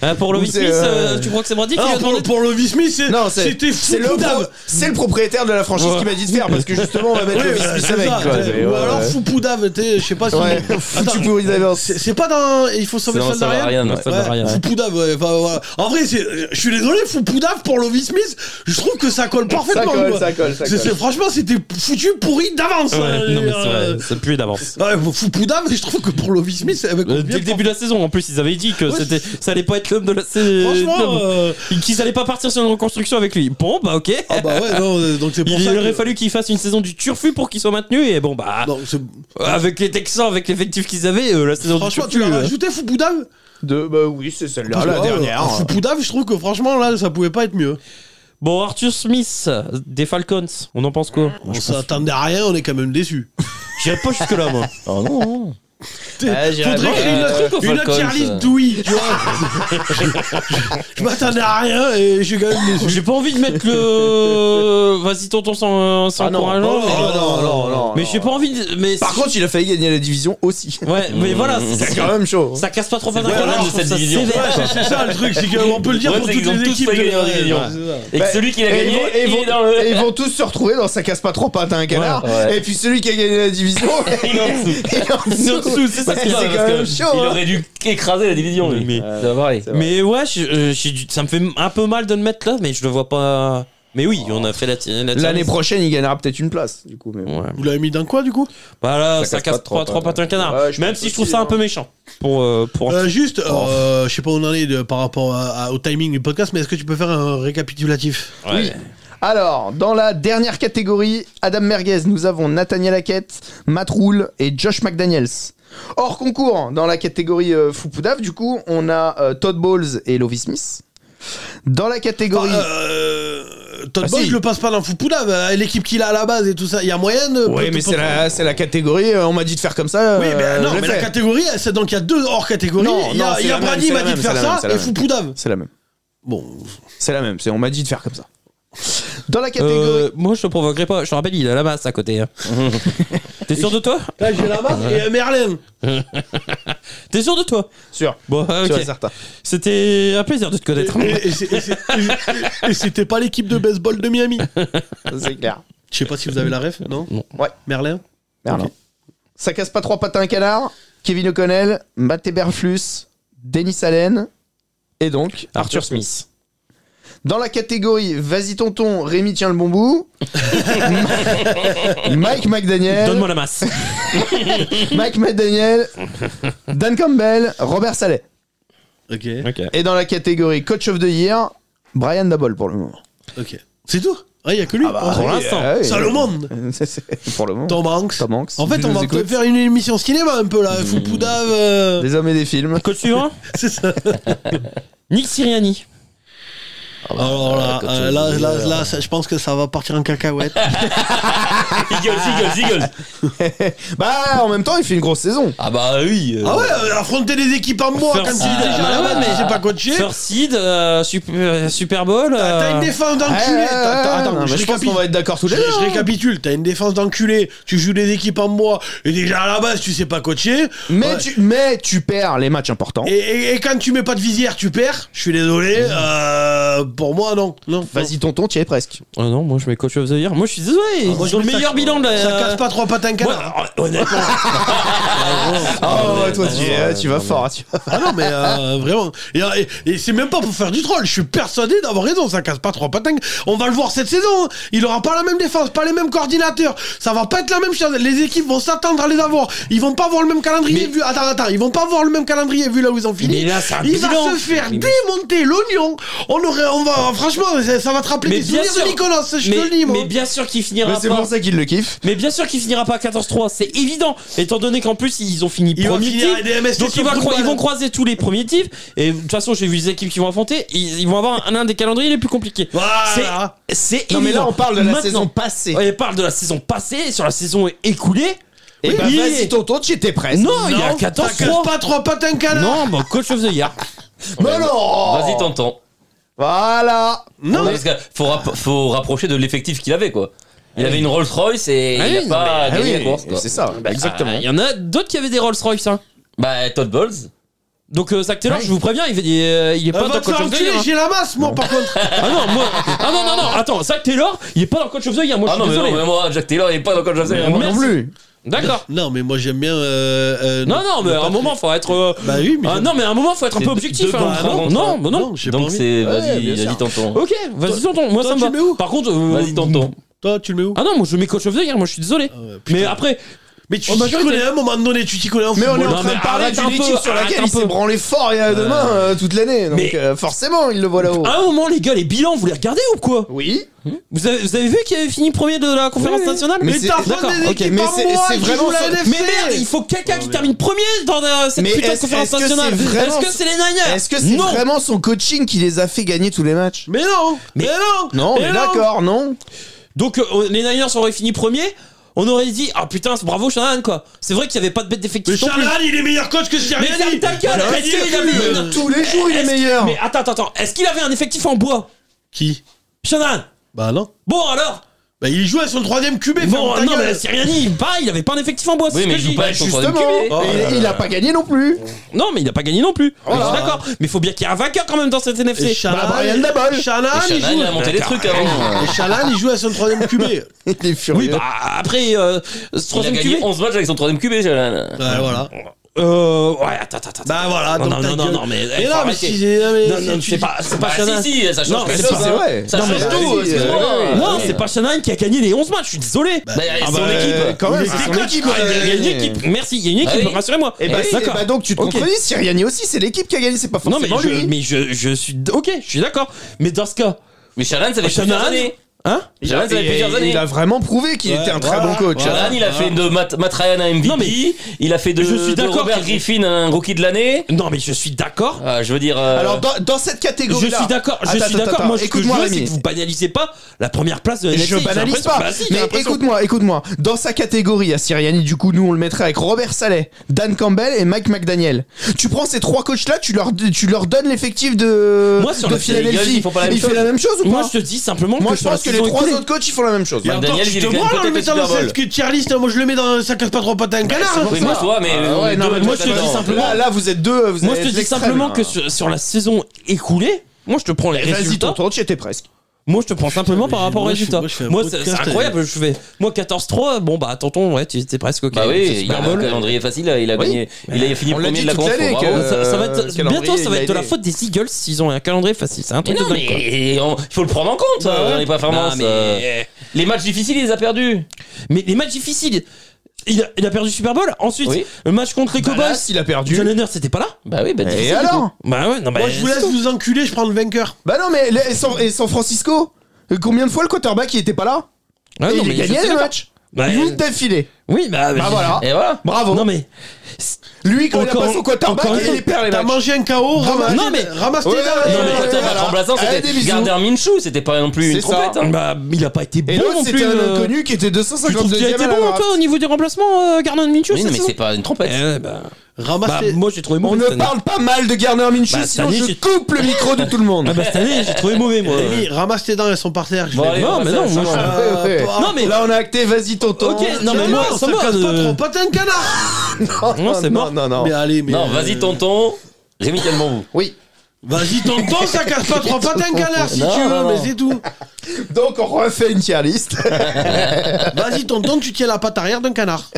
Speaker 2: Euh, Pour Lovie
Speaker 3: Ou
Speaker 2: Smith,
Speaker 3: c'est,
Speaker 2: euh,
Speaker 3: euh,
Speaker 2: tu crois que c'est Brady qui lui
Speaker 1: Ah,
Speaker 2: a
Speaker 1: pour,
Speaker 2: demandé
Speaker 1: pour le Smith, c'est-
Speaker 3: Non, c'est
Speaker 1: c'était
Speaker 3: c'est
Speaker 1: fou
Speaker 3: le, pro-
Speaker 1: poudave.
Speaker 3: c'est le propriétaire de la franchise
Speaker 2: Ouais.
Speaker 3: qui m'a dit de faire parce que justement on va
Speaker 1: Oui,
Speaker 3: mettre le
Speaker 1: euh,
Speaker 3: Smith
Speaker 1: c'est
Speaker 3: avec.
Speaker 1: ça,
Speaker 3: quoi.
Speaker 1: ouais.
Speaker 3: Mais
Speaker 1: Ou
Speaker 3: ouais,
Speaker 1: alors
Speaker 3: ouais.
Speaker 1: fou poudave, t'es- je sais pas si.
Speaker 3: Ouais,
Speaker 1: Attends,
Speaker 3: foutu pourri d'avance.
Speaker 1: C'est c'est pas dans. Il faut sauver
Speaker 4: C'est dans
Speaker 1: ça de
Speaker 4: Salarian,
Speaker 1: rien.
Speaker 4: ouais.
Speaker 2: Ça veut rien.
Speaker 1: Fou poudave, ouais, enfin, voilà. En vrai, c'est- je suis désolé, fou poudave pour Lovie Smith, je trouve que ça colle parfaitement.
Speaker 3: Ça colle,
Speaker 1: quoi.
Speaker 3: ça colle, ça
Speaker 1: C'est- c'est-
Speaker 3: colle.
Speaker 1: Franchement, c'était foutu pourri d'avance.
Speaker 2: Ouais,
Speaker 1: euh,
Speaker 2: non mais c'est
Speaker 1: euh,
Speaker 2: vrai, ça pue d'avance.
Speaker 1: Ouais, bon, fou poudave, je trouve que pour Lovie Smith, ça avait
Speaker 2: Euh,
Speaker 1: bien
Speaker 2: Dès le début de la saison, en plus, ils avaient dit que
Speaker 1: Ouais,
Speaker 2: c'était, ça allait pas être l'homme de la saison.
Speaker 1: Franchement, euh,
Speaker 2: Qu'ils allaient pas partir sur une reconstruction avec lui. Bon, bah ok.
Speaker 1: ah bah ouais, non, euh, donc c'est pour
Speaker 2: Il
Speaker 1: ça.
Speaker 2: aurait
Speaker 1: que-
Speaker 2: fallu qu'il fasse une saison du turfu pour qu'il soit maintenu, et bon, bah.
Speaker 1: Non, c'est-
Speaker 2: Avec les Texans, avec l'effectif qu'ils avaient, euh, la saison du
Speaker 1: franchement,
Speaker 2: turfu,
Speaker 1: tu l'as
Speaker 2: euh,
Speaker 1: rajouté, Foupoudave oh,
Speaker 3: De, bah oui, c'est celle-là, la dernière.
Speaker 1: Foupoudave, Lave, je trouve que franchement, là, ça pouvait pas être mieux.
Speaker 2: Bon, Arthur Smith des Falcons, on en pense quoi
Speaker 1: on s'attendait à rien, on est quand même déçus.
Speaker 2: J'irai pas jusque-là, moi.
Speaker 4: Oh non.
Speaker 3: Ah, j'irais
Speaker 1: Faudrait
Speaker 3: bien,
Speaker 1: créer une,
Speaker 4: euh,
Speaker 1: autre-
Speaker 4: truc aux
Speaker 1: une
Speaker 4: Falcons,
Speaker 1: tier
Speaker 4: euh.
Speaker 1: list d'ouïe, tu vois. je m'attendais à rien et je suis quand même déçu.
Speaker 2: J'ai pas envie de mettre le. Vas-y, tonton, sans, sans
Speaker 3: Ah non,
Speaker 2: encourageant.
Speaker 3: non, non, non, non, non,
Speaker 2: mais
Speaker 3: non.
Speaker 2: j'ai pas envie de. Mais
Speaker 3: Par
Speaker 2: si-
Speaker 3: contre, il a failli gagner la division aussi.
Speaker 2: Ouais, mais voilà,
Speaker 3: C'est
Speaker 2: ça,
Speaker 3: quand même chaud. hein.
Speaker 2: ça casse pas trop pas
Speaker 4: le problème de cette division.
Speaker 1: Ouais, c'est ça le truc, c'est qu'on peut le dire
Speaker 4: Ouais,
Speaker 1: pour
Speaker 4: c'est
Speaker 1: toutes
Speaker 4: qu'ils ont
Speaker 1: les
Speaker 4: tous
Speaker 1: équipes.
Speaker 4: pas gagné
Speaker 1: de-
Speaker 4: en division.
Speaker 1: Ouais, c'est ça.
Speaker 4: Et que celui qui l'a
Speaker 3: Et
Speaker 4: gagné,
Speaker 3: ils vont- et ils
Speaker 4: il est
Speaker 3: vont-
Speaker 4: dans le.
Speaker 3: et ils vont tous se retrouver dans Ça casse pas trop pattes à un canard.
Speaker 4: Ouais.
Speaker 3: Et puis celui qui a gagné la division.
Speaker 4: Il est en dessous.
Speaker 3: il est en
Speaker 2: C'est en dessous, c'est ça
Speaker 3: Ouais,
Speaker 2: qui est
Speaker 3: c'est
Speaker 2: grave,
Speaker 3: quand
Speaker 2: parce
Speaker 3: même
Speaker 2: que
Speaker 3: chaud.
Speaker 4: Il
Speaker 3: hein.
Speaker 4: aurait dû écraser la division, lui.
Speaker 2: Mais-
Speaker 4: Ça va pareil.
Speaker 2: Mais ouais, je- euh, j'ai du- ça me fait un peu mal de le mettre là, mais je le vois pas. Mais oui, on a fait la tienne.
Speaker 3: L'année prochaine, il gagnera peut-être une place. Du coup, mais bon.
Speaker 2: Ouais.
Speaker 1: Vous l'avez mis dans quoi du coup
Speaker 2: Bah là, ça, casse pas trop pattes un canard.
Speaker 3: Ouais, je
Speaker 2: Même
Speaker 3: pense
Speaker 2: si je trouve
Speaker 3: aussi,
Speaker 2: ça un
Speaker 3: hein.
Speaker 2: peu méchant. Pour. euh,
Speaker 3: Oh.
Speaker 2: pour...
Speaker 1: Euh, Juste, euh, je sais pas où on en est de- par rapport à- à- au timing du podcast, mais est-ce que tu peux faire un récapitulatif
Speaker 2: Ouais.
Speaker 3: oui. Alors, dans la dernière catégorie, Adam Merguez, nous avons Nathaniel Hackett, Matt Roule et Josh McDaniels. Hors concours, dans la catégorie euh, Foupoudave, du coup, on a euh, Todd Bowles et Lovie Smith. Dans la catégorie.
Speaker 1: Enfin, euh, Todd
Speaker 3: Ah,
Speaker 1: Boyd,
Speaker 3: si.
Speaker 1: je le passe pas dans Fupuda, bah, l'équipe qu'il a à la base et tout ça, il y a moyen de.
Speaker 3: Ouais,
Speaker 1: peut-
Speaker 3: mais
Speaker 1: peut-
Speaker 3: c'est la, c'est la catégorie, euh, on m'a dit de faire comme ça.
Speaker 1: Oui, mais
Speaker 3: euh,
Speaker 1: non,
Speaker 3: je l'ai
Speaker 1: mais la
Speaker 3: fait.
Speaker 1: catégorie, c'est donc il y a deux hors catégories.
Speaker 3: Non,
Speaker 1: Il y
Speaker 3: non,
Speaker 1: a,
Speaker 3: c'est
Speaker 1: il y a
Speaker 3: la même,
Speaker 1: Brady
Speaker 3: c'est
Speaker 1: m'a
Speaker 3: la
Speaker 1: dit de
Speaker 3: même,
Speaker 1: faire
Speaker 3: c'est la même,
Speaker 1: ça
Speaker 3: c'est la
Speaker 1: et
Speaker 3: même.
Speaker 1: Fupudav.
Speaker 3: C'est la même.
Speaker 1: Bon,
Speaker 3: C'est la même, c'est on m'a dit de faire comme ça. Dans la catégorie.
Speaker 2: Euh, moi, je te provoquerai pas. Je te rappelle, il a la masse à côté. hein. T'es sûr de toi
Speaker 1: là j'ai la masse et un Merlin.
Speaker 2: T'es sûr de toi
Speaker 3: Sûr.
Speaker 2: Bon, ah,
Speaker 3: Sûr
Speaker 2: ok.
Speaker 3: et certain.
Speaker 2: C'était un plaisir de te
Speaker 1: Et,
Speaker 2: connaître.
Speaker 1: et- et c'est- et c'est- et- et c'était pas l'équipe de baseball de Miami.
Speaker 3: Ça, C'est clair.
Speaker 1: Je sais pas si vous avez la ref, non
Speaker 2: Non.
Speaker 3: Ouais.
Speaker 1: Merlin
Speaker 3: Merlin. Ça casse pas trois pattes à un canard. Kevin O'Connell, Matt Berflus, Denis Allen. Et donc,
Speaker 2: Arthur Smith.
Speaker 3: Dans la catégorie Vas-y tonton, Rémi tient le bon bout. Mike McDaniel.
Speaker 2: Donne-moi la masse.
Speaker 3: Mike McDaniel. Dan Campbell. Robert Saleh.
Speaker 1: Ok,
Speaker 2: ok.
Speaker 3: Et dans la catégorie Coach of the Year, Brian Dabol pour le moment.
Speaker 1: ok. C'est tout Il y a que lui.
Speaker 3: bah,
Speaker 1: pour
Speaker 2: Pour
Speaker 1: l'instant.
Speaker 2: l'instant.
Speaker 3: Ah oui.
Speaker 1: Ça le monde
Speaker 3: C'est- c'est- Pour le moment.
Speaker 1: Tom Hanks.
Speaker 3: Tom Hanks.
Speaker 1: En fait,
Speaker 3: Tu
Speaker 1: on
Speaker 3: nous
Speaker 1: va
Speaker 3: écoutes
Speaker 1: faire une émission cinéma un peu là. Fupudav. euh,
Speaker 3: Des hommes et des films.
Speaker 2: Coach suivant
Speaker 1: C'est ça.
Speaker 2: Nick Siriani.
Speaker 1: Alors là,
Speaker 4: Coach
Speaker 1: euh,
Speaker 4: of
Speaker 1: là,
Speaker 4: the
Speaker 1: là,
Speaker 4: year.
Speaker 1: là, ça- je pense que ça va partir en cacahuète.
Speaker 4: Eagles, Eagles, Eagles.
Speaker 3: Bah, en même temps, il fait une grosse saison.
Speaker 4: Ah bah oui. euh,
Speaker 1: Ah ouais, euh, affronter des équipes en bois
Speaker 2: First
Speaker 1: quand il
Speaker 2: seed,
Speaker 1: est déjà
Speaker 2: ah,
Speaker 1: là,
Speaker 2: ouais,
Speaker 1: ouais, mais
Speaker 2: mais-
Speaker 1: j'ai pas coaché.
Speaker 2: First seed, euh, super, euh, Super Bowl.
Speaker 1: T'as t'as une
Speaker 2: euh,
Speaker 1: défense
Speaker 3: Ouais,
Speaker 1: d'enculé.
Speaker 3: ouais,
Speaker 1: T'as- t'as-
Speaker 3: ouais,
Speaker 1: attends,
Speaker 3: non, mais
Speaker 1: je
Speaker 3: je pense
Speaker 1: récapitule.
Speaker 3: qu'on va être d'accord tous
Speaker 1: Je,
Speaker 3: les deux.
Speaker 1: je
Speaker 3: hein.
Speaker 1: récapitule, t'as une défense d'enculé, tu joues des équipes en bois, et déjà à la base tu sais pas coacher,
Speaker 3: Mais,
Speaker 1: Ouais.
Speaker 3: tu, mais tu perds les matchs importants.
Speaker 1: et, et- et quand tu mets pas de visière tu perds, je suis désolé, euh, pour moi non. non
Speaker 3: Mmh. Vas-y tonton, tu y es presque.
Speaker 2: Ah non, moi je mets Coach of the Year. Moi je suis désolé, ils
Speaker 1: Ah, moi, je
Speaker 2: ont le
Speaker 1: mets ça-
Speaker 2: meilleur bilan de la.
Speaker 3: Euh,
Speaker 1: Ça casse pas trois pattes un
Speaker 2: Ouais,
Speaker 1: canard. hein.
Speaker 2: hon- honnêtement. Ah,
Speaker 3: Oh, toi, tu,
Speaker 4: ouais,
Speaker 3: tu vas
Speaker 4: non,
Speaker 3: fort. tu vas-
Speaker 1: Ah non mais euh, vraiment. Et, et- et c'est même pas pour faire du troll, je suis persuadé d'avoir raison, ça casse pas trois pattes un canard. On va le voir cette saison, hein. il aura pas la même défense, pas les mêmes coordinateurs, ça va pas être la même chose, les équipes vont s'attendre à les avoir, ils vont pas avoir le même calendrier vu... Attends, attends, ils vont pas avoir le même calendrier vu là où ils ont fini.
Speaker 2: Mais là, c'est un
Speaker 1: Il va
Speaker 2: bilan.
Speaker 1: se faire démonter l'oignon. On aurait, on va, franchement, ça, ça va te rappeler
Speaker 2: Mais
Speaker 1: des
Speaker 2: bien
Speaker 1: souvenirs
Speaker 2: sûr.
Speaker 1: de Nicolas. Je
Speaker 2: mais,
Speaker 1: te le dis, moi.
Speaker 2: mais bien sûr qu'il finira
Speaker 3: Mais c'est
Speaker 2: pas.
Speaker 3: pour ça qu'il le kiffe.
Speaker 2: Mais bien sûr qu'il finira pas 14-3, c'est évident. Étant donné qu'en plus ils ont fini
Speaker 1: Il va
Speaker 2: premier
Speaker 1: finir
Speaker 2: type.
Speaker 1: ADMS
Speaker 2: Donc
Speaker 1: sur
Speaker 2: ils, vont
Speaker 1: le
Speaker 2: cro-
Speaker 1: football.
Speaker 2: ils vont croiser tous les premiers types. Et de toute façon, j'ai vu les équipes qui vont affronter. Ils, ils vont avoir un, un des calendriers les plus compliqués.
Speaker 1: Voilà.
Speaker 2: C'est- C'est
Speaker 3: Non,
Speaker 2: évident.
Speaker 3: mais là, on parle de la
Speaker 2: Maintenant,
Speaker 3: saison passée.
Speaker 2: ouais, On parle de la saison passée, sur la saison écoulée.
Speaker 3: Et
Speaker 2: Oui,
Speaker 3: bah,
Speaker 2: oui.
Speaker 3: vas-y tonton, tu y étais presque.
Speaker 2: Non, il y a
Speaker 1: Non, ça casse
Speaker 2: 14-3.
Speaker 1: pas trois pattes un canard.
Speaker 2: Non, bah, coach of the year.
Speaker 3: Mais non
Speaker 4: Vas-y, t'entends.
Speaker 3: Voilà
Speaker 1: Non.
Speaker 4: parce que faut, rap- faut rapprocher de l'effectif qu'il avait, quoi. Il avait une Rolls Royce et
Speaker 2: Ah
Speaker 4: il a
Speaker 2: oui,
Speaker 4: pas
Speaker 3: Ah
Speaker 4: gagné la
Speaker 3: oui,
Speaker 4: course, quoi.
Speaker 3: C'est ça. Bah,
Speaker 2: Exactement. Ah, Il y en a d'autres qui avaient des Rolls Royce. Hein.
Speaker 4: Bah, Todd Bowles.
Speaker 2: Donc euh, Zach Taylor, je vous préviens, il, il, euh, il est
Speaker 1: Euh,
Speaker 2: pas
Speaker 1: va
Speaker 2: dans
Speaker 1: te
Speaker 2: Coach
Speaker 1: faire
Speaker 2: of the
Speaker 1: enculer,
Speaker 2: Year. hein.
Speaker 1: j'ai la masse, moi, par contre.
Speaker 2: Ah non, moi, ah non, non, non, attends, Zach Taylor, il est pas dans Coach of the Year, moi
Speaker 4: Ah
Speaker 2: je
Speaker 4: non,
Speaker 2: suis
Speaker 4: mais non,
Speaker 2: désolé.
Speaker 4: mais moi, Jack Taylor, il est pas dans Coach of the Year.
Speaker 2: Mais-
Speaker 3: Moi euh,
Speaker 2: Merci.
Speaker 3: non plus.
Speaker 2: D'accord.
Speaker 1: Non, mais moi, j'aime bien. euh, euh,
Speaker 2: Non, non, mais à un
Speaker 1: Patrick.
Speaker 2: moment, faut être. euh,
Speaker 1: Bah oui, mais.
Speaker 2: ah, non, mais à un moment, faut être un
Speaker 4: C'est
Speaker 2: peu
Speaker 4: deux-
Speaker 2: objectif.
Speaker 4: deux
Speaker 2: hein.
Speaker 4: contre
Speaker 2: Ah non,
Speaker 4: un.
Speaker 2: non, bah non.
Speaker 1: Non, j'ai pas
Speaker 4: Donc
Speaker 1: envie.
Speaker 3: Ouais,
Speaker 4: c'est, vas-y,
Speaker 3: bien
Speaker 4: vas-y,
Speaker 3: sûr.
Speaker 4: t'entends.
Speaker 2: Ok, vas-y, tonton, moi
Speaker 1: toi,
Speaker 2: ça me
Speaker 1: tu
Speaker 2: va.
Speaker 1: le mets où
Speaker 2: Par contre, euh,
Speaker 4: Vas-y, tonton.
Speaker 1: Toi, tu le mets où
Speaker 2: Ah non, moi je mets Coach of the Year, moi je suis désolé.
Speaker 1: Ah ouais, putain.
Speaker 2: mais après,
Speaker 1: Mais tu
Speaker 2: Oh, bah,
Speaker 1: t'y connais
Speaker 2: j'étais-
Speaker 1: à un moment donné, tu t'y connais en
Speaker 3: Mais on est
Speaker 1: football.
Speaker 3: en
Speaker 2: Non,
Speaker 3: train
Speaker 2: mais
Speaker 3: de parler
Speaker 2: arrête un
Speaker 3: d'une
Speaker 2: peu,
Speaker 3: équipe sur
Speaker 2: arrête
Speaker 3: laquelle
Speaker 2: un
Speaker 3: il s'est
Speaker 2: peu.
Speaker 3: branlé fort il y a deux mains euh, toute l'année. Donc
Speaker 2: Mais-
Speaker 3: euh, forcément, il le voit là-haut.
Speaker 2: À un moment, les gars, les bilans, vous les regardez ou quoi
Speaker 3: Oui,
Speaker 2: vous avez, vous avez vu qu'il avait fini premier de la conférence nationale
Speaker 3: Mais c'est-
Speaker 2: t'affrontes
Speaker 1: D'accord,
Speaker 2: des
Speaker 1: ok,
Speaker 2: équipes
Speaker 3: mais
Speaker 2: par
Speaker 3: c'est-
Speaker 2: mois
Speaker 3: c'est
Speaker 2: qui
Speaker 3: vraiment
Speaker 2: jouent la
Speaker 3: ça.
Speaker 2: NFC.
Speaker 3: Mais
Speaker 2: Mais merde, il faut quelqu'un qui termine premier dans euh, cette
Speaker 3: Mais
Speaker 2: putain de
Speaker 3: est-ce-
Speaker 2: conférence
Speaker 3: est-ce que
Speaker 2: nationale.
Speaker 3: c'est vraiment-
Speaker 2: Est-ce que c'est les Niners
Speaker 3: Est-ce que c'est
Speaker 2: Non.
Speaker 3: vraiment son coaching qui les a fait gagner tous les matchs
Speaker 1: Mais non Mais,
Speaker 2: Mais-
Speaker 1: non
Speaker 3: Non, on
Speaker 2: Et
Speaker 3: est
Speaker 2: non.
Speaker 3: d'accord, non
Speaker 2: Donc euh, les Niners auraient fini premier, on aurait dit ah putain bravo Shanahan quoi. C'est vrai qu'il n'y avait pas de bête
Speaker 1: Mais
Speaker 2: d'effectif non plus.
Speaker 1: Shanahan, il est meilleur coach que
Speaker 2: Mais
Speaker 1: Sirianni
Speaker 2: ferme ta gueule,
Speaker 1: Voilà. Euh,
Speaker 2: est-ce qu'il avait une-
Speaker 3: Tous les jours, il est
Speaker 2: Est-ce-
Speaker 3: meilleur.
Speaker 2: Mais attends attends attends, est-ce qu'il avait un effectif en bois
Speaker 1: Qui
Speaker 2: Shanahan.
Speaker 1: Bah non.
Speaker 2: Bon alors.
Speaker 1: Bah il joue à son troisième QB, ferme
Speaker 2: Bon
Speaker 1: ta
Speaker 2: non mais
Speaker 1: gueule.
Speaker 2: Sirianni, pas, il avait pas un effectif en bois. c'est
Speaker 4: Oui,
Speaker 2: ce
Speaker 4: mais
Speaker 2: que
Speaker 4: il
Speaker 2: je dis.
Speaker 4: joue pas avec son
Speaker 3: Justement,
Speaker 4: troisième
Speaker 1: Oh
Speaker 3: Et
Speaker 1: là
Speaker 3: il,
Speaker 1: là.
Speaker 3: a pas gagné non plus.
Speaker 2: Non mais il a pas gagné non plus.
Speaker 3: Voilà.
Speaker 2: Je suis d'accord. Mais faut bien qu'il y ait un vainqueur quand même dans cette
Speaker 1: Oh Et
Speaker 2: NFC.
Speaker 1: Shanahan,
Speaker 3: Brian Daboll.
Speaker 1: Shanahan,
Speaker 4: Et
Speaker 1: il
Speaker 4: Shanahan,
Speaker 1: joue.
Speaker 4: il a monté les
Speaker 2: D'accord.
Speaker 4: trucs avant.
Speaker 1: Et Shanahan, il joue à son troisième QB. Ouais,
Speaker 3: Il est
Speaker 2: oui
Speaker 3: furieux.
Speaker 2: bah après euh, ce
Speaker 4: Il a
Speaker 2: troisième
Speaker 4: gagné
Speaker 2: QB.
Speaker 4: 11 matchs avec son troisième QB, Jalan.
Speaker 1: voilà.
Speaker 2: Euh, ouais attends attends attends.
Speaker 1: Bah voilà,
Speaker 2: Non
Speaker 1: donc
Speaker 2: non
Speaker 1: ta
Speaker 2: non non,
Speaker 1: gueule.
Speaker 2: non mais. eh,
Speaker 1: Mais
Speaker 2: faut
Speaker 1: non, mais
Speaker 2: arrêter.
Speaker 1: si j'ai- non, mais
Speaker 2: Non,
Speaker 1: si
Speaker 2: non,
Speaker 1: tu
Speaker 2: c'est
Speaker 1: dis-
Speaker 2: pas, c'est pas
Speaker 4: Bah
Speaker 2: Shanahan.
Speaker 4: si, si, ça
Speaker 2: Non,
Speaker 4: change
Speaker 2: mais
Speaker 4: quelque
Speaker 2: c'est
Speaker 4: chose.
Speaker 2: pas-
Speaker 4: hein.
Speaker 3: vrai.
Speaker 4: Ça
Speaker 2: Non, mais
Speaker 4: change
Speaker 2: bah,
Speaker 4: tout,
Speaker 3: oui,
Speaker 4: excuse-moi.
Speaker 3: euh,
Speaker 2: Non,
Speaker 4: Oui.
Speaker 2: c'est pas Shanahan qui a gagné les 11 matchs, je suis désolé.
Speaker 1: Bah,
Speaker 4: Bah, c'est
Speaker 2: Ah
Speaker 4: son
Speaker 2: bah,
Speaker 4: équipe.
Speaker 3: euh, Quand même,
Speaker 1: Il
Speaker 3: c'est
Speaker 1: était
Speaker 3: son
Speaker 1: coach,
Speaker 3: équipe.
Speaker 1: bah,
Speaker 2: Ah, Il y a une
Speaker 3: Ouais.
Speaker 2: équipe, merci, il y a une équipe,
Speaker 4: Ah oui.
Speaker 2: rassurez-moi.
Speaker 3: Et bah,
Speaker 2: Oui,
Speaker 3: et
Speaker 2: d'accord.
Speaker 3: bah donc tu te
Speaker 2: Ok.
Speaker 3: contredis, Sirianni aussi, c'est l'équipe qui a gagné, c'est pas
Speaker 2: Non,
Speaker 3: forcément
Speaker 2: mais, je,
Speaker 3: lui.
Speaker 2: mais je, je suis. Ok, je suis d'accord. Mais dans ce cas,
Speaker 4: Mais Shanahan, ça fait plusieurs
Speaker 2: Shanahan.
Speaker 4: années.
Speaker 2: Hein
Speaker 4: Shanahan, ça fait
Speaker 3: Et
Speaker 4: plusieurs années.
Speaker 3: il a vraiment prouvé qu'il
Speaker 1: Ouais,
Speaker 3: était un très
Speaker 1: voilà,
Speaker 3: bon coach.
Speaker 1: voilà.
Speaker 4: Shanahan, il a fait de Matt, Matt Ryan un MVP.
Speaker 2: Non, mais-
Speaker 4: il a fait de,
Speaker 2: Je suis
Speaker 4: de
Speaker 2: d'accord
Speaker 4: Robert
Speaker 2: qu'il-
Speaker 4: Griffin un rookie de l'année.
Speaker 2: Non, mais je suis d'accord.
Speaker 4: Ah, je veux dire. euh,
Speaker 3: Alors dans, dans cette
Speaker 2: Je
Speaker 3: catégorie là,
Speaker 2: suis d'accord, je suis d'accord. Moi, ce que je
Speaker 3: écoute-moi
Speaker 2: veux, c'est
Speaker 3: Rémi.
Speaker 2: que vous banalisez pas la première place de la NFC.
Speaker 3: Je
Speaker 2: J'ai
Speaker 3: banalise
Speaker 2: l'impression-
Speaker 3: pas.
Speaker 2: Bah, si, j'ai
Speaker 3: mais
Speaker 2: l'impression-
Speaker 3: écoute-moi, écoute-moi. Dans sa catégorie à Siriani, du coup, nous on le mettrait avec Robert Saleh, Dan Campbell et Mike McDaniel. Tu prends ces trois coachs là, tu leur tu leur donnes l'effectif de
Speaker 2: Moi, sur
Speaker 3: de
Speaker 2: le
Speaker 3: Philadelphie.
Speaker 4: Eagles, ils font pas la même
Speaker 3: fait
Speaker 4: chose.
Speaker 3: la même chose ou
Speaker 2: Moi,
Speaker 3: pas
Speaker 2: je te dis simplement
Speaker 3: Moi,
Speaker 2: que
Speaker 3: je
Speaker 2: sur la
Speaker 3: pense que les
Speaker 2: saison
Speaker 3: trois
Speaker 2: écoulée-
Speaker 3: autres coachs ils font la même chose.
Speaker 1: Et encore,
Speaker 4: Daniel,
Speaker 1: tu
Speaker 4: il
Speaker 1: te
Speaker 4: est quand même
Speaker 1: branles en le
Speaker 4: peut-être
Speaker 1: mettant
Speaker 4: au
Speaker 1: dans
Speaker 4: Super Bowl.
Speaker 1: cette tier list. Moi, je le mets dans ça casse pas trop patin un canard. hein.
Speaker 4: Oui, moi, toi, mais.
Speaker 3: Ah ouais,
Speaker 4: mais
Speaker 3: non,
Speaker 4: deux,
Speaker 3: mais
Speaker 4: toi,
Speaker 3: moi,
Speaker 2: je
Speaker 4: t'as
Speaker 2: te dis
Speaker 4: dedans.
Speaker 2: simplement-
Speaker 3: Là, là, vous êtes deux. Vous
Speaker 2: Moi,
Speaker 3: êtes
Speaker 2: je te dis
Speaker 3: l'extrême.
Speaker 2: simplement que sur sur la saison écoulée, moi, je te prends les
Speaker 3: hein. Vas-y, ton
Speaker 2: résultats.
Speaker 3: tour, tu étais presque.
Speaker 2: Moi, je te prends simplement
Speaker 1: mais
Speaker 2: par
Speaker 1: j'ai-
Speaker 2: rapport au
Speaker 1: moi, je-
Speaker 2: résultat.
Speaker 1: moi, je fais un
Speaker 2: Moi, c'est
Speaker 1: podcast,
Speaker 2: c'est incroyable. Je fais moi 14-3. Bon bah, tonton, ouais, tu étais presque ok.
Speaker 4: Bah
Speaker 2: c'est
Speaker 4: oui, il a
Speaker 2: Super
Speaker 4: un
Speaker 2: Bowl.
Speaker 4: calendrier facile, il a
Speaker 3: Oui.
Speaker 4: gagné, il a fini
Speaker 3: On l'a
Speaker 4: premier
Speaker 3: dit
Speaker 4: de la
Speaker 3: toute
Speaker 4: conf.
Speaker 3: l'année
Speaker 4: bravo.
Speaker 3: que-
Speaker 2: Ça, ça va être-
Speaker 3: Euh, calendrier,
Speaker 2: bientôt, ça
Speaker 3: il
Speaker 2: va
Speaker 3: a
Speaker 2: être de la
Speaker 3: aidé.
Speaker 2: faute des Eagles s'ils ont un calendrier facile. C'est un
Speaker 4: Mais
Speaker 2: truc
Speaker 4: non,
Speaker 2: de dingue. quoi.
Speaker 4: mais on- il faut le prendre en compte
Speaker 2: Bah
Speaker 4: euh,
Speaker 2: ouais.
Speaker 4: les performances.
Speaker 2: Non, mais...
Speaker 4: euh. Les matchs difficiles, il les a perdus.
Speaker 2: mais les matchs difficiles. Il a, il a perdu le Super Bowl. Ensuite,
Speaker 4: Oui.
Speaker 2: le match contre les Cowboys.
Speaker 3: Dallas, il a perdu.
Speaker 2: John Lennon, c'était pas là
Speaker 4: Bah oui, bah
Speaker 3: Et
Speaker 4: difficile.
Speaker 3: alors
Speaker 2: Bah ouais, non, bah.
Speaker 1: hein. Moi, je vous laisse vous enculer, je prends le vainqueur.
Speaker 3: Bah non, mais les- et San, et San Francisco Euh, Combien de fois le quarterback il était pas là
Speaker 2: Ouais,
Speaker 3: Et
Speaker 2: Ah non,
Speaker 3: Il
Speaker 2: mais je
Speaker 3: gagnait
Speaker 2: sais
Speaker 3: les
Speaker 2: pas.
Speaker 3: matchs
Speaker 2: Bah,
Speaker 3: Huit
Speaker 2: euh,
Speaker 3: d'affilée
Speaker 2: Oui, bah.
Speaker 3: Bah
Speaker 2: je-
Speaker 3: voilà
Speaker 4: Et voilà.
Speaker 3: Bravo
Speaker 2: Non, mais.
Speaker 3: Lui quand
Speaker 2: Encore-
Speaker 3: il a pas son quarterback
Speaker 2: encore-
Speaker 3: il les perd les
Speaker 1: T'as
Speaker 3: matchs
Speaker 1: mangé un KO, ramasse
Speaker 2: Non, mais-
Speaker 1: ramasse tes hein.
Speaker 3: Ouais,
Speaker 1: verres.
Speaker 3: ouais, ouais,
Speaker 4: Non, mais
Speaker 3: ouais,
Speaker 4: le
Speaker 3: ouais,
Speaker 4: quarterback
Speaker 3: voilà.
Speaker 4: remplaçant,
Speaker 3: Allez, des
Speaker 4: c'était
Speaker 3: bisous.
Speaker 4: Gardner Minshew, c'était pas non plus une
Speaker 3: C'est ça.
Speaker 4: trompette. hein.
Speaker 2: Bah, il a pas été
Speaker 3: Et
Speaker 2: bon
Speaker 3: l'autre
Speaker 2: non plus.
Speaker 3: c'était un
Speaker 2: euh,
Speaker 3: inconnu qui était
Speaker 2: Tu trouves qu'il a
Speaker 3: 252ème
Speaker 2: été
Speaker 3: à la
Speaker 2: bon, hein,
Speaker 3: draft.
Speaker 2: toi, au niveau du remplacement, euh, Garnon Minshew
Speaker 4: Oui,
Speaker 2: cette
Speaker 4: mais
Speaker 2: saison
Speaker 4: c'est pas une
Speaker 2: Eh
Speaker 4: trompette.
Speaker 2: ouais, bah, bah,
Speaker 1: Ramasse tes-
Speaker 2: moi j'ai trouvé
Speaker 3: Ah, On
Speaker 2: mauvais.
Speaker 3: ne
Speaker 2: cette année.
Speaker 3: parle pas mal de Garner Minshew
Speaker 2: Bah, cette
Speaker 3: sinon
Speaker 2: année,
Speaker 3: je
Speaker 2: j'ai-
Speaker 3: coupe le micro de tout le monde
Speaker 2: Ah bah cette année j'ai trouvé mauvais moi.
Speaker 1: Rémi, ramasse tes dents, elles sont par terre. je
Speaker 4: Bon,
Speaker 1: les-
Speaker 4: allez,
Speaker 2: Non,
Speaker 4: on va
Speaker 2: mais
Speaker 4: faire
Speaker 2: non,
Speaker 4: ça.
Speaker 2: moi, je-
Speaker 1: Ah,
Speaker 3: bah, ouais, ouais.
Speaker 1: toi,
Speaker 2: Non mais
Speaker 3: Là on a acté vas-y tonton
Speaker 2: Ok, non,
Speaker 1: Mais
Speaker 2: mais
Speaker 1: non,
Speaker 2: moi,
Speaker 1: ça
Speaker 2: ça va,
Speaker 1: casse pas
Speaker 2: euh,
Speaker 1: trop patin canard.
Speaker 2: Non, c'est mort.
Speaker 3: Non non
Speaker 1: Mais
Speaker 3: non
Speaker 1: allez, mais
Speaker 4: Non,
Speaker 1: euh,
Speaker 4: vas-y, tonton. Rémi Calmont,
Speaker 3: Oui
Speaker 1: Vas-y, tonton, ça casse pas trois pattes un canard si
Speaker 4: Non,
Speaker 1: tu veux,
Speaker 4: non,
Speaker 1: mais
Speaker 4: non.
Speaker 1: c'est tout.
Speaker 3: donc on refait une tier list
Speaker 1: Vas-y, tonton, tu tiens la patte arrière d'un canard.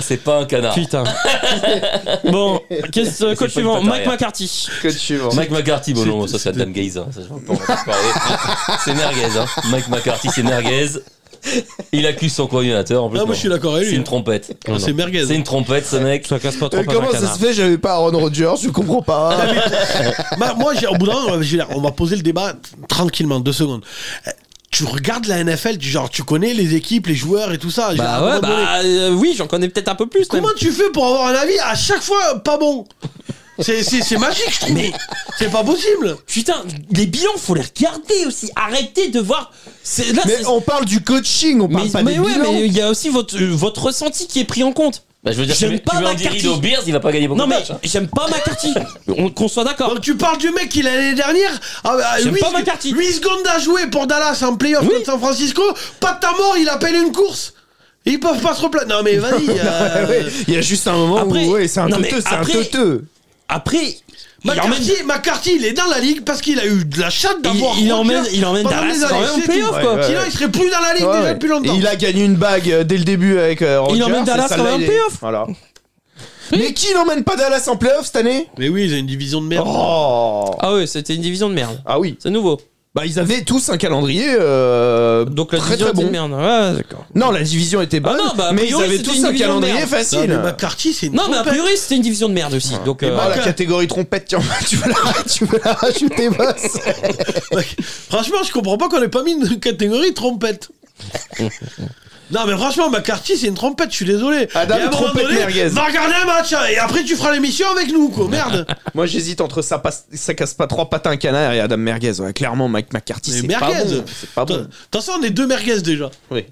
Speaker 4: c'est pas un canard.
Speaker 2: Putain. bon, qu'est-ce euh, coach
Speaker 4: pas
Speaker 2: suivant
Speaker 4: une hein. patte
Speaker 2: Mike
Speaker 4: arrière.
Speaker 2: McCarthy.
Speaker 3: que tu veux
Speaker 4: Mike McCarthy, bon non, ça c'est Adam Gaze, hein. Ça, je vais pas en faire parler. c'est merguez. Hein. Mike McCarthy, c'est merguez. Il accuse son coordinateur en plus.
Speaker 1: Ah, moi, je suis d'accord avec
Speaker 4: C'est
Speaker 1: lui.
Speaker 4: une trompette.
Speaker 1: Ah, C'est merguez.
Speaker 4: C'est une trompette, ce mec.
Speaker 2: Ça casse pas trop
Speaker 3: Euh,
Speaker 2: pas
Speaker 3: comment
Speaker 2: un
Speaker 3: ça
Speaker 2: canard.
Speaker 3: se fait j'avais pas Aaron Rodgers je comprends pas
Speaker 1: Bah, moi, j'ai- au bout d'un moment, j'ai l'air- on va poser le débat tranquillement, deux secondes. Euh, Tu regardes la NFL, tu, genre, tu connais les équipes, les joueurs et tout ça. genre, à un
Speaker 2: Bah
Speaker 1: moment
Speaker 2: ouais,
Speaker 1: donné.
Speaker 2: bah euh, oui, j'en connais peut-être un peu plus. même.
Speaker 1: Comment tu fais pour avoir un avis à chaque fois pas bon C'est- C'est c'est magique, je trouve. C'est pas possible.
Speaker 2: Putain, les bilans faut les regarder aussi. Arrêtez de voir. C'est là.
Speaker 3: mais
Speaker 2: c'est-
Speaker 3: on parle du coaching on parle
Speaker 2: mais,
Speaker 3: pas
Speaker 2: mais
Speaker 3: des
Speaker 2: ouais,
Speaker 3: bilans
Speaker 2: mais il y a aussi votre euh, votre ressenti qui est pris en compte.
Speaker 4: Bah, je veux dire, tu
Speaker 2: J'aime
Speaker 4: mets,
Speaker 2: pas
Speaker 4: tu mets Andy
Speaker 2: McCarthy.
Speaker 4: Reid au Bears, il va pas gagner beaucoup
Speaker 2: Non
Speaker 4: de
Speaker 2: mais
Speaker 4: matchs. hein.
Speaker 2: j'aime pas McCarthy. On- Qu'on soit d'accord.
Speaker 1: Donc tu parles du mec qui l'année dernière ah, a
Speaker 2: J'aime pas McCarthy.
Speaker 1: 8 secondes à jouer pour Dallas en playoff
Speaker 2: Oui.
Speaker 1: contre San Francisco. Pas de ta mort, il appelle une course. Et Ils peuvent pas se replacer. Non mais vas-y. euh,
Speaker 3: Ouais, Il y a juste un moment
Speaker 2: Après-
Speaker 3: où ouais, c'est un
Speaker 2: Non, mais
Speaker 3: teuteux, c'est un
Speaker 2: après-
Speaker 3: teuteux.
Speaker 2: Après, il emmène
Speaker 1: McCarthy, McCarthy, il est dans la ligue parce qu'il a eu de la chatte d'avoir.
Speaker 2: Il- il
Speaker 1: Rodgers
Speaker 2: emmène- il emmène
Speaker 1: pendant
Speaker 2: Dallas
Speaker 1: des années,
Speaker 2: quand même au
Speaker 1: c'est tout.
Speaker 2: playoff,
Speaker 3: quoi.
Speaker 1: Sinon, il serait plus dans la ligue
Speaker 3: Ouais,
Speaker 1: déjà
Speaker 3: ouais.
Speaker 1: depuis longtemps.
Speaker 3: Et il a gagné une bague euh, dès le début avec euh, Rodgers.
Speaker 2: emmène
Speaker 3: et
Speaker 2: Dallas
Speaker 3: celle-là,
Speaker 2: quand même
Speaker 3: il
Speaker 2: en
Speaker 3: est-
Speaker 2: playoff.
Speaker 3: Voilà. Mais qui n'emmène pas Dallas en playoff cette année
Speaker 1: Mais oui, ils ont une division de merde.
Speaker 3: Oh
Speaker 2: Ah ouais, c'était une division de merde.
Speaker 3: Ah oui.
Speaker 2: C'est nouveau.
Speaker 3: Bah, ils avaient tous un calendrier euh,
Speaker 2: Donc la
Speaker 3: très
Speaker 2: division
Speaker 3: très
Speaker 2: était
Speaker 3: bon.
Speaker 2: merde. Ouais, d'accord.
Speaker 3: Non, la division était bonne,
Speaker 2: non, bah, a
Speaker 3: mais ils
Speaker 2: priori,
Speaker 3: avaient
Speaker 2: c'était
Speaker 3: tous
Speaker 2: une
Speaker 3: un
Speaker 2: division
Speaker 3: calendrier
Speaker 2: merde.
Speaker 1: Non,
Speaker 3: facile.
Speaker 1: mais McCarthy, c'est une
Speaker 2: Non, mais a
Speaker 1: trompette.
Speaker 2: priori, c'était une division de merde aussi. Donc,
Speaker 3: Et
Speaker 2: euh,
Speaker 3: bah, la
Speaker 1: Maca-
Speaker 3: catégorie trompette, tiens, tu veux la, tu veux la rajouter, boss
Speaker 1: Mec, Franchement, je comprends pas qu'on ait pas mis une catégorie trompette. Non mais franchement McCarthy c'est une trompette, je suis désolé.
Speaker 3: Adam,
Speaker 1: Et à un moment
Speaker 3: trompette
Speaker 1: donné,
Speaker 3: merguez.
Speaker 1: va regarder un match hein, et après tu feras l'émission avec nous quoi, merde.
Speaker 3: Moi, j'hésite entre ça, passe- ça casse pas trois patins un canard et Adam Merguez. Ouais, clairement, Mike McCarthy,
Speaker 1: Mais
Speaker 3: c'est pas
Speaker 1: merguez.
Speaker 3: bon. C'est pas
Speaker 1: Attends,
Speaker 3: bon.
Speaker 1: De toute façon on est deux merguez déjà.
Speaker 3: Oui.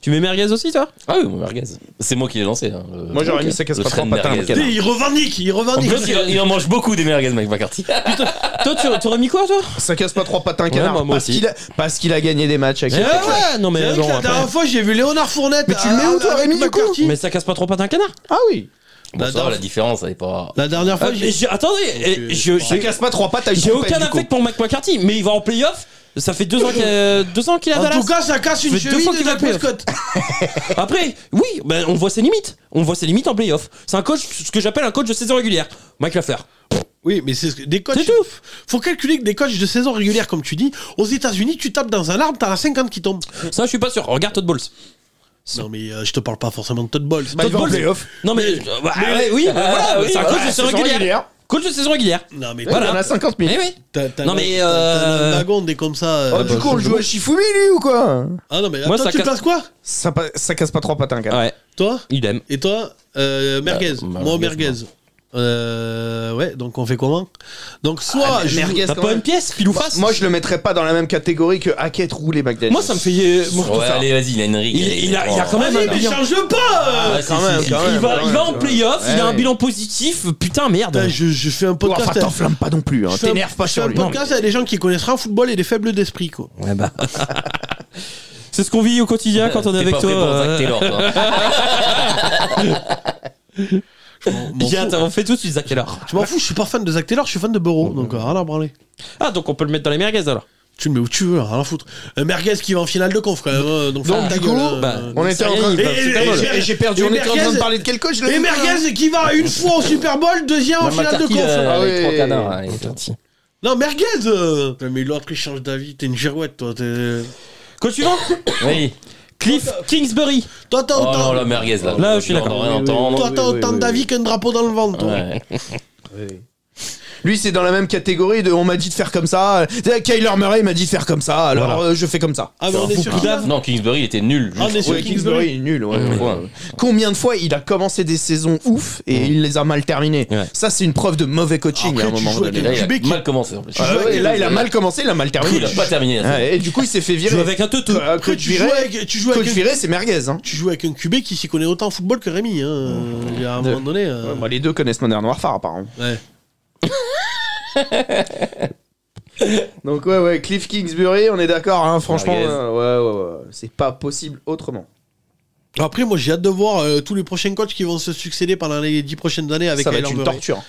Speaker 2: tu mets merguez aussi, toi
Speaker 4: Ah oui, mon merguez. C'est moi qui l'ai lancé. hein, le-
Speaker 3: Moi, j'aurais
Speaker 4: Ok.
Speaker 3: mis ça casse
Speaker 4: Le
Speaker 3: pas trop
Speaker 4: train de
Speaker 3: patin,
Speaker 4: merguez.
Speaker 3: Canard.
Speaker 1: Et Il revendique, il
Speaker 4: En
Speaker 1: revendique.
Speaker 4: plus, il, il en mange beaucoup des merguez, Mike McCarthy.
Speaker 2: Bah, Toi, tu t'aurais mis quoi, toi
Speaker 3: Ça casse pas trois patins un
Speaker 2: Ouais,
Speaker 3: canard
Speaker 2: moi, moi
Speaker 3: parce
Speaker 2: aussi.
Speaker 3: qu'il a, parce qu'il a gagné des matchs avec
Speaker 2: Eh
Speaker 3: les Texans.
Speaker 2: ouais, non,
Speaker 1: C'est
Speaker 2: mais
Speaker 1: vrai que
Speaker 2: bon,
Speaker 1: la
Speaker 2: après-
Speaker 1: dernière fois j'ai vu Léonard Fournette.
Speaker 3: Mais tu le mets où, toi,
Speaker 1: avec
Speaker 3: Rémi, du coup
Speaker 1: McCarthy.
Speaker 2: Mais ça casse pas trop pas d'un canard
Speaker 3: Ah oui.
Speaker 4: Bon,
Speaker 1: La
Speaker 4: ça va,
Speaker 1: dernière-
Speaker 4: la différence, elle est pas.
Speaker 1: La dernière fois
Speaker 2: Euh,
Speaker 1: j'ai
Speaker 2: j'ai- Attendez, eh, je-
Speaker 3: Ça
Speaker 2: j'ai
Speaker 3: casse pas trois pattes à une
Speaker 2: j'ai
Speaker 3: trompette,
Speaker 2: aucun
Speaker 3: du coup.
Speaker 2: affect pour Mike McCarthy, mais il va en playoff. Ça fait deux ans qu'il a- deux ans qu'il est à
Speaker 1: En
Speaker 2: Dallas.
Speaker 1: tout cas, ça casse une
Speaker 2: Ça fait deux
Speaker 1: cheville
Speaker 2: fois
Speaker 1: de
Speaker 2: qu'il
Speaker 1: Dak
Speaker 2: va plus.
Speaker 1: Prescott.
Speaker 2: Après, oui, ben, on voit ses limites. On voit ses limites en playoff. C'est un coach, ce que j'appelle un coach de saison régulière. Mike Lafleur.
Speaker 1: Oui, mais c'est ce que- des coachs.
Speaker 2: C'est tout.
Speaker 1: Faut calculer que des coachs de saison régulière, comme tu dis, aux États-Unis, tu tapes dans un arbre, t'en as 50 qui tombent.
Speaker 2: Ça, je suis pas sûr. Regarde Todd Bowles.
Speaker 1: Non, mais euh, je te parle pas forcément de Todd Bowles.
Speaker 3: Bah, il
Speaker 2: Todd
Speaker 3: va en
Speaker 2: Bowles.
Speaker 3: playoff.
Speaker 2: Non, mais. euh, bah, ouais, oui, bah, voilà, c'est un coach de saison
Speaker 3: saison
Speaker 2: régulière.
Speaker 3: régulière.
Speaker 2: Coach de saison régulière.
Speaker 1: non, mais
Speaker 3: Il y en a 50 000.
Speaker 2: Eh oui.
Speaker 1: T'as, t'as
Speaker 2: Non,
Speaker 1: un-
Speaker 2: mais,
Speaker 1: t'as- t'as
Speaker 2: euh,
Speaker 1: un wagon des comme ça. euh,
Speaker 3: Oh, du
Speaker 1: bah,
Speaker 3: coup, on le
Speaker 1: je-
Speaker 3: joue à Shifumi, lui, ou quoi
Speaker 1: Ah non, mais
Speaker 2: Moi,
Speaker 1: toi,
Speaker 2: ça
Speaker 1: tu
Speaker 2: casse-
Speaker 1: places quoi
Speaker 3: ça, pa- ça casse pas trois patins, canard.
Speaker 2: Ouais,
Speaker 1: Toi
Speaker 2: il aime.
Speaker 1: Et toi euh, Merguez.
Speaker 4: bah,
Speaker 1: Moi,
Speaker 4: merguez,
Speaker 1: merguez. Euh, ouais, donc on fait comment Donc, soit.
Speaker 3: Ah, mais
Speaker 1: je-
Speaker 3: merguez.
Speaker 2: T'as
Speaker 3: quand
Speaker 2: pas
Speaker 3: même.
Speaker 2: une pièce, pile ou
Speaker 3: Moi-
Speaker 2: face
Speaker 3: Moi, je le mettrais pas dans la même catégorie que Hackett, Roule et McDaniel.
Speaker 2: Moi, ça me fait. euh, moi, je trouve
Speaker 4: ouais,
Speaker 2: ça-
Speaker 4: allez, vas-y, il a une rigue.
Speaker 2: Il- il a- il a quand même
Speaker 1: Vas-y,
Speaker 2: un
Speaker 1: Ah, mais
Speaker 2: bilan.
Speaker 1: change pas euh.
Speaker 4: Ah, si, si, si.
Speaker 3: quand
Speaker 2: Il
Speaker 3: même,
Speaker 2: va,
Speaker 3: quand
Speaker 2: il
Speaker 3: même,
Speaker 2: va
Speaker 3: quand
Speaker 2: en
Speaker 3: même.
Speaker 2: playoff, il
Speaker 3: Ouais,
Speaker 2: a un
Speaker 3: ouais.
Speaker 2: bilan positif, putain merde.
Speaker 1: Putain, Ben, je, je fais un
Speaker 3: Oh,
Speaker 1: podcast.
Speaker 3: Enfin,
Speaker 1: à-
Speaker 3: t'enflamme pas non plus, hein.
Speaker 1: je fais un-
Speaker 3: t'énerve pas
Speaker 1: je fais
Speaker 3: sur
Speaker 1: un
Speaker 3: lui.
Speaker 1: podcast avec des gens qui connaissent rien au football et des faibles d'esprit, quoi.
Speaker 2: Ouais, bah. C'est ce qu'on vit au quotidien quand on est
Speaker 4: T'es
Speaker 2: avec
Speaker 4: pas
Speaker 2: toi.
Speaker 4: prêt pour Zach
Speaker 2: euh,
Speaker 4: Taylor, toi.
Speaker 1: Mon- mon
Speaker 2: Viens,
Speaker 1: fou-
Speaker 2: t'as- on fait tout de suite Zach Taylor.
Speaker 1: Je m'en fous, je suis pas fan de Zach Taylor, je suis fan de Burrow, donc euh, rien à branler.
Speaker 2: Ah, donc on peut le mettre dans les merguez alors.
Speaker 3: Ah,
Speaker 1: Tu le mets où tu veux, rien à foutre. Euh, Merguez qui va en finale de conf, quand même. euh, donc ferme
Speaker 2: du
Speaker 1: ta
Speaker 2: coup,
Speaker 1: gueule, hein.
Speaker 2: bah,
Speaker 3: On était en train
Speaker 1: Et- et- et-
Speaker 3: de.
Speaker 1: et-
Speaker 3: J'ai perdu.
Speaker 1: et
Speaker 3: On était en train de
Speaker 1: Merguez-
Speaker 3: parler de quel coach je l'ai
Speaker 1: Et
Speaker 3: dit,
Speaker 1: Merguez qui va une fois au Super Bowl, deuxième en finale de
Speaker 4: McCarthy,
Speaker 1: conf.
Speaker 4: euh,
Speaker 3: Ah
Speaker 4: avec
Speaker 3: oui.
Speaker 4: trois canards, hein, il est gentil.
Speaker 1: Non, Merguez euh. Putain, Mais l'autre, il change d'avis, t'es une girouette, toi. t'es-
Speaker 2: Coach suivant
Speaker 4: Oui.
Speaker 2: Cliff Kingsbury.
Speaker 1: Toi, t'as
Speaker 4: Oh non,
Speaker 1: autant,
Speaker 4: la merguez, là.
Speaker 2: Là, je suis
Speaker 4: On
Speaker 2: d'accord.
Speaker 4: entend rien
Speaker 3: Oui, oui,
Speaker 4: entendre.
Speaker 1: toi, t'as
Speaker 3: Oui, oui,
Speaker 1: autant
Speaker 3: oui,
Speaker 1: d'avis qu'un drapeau dans le ventre, toi.
Speaker 4: Ouais.
Speaker 3: Lui, c'est dans la même catégorie de on m'a dit de faire comme ça. euh, Kyler Murray m'a dit de faire comme ça, alors
Speaker 1: Voilà.
Speaker 3: euh, je fais comme ça.
Speaker 1: Ah, mais on est sur qui, là
Speaker 4: Non, Kingsbury, il était nul.
Speaker 1: Ah, on est
Speaker 4: juste.
Speaker 1: sur
Speaker 3: Ouais,
Speaker 1: Kingsbury.
Speaker 3: Kingsbury est nul. ouais,
Speaker 4: Ouais.
Speaker 3: ouais. Combien de fois il a commencé des saisons ouf et il les a mal terminées
Speaker 2: Ouais.
Speaker 3: Ça, c'est une preuve de mauvais coaching
Speaker 1: Après,
Speaker 3: à un
Speaker 1: tu
Speaker 3: moment
Speaker 1: joues
Speaker 3: donné.
Speaker 4: Là, il
Speaker 1: Kubik.
Speaker 4: a mal commencé en plus.
Speaker 3: Ah ouais,
Speaker 1: joues avec
Speaker 3: et là,
Speaker 1: les
Speaker 3: il a
Speaker 1: autres,
Speaker 3: mal commencé, il a mal terminé.
Speaker 4: Il a pas terminé. la saison.
Speaker 3: Ouais, et du coup, il s'est fait
Speaker 2: Joue
Speaker 3: virer.
Speaker 2: avec un teutou.
Speaker 3: Euh,
Speaker 1: Après,
Speaker 3: Coach
Speaker 1: tu joues
Speaker 3: viré,
Speaker 1: avec, tu joues avec
Speaker 3: coach
Speaker 1: un-
Speaker 3: viré, c'est merguez. Hein.
Speaker 1: tu joues avec un QB qui s'y connaît autant en football que Rémi. Hein. euh, Il y a un moment donné. euh,
Speaker 3: Ouais, bah, les deux connaissent Modern Warfare, apparemment.
Speaker 1: ouais.
Speaker 3: Donc, ouais, ouais, Cliff Kingsbury, on est d'accord, hein, franchement,
Speaker 4: Merguez.
Speaker 3: euh, ouais, ouais, ouais, c'est pas possible autrement.
Speaker 1: Après, moi, j'ai hâte de voir euh, tous les prochains coachs qui vont se succéder pendant les dix prochaines années avec
Speaker 3: ça va
Speaker 1: Kyler
Speaker 3: être une
Speaker 1: Murray.
Speaker 3: torture.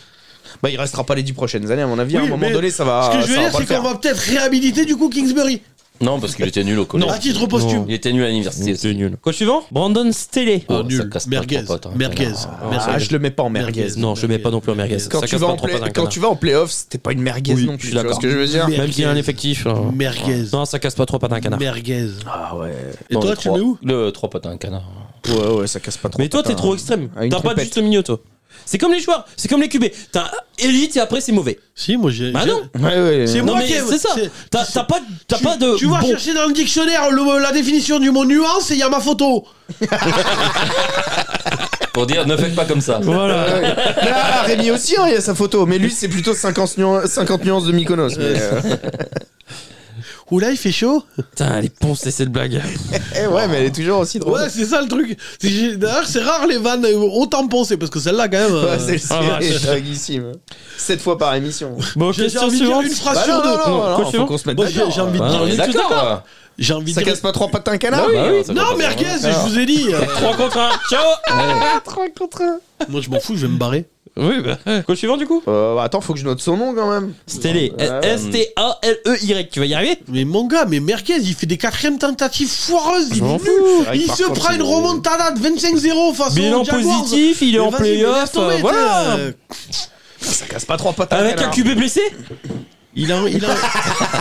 Speaker 3: Bah, il restera pas les dix prochaines années, à mon avis. à un
Speaker 1: Oui,
Speaker 3: moment
Speaker 1: mais
Speaker 3: donné, ça va.
Speaker 1: Ce que je veux
Speaker 3: Ah, ça va
Speaker 1: dire,
Speaker 3: pas
Speaker 1: c'est
Speaker 3: le faire.
Speaker 1: qu'on va peut-être réhabiliter du coup Kingsbury
Speaker 4: Non, parce qu'il était nul au collège.
Speaker 1: à titre posthume.
Speaker 4: Il était nul à l'université. aussi.
Speaker 2: nul. Coach suivant Brandon Staley.
Speaker 1: Oh,
Speaker 4: Oh, ça
Speaker 1: nul.
Speaker 4: casse pas
Speaker 1: Merguez.
Speaker 4: trop, pote, hein.
Speaker 1: Merguez. Merguez.
Speaker 3: Ah, je le mets pas en merguez.
Speaker 2: Non, je le mets pas non plus en merguez.
Speaker 3: Quand,
Speaker 2: Ça
Speaker 3: tu
Speaker 2: casse
Speaker 3: vas,
Speaker 2: pas
Speaker 3: en
Speaker 2: trop
Speaker 3: play-
Speaker 2: pas d'un
Speaker 3: quand
Speaker 2: canard.
Speaker 3: tu vas en playoff, c'était pas une merguez
Speaker 2: Oui,
Speaker 3: non
Speaker 2: je suis
Speaker 3: plus. Tu vois
Speaker 2: d'accord.
Speaker 3: ce que je veux dire
Speaker 1: Merguez.
Speaker 2: Même s'il y a un effectif. euh,
Speaker 1: Merguez.
Speaker 2: Non, ça casse pas trop pas d'un canard.
Speaker 1: Merguez.
Speaker 3: Ah ouais.
Speaker 1: Et
Speaker 4: Non,
Speaker 1: toi,
Speaker 4: le
Speaker 1: tu
Speaker 4: trois-
Speaker 1: mets où
Speaker 4: Le 3 potins, un canard.
Speaker 3: Ouais, ouais, ça casse pas trop.
Speaker 2: Mais toi, t'es
Speaker 3: putain.
Speaker 2: trop extrême.
Speaker 3: Avec une
Speaker 2: T'as pas de
Speaker 3: trompette.
Speaker 2: juste le milieu, toi. C'est comme les joueurs, c'est comme les QB. T'as élite et après c'est mauvais.
Speaker 1: Si, moi j'ai.
Speaker 2: Bah
Speaker 1: j'ai-
Speaker 2: non.
Speaker 3: Ouais, ouais.
Speaker 1: C'est
Speaker 2: Non
Speaker 1: moi
Speaker 2: mais
Speaker 1: qui
Speaker 2: c'est ça.
Speaker 1: c'est-
Speaker 2: T'as t'as pas, t'as
Speaker 1: tu-
Speaker 2: pas de.
Speaker 1: Tu vas
Speaker 2: bon.
Speaker 1: chercher dans le dictionnaire le- la définition du mot nuance et il y a ma photo.
Speaker 4: Pour dire, ne faites pas comme ça. Ah,
Speaker 2: Voilà.
Speaker 3: Là, Rémi aussi, hein, il y a sa photo. Mais lui, c'est plutôt 50 nuances, 50 nuances de Mykonos. mais, euh,
Speaker 1: Oula, il fait chaud.
Speaker 2: Putain, elle est poncée cette blague.
Speaker 3: eh ouais, mais elle est toujours aussi drôle.
Speaker 1: Ouais, c'est ça le truc. C'est- j'ai- D'ailleurs, c'est rare les vannes euh, autant pensées parce que celle-là, quand même. euh,
Speaker 3: Ouais, celle-ci
Speaker 2: Ah, vache.
Speaker 3: est dinguissime. 7 fois par émission.
Speaker 2: Bon,
Speaker 1: j'ai- j'ai
Speaker 2: question
Speaker 1: envie de dire
Speaker 2: suivante.
Speaker 1: une phrase
Speaker 3: Bah
Speaker 1: Ah, sur
Speaker 3: non,
Speaker 1: deux.
Speaker 3: non, non,
Speaker 2: Non,
Speaker 3: non,
Speaker 2: quoi,
Speaker 3: faut
Speaker 2: tu veux
Speaker 3: qu'on se mette
Speaker 1: Moi, j'ai
Speaker 3: d'accord.
Speaker 1: j'ai envie de
Speaker 4: Ah,
Speaker 2: non,
Speaker 1: dire.
Speaker 4: on est
Speaker 2: mais tout
Speaker 4: d'accord.
Speaker 1: J'ai envie de
Speaker 3: Ça
Speaker 1: dire.
Speaker 3: casse pas trois pattes un canard hein.
Speaker 4: Bah oui, ça
Speaker 1: Non,
Speaker 4: casse pas
Speaker 1: merguez,
Speaker 4: trop.
Speaker 1: je vous ai dit. euh,
Speaker 2: 3 contre 1. Ciao
Speaker 3: Ah,
Speaker 1: Moi, je m'en fous, je vais me barrer.
Speaker 2: Oui, bah. Coach suivant du coup Euh,
Speaker 3: Euh, bah, Attends, faut que je note son nom quand même.
Speaker 2: Stélé. S-T-A-L-E-Y. Tu vas E y arriver
Speaker 1: Mais mon gars, mais Merguez, il fait des quatrièmes tentatives foireuses. Il est
Speaker 2: m'en
Speaker 1: nul.
Speaker 2: fous.
Speaker 3: C'est vrai que
Speaker 1: Il
Speaker 3: par
Speaker 1: se
Speaker 3: contre,
Speaker 1: prend une
Speaker 3: il est-
Speaker 1: remontada de 25-0 face
Speaker 2: Bilan
Speaker 1: aux Jaguars.
Speaker 2: positif, il
Speaker 1: Mais
Speaker 2: est en
Speaker 1: vas-y, mais laisse
Speaker 2: playoff.
Speaker 1: tomber,
Speaker 2: euh, Voilà.
Speaker 1: t'sais, euh,
Speaker 3: Ça casse pas trois pattes un
Speaker 2: Avec un
Speaker 3: canard.
Speaker 2: QB blessé
Speaker 1: Il a, il a,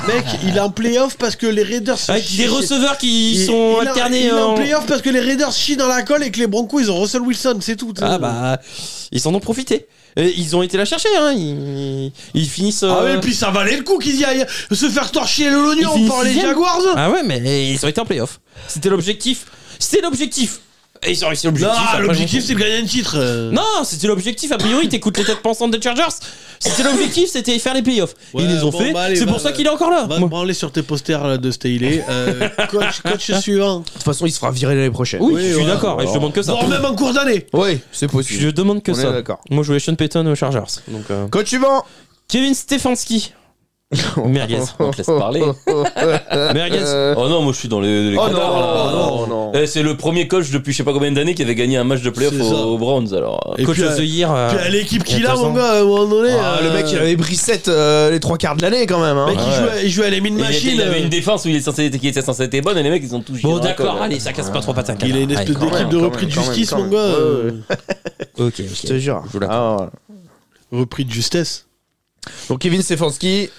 Speaker 1: mec, il a un playoff parce que les Raiders. se
Speaker 2: Avec des
Speaker 1: chient-
Speaker 2: receveurs qui
Speaker 1: il-
Speaker 2: sont
Speaker 1: il a-
Speaker 2: alternés
Speaker 1: Il a un
Speaker 2: en-
Speaker 1: playoff parce que les Raiders chient dans la colle et que les Broncos ils ont Russell Wilson, c'est tout.
Speaker 2: Ah bah, ils en ont profité. Et ils ont été la chercher, hein. Ils, ils finissent.
Speaker 1: Ah
Speaker 2: euh,
Speaker 1: ouais, et puis ça valait le coup qu'ils y aillent se faire torcher le
Speaker 2: Ils
Speaker 1: l'oignon
Speaker 2: finissent
Speaker 1: par les
Speaker 2: sixième.
Speaker 1: Jaguars.
Speaker 2: Ah ouais, mais ils ont été en playoff. C'était l'objectif. C'était l'objectif. Et ils ont réussi l'objectif.
Speaker 1: Non,
Speaker 2: après,
Speaker 1: l'objectif
Speaker 2: je
Speaker 1: c'est de gagner un titre. euh.
Speaker 2: m'en fous. Non, c'était l'objectif. A priori, t'écoutes les têtes pensantes des Chargers. C'était l'objectif, c'était faire les playoffs.
Speaker 1: Ouais,
Speaker 2: ils les ont
Speaker 1: bon,
Speaker 2: fait.
Speaker 1: bah, allez,
Speaker 2: c'est
Speaker 1: bah,
Speaker 2: pour ça
Speaker 1: bah,
Speaker 2: qu'il est encore là.
Speaker 1: Va te
Speaker 2: Moi.
Speaker 1: branler sur tes posters là, de Staley. Euh, coach, coach suivant.
Speaker 3: toute façon, il se fera virer l'année prochaine.
Speaker 1: Oui,
Speaker 2: Oui,
Speaker 1: bah,
Speaker 2: je suis
Speaker 1: voilà.
Speaker 2: d'accord. Et je demande que ça.
Speaker 1: Voire même en cours d'année.
Speaker 3: Oui, c'est
Speaker 2: Je
Speaker 3: possible.
Speaker 2: demande que
Speaker 3: On est
Speaker 2: ça.
Speaker 3: d'accord.
Speaker 2: Moi, je voulais Sean Payton aux Chargers. Donc, euh,
Speaker 3: Coach suivant
Speaker 2: Kevin Stefanski. Merguez.
Speaker 4: On te laisse parler.
Speaker 2: Merguez.
Speaker 3: Euh,
Speaker 4: Oh non, moi je suis dans les, les
Speaker 3: Oh
Speaker 4: connards, là.
Speaker 3: non, non, non.
Speaker 4: Eh, c'est le premier coach depuis je sais pas combien d'années qui avait gagné un match de playoff
Speaker 1: C'est
Speaker 4: au,
Speaker 1: ça.
Speaker 4: au Browns alors. euh,
Speaker 1: Et
Speaker 2: Coach
Speaker 1: puis,
Speaker 2: of the
Speaker 1: euh,
Speaker 2: year. euh,
Speaker 1: Puis, euh, l'équipe
Speaker 2: il y a
Speaker 1: qu'il a,
Speaker 2: deux
Speaker 1: mon
Speaker 2: ans.
Speaker 1: gars, à un moment donné.
Speaker 3: Ah, le
Speaker 1: euh,
Speaker 3: mec, il avait Brissette euh, les trois quarts de l'année quand même. hein.
Speaker 1: mec, il
Speaker 4: Ouais.
Speaker 1: jouait- il jouait à les mines
Speaker 4: il, était-
Speaker 1: machines.
Speaker 4: il avait une défense où il, est censé être- qui était censé être bonne et les mecs ils ont tout
Speaker 2: Bon,
Speaker 4: dans la
Speaker 2: d'accord.
Speaker 4: colle.
Speaker 2: Allez, ça casse pas trop patin.
Speaker 1: Il a une espèce
Speaker 4: quand même,
Speaker 1: d'équipe de
Speaker 3: quand
Speaker 1: repris de
Speaker 3: même, quand
Speaker 1: justice,
Speaker 3: même,
Speaker 1: mon
Speaker 3: quand
Speaker 1: gars.
Speaker 3: même.
Speaker 1: euh,
Speaker 2: Ok,
Speaker 3: Je te
Speaker 2: ok.
Speaker 3: jure.
Speaker 4: vous l'accorde.
Speaker 3: Ah, ouais.
Speaker 1: Repris de justesse.
Speaker 3: Donc Kevin Stefanski,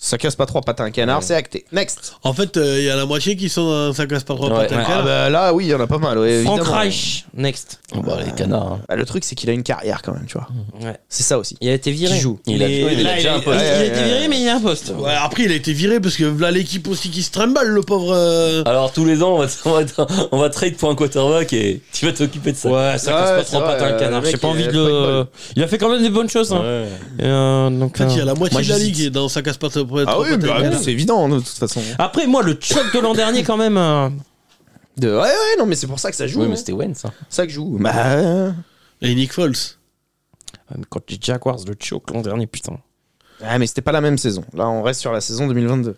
Speaker 3: ça casse pas trois patins un canard, c'est acté. Next.
Speaker 1: En fait, euh, il y a la moitié qui sont dans ça casse pas trois
Speaker 4: Ouais,
Speaker 1: pattes à
Speaker 4: ouais.
Speaker 1: quatre.
Speaker 3: Ah bah là, oui, il y en a pas mal. ouais,
Speaker 2: Frank
Speaker 3: évidemment.
Speaker 2: Reich. Next.
Speaker 4: Oh, bah, les canards. hein.
Speaker 3: Bah, le truc, c'est qu'il a une carrière quand même, tu vois.
Speaker 2: Ouais.
Speaker 3: C'est ça aussi.
Speaker 2: Il a été viré.
Speaker 3: Qui joue
Speaker 4: Il a-
Speaker 2: Mais
Speaker 4: oui, il a
Speaker 2: là,
Speaker 4: déjà un poste.
Speaker 2: il a
Speaker 3: Ouais,
Speaker 2: été
Speaker 3: ouais,
Speaker 2: viré,
Speaker 3: ouais.
Speaker 2: mais il a un poste.
Speaker 1: Ouais, après, il a été viré parce que là, l'équipe aussi qui se trimballe, le pauvre. euh,
Speaker 4: Alors tous les ans on va, on va, on va trade pour un quarterback et tu vas t'occuper de ça.
Speaker 2: Ouais, ça casse
Speaker 3: Ouais,
Speaker 2: pas
Speaker 3: c'est
Speaker 2: trop
Speaker 3: vrai,
Speaker 2: patin
Speaker 3: euh,
Speaker 2: le canard.
Speaker 3: le mec,
Speaker 2: J'ai pas
Speaker 3: il
Speaker 2: envie
Speaker 3: a
Speaker 2: de
Speaker 3: pas une
Speaker 2: le. Il a fait quand même des bonnes choses. hein.
Speaker 4: Ouais.
Speaker 2: Euh, donc,
Speaker 1: En fait, il y
Speaker 2: euh,
Speaker 1: a la moitié
Speaker 2: moi,
Speaker 1: de la
Speaker 2: j'hésite.
Speaker 1: ligue et dans euh, ça casse pas trois pattes
Speaker 3: Ah
Speaker 1: trois
Speaker 3: oui,
Speaker 1: pattes à
Speaker 3: bah,
Speaker 1: quatre.
Speaker 3: c'est évident, de toute façon.
Speaker 2: Après, moi, le choc de l'an dernier, quand même. euh,
Speaker 3: De- Ouais, ouais, non, mais c'est pour ça que ça joue.
Speaker 4: Oui
Speaker 3: hein.
Speaker 4: mais c'était Wentz. hein.
Speaker 3: ça que joue. Bah, euh,
Speaker 1: Et Nick Foles.
Speaker 2: Quand les Jaguars le choc l'an dernier, putain.
Speaker 3: ah, mais c'était pas la même saison. Là, on reste sur la saison 2022.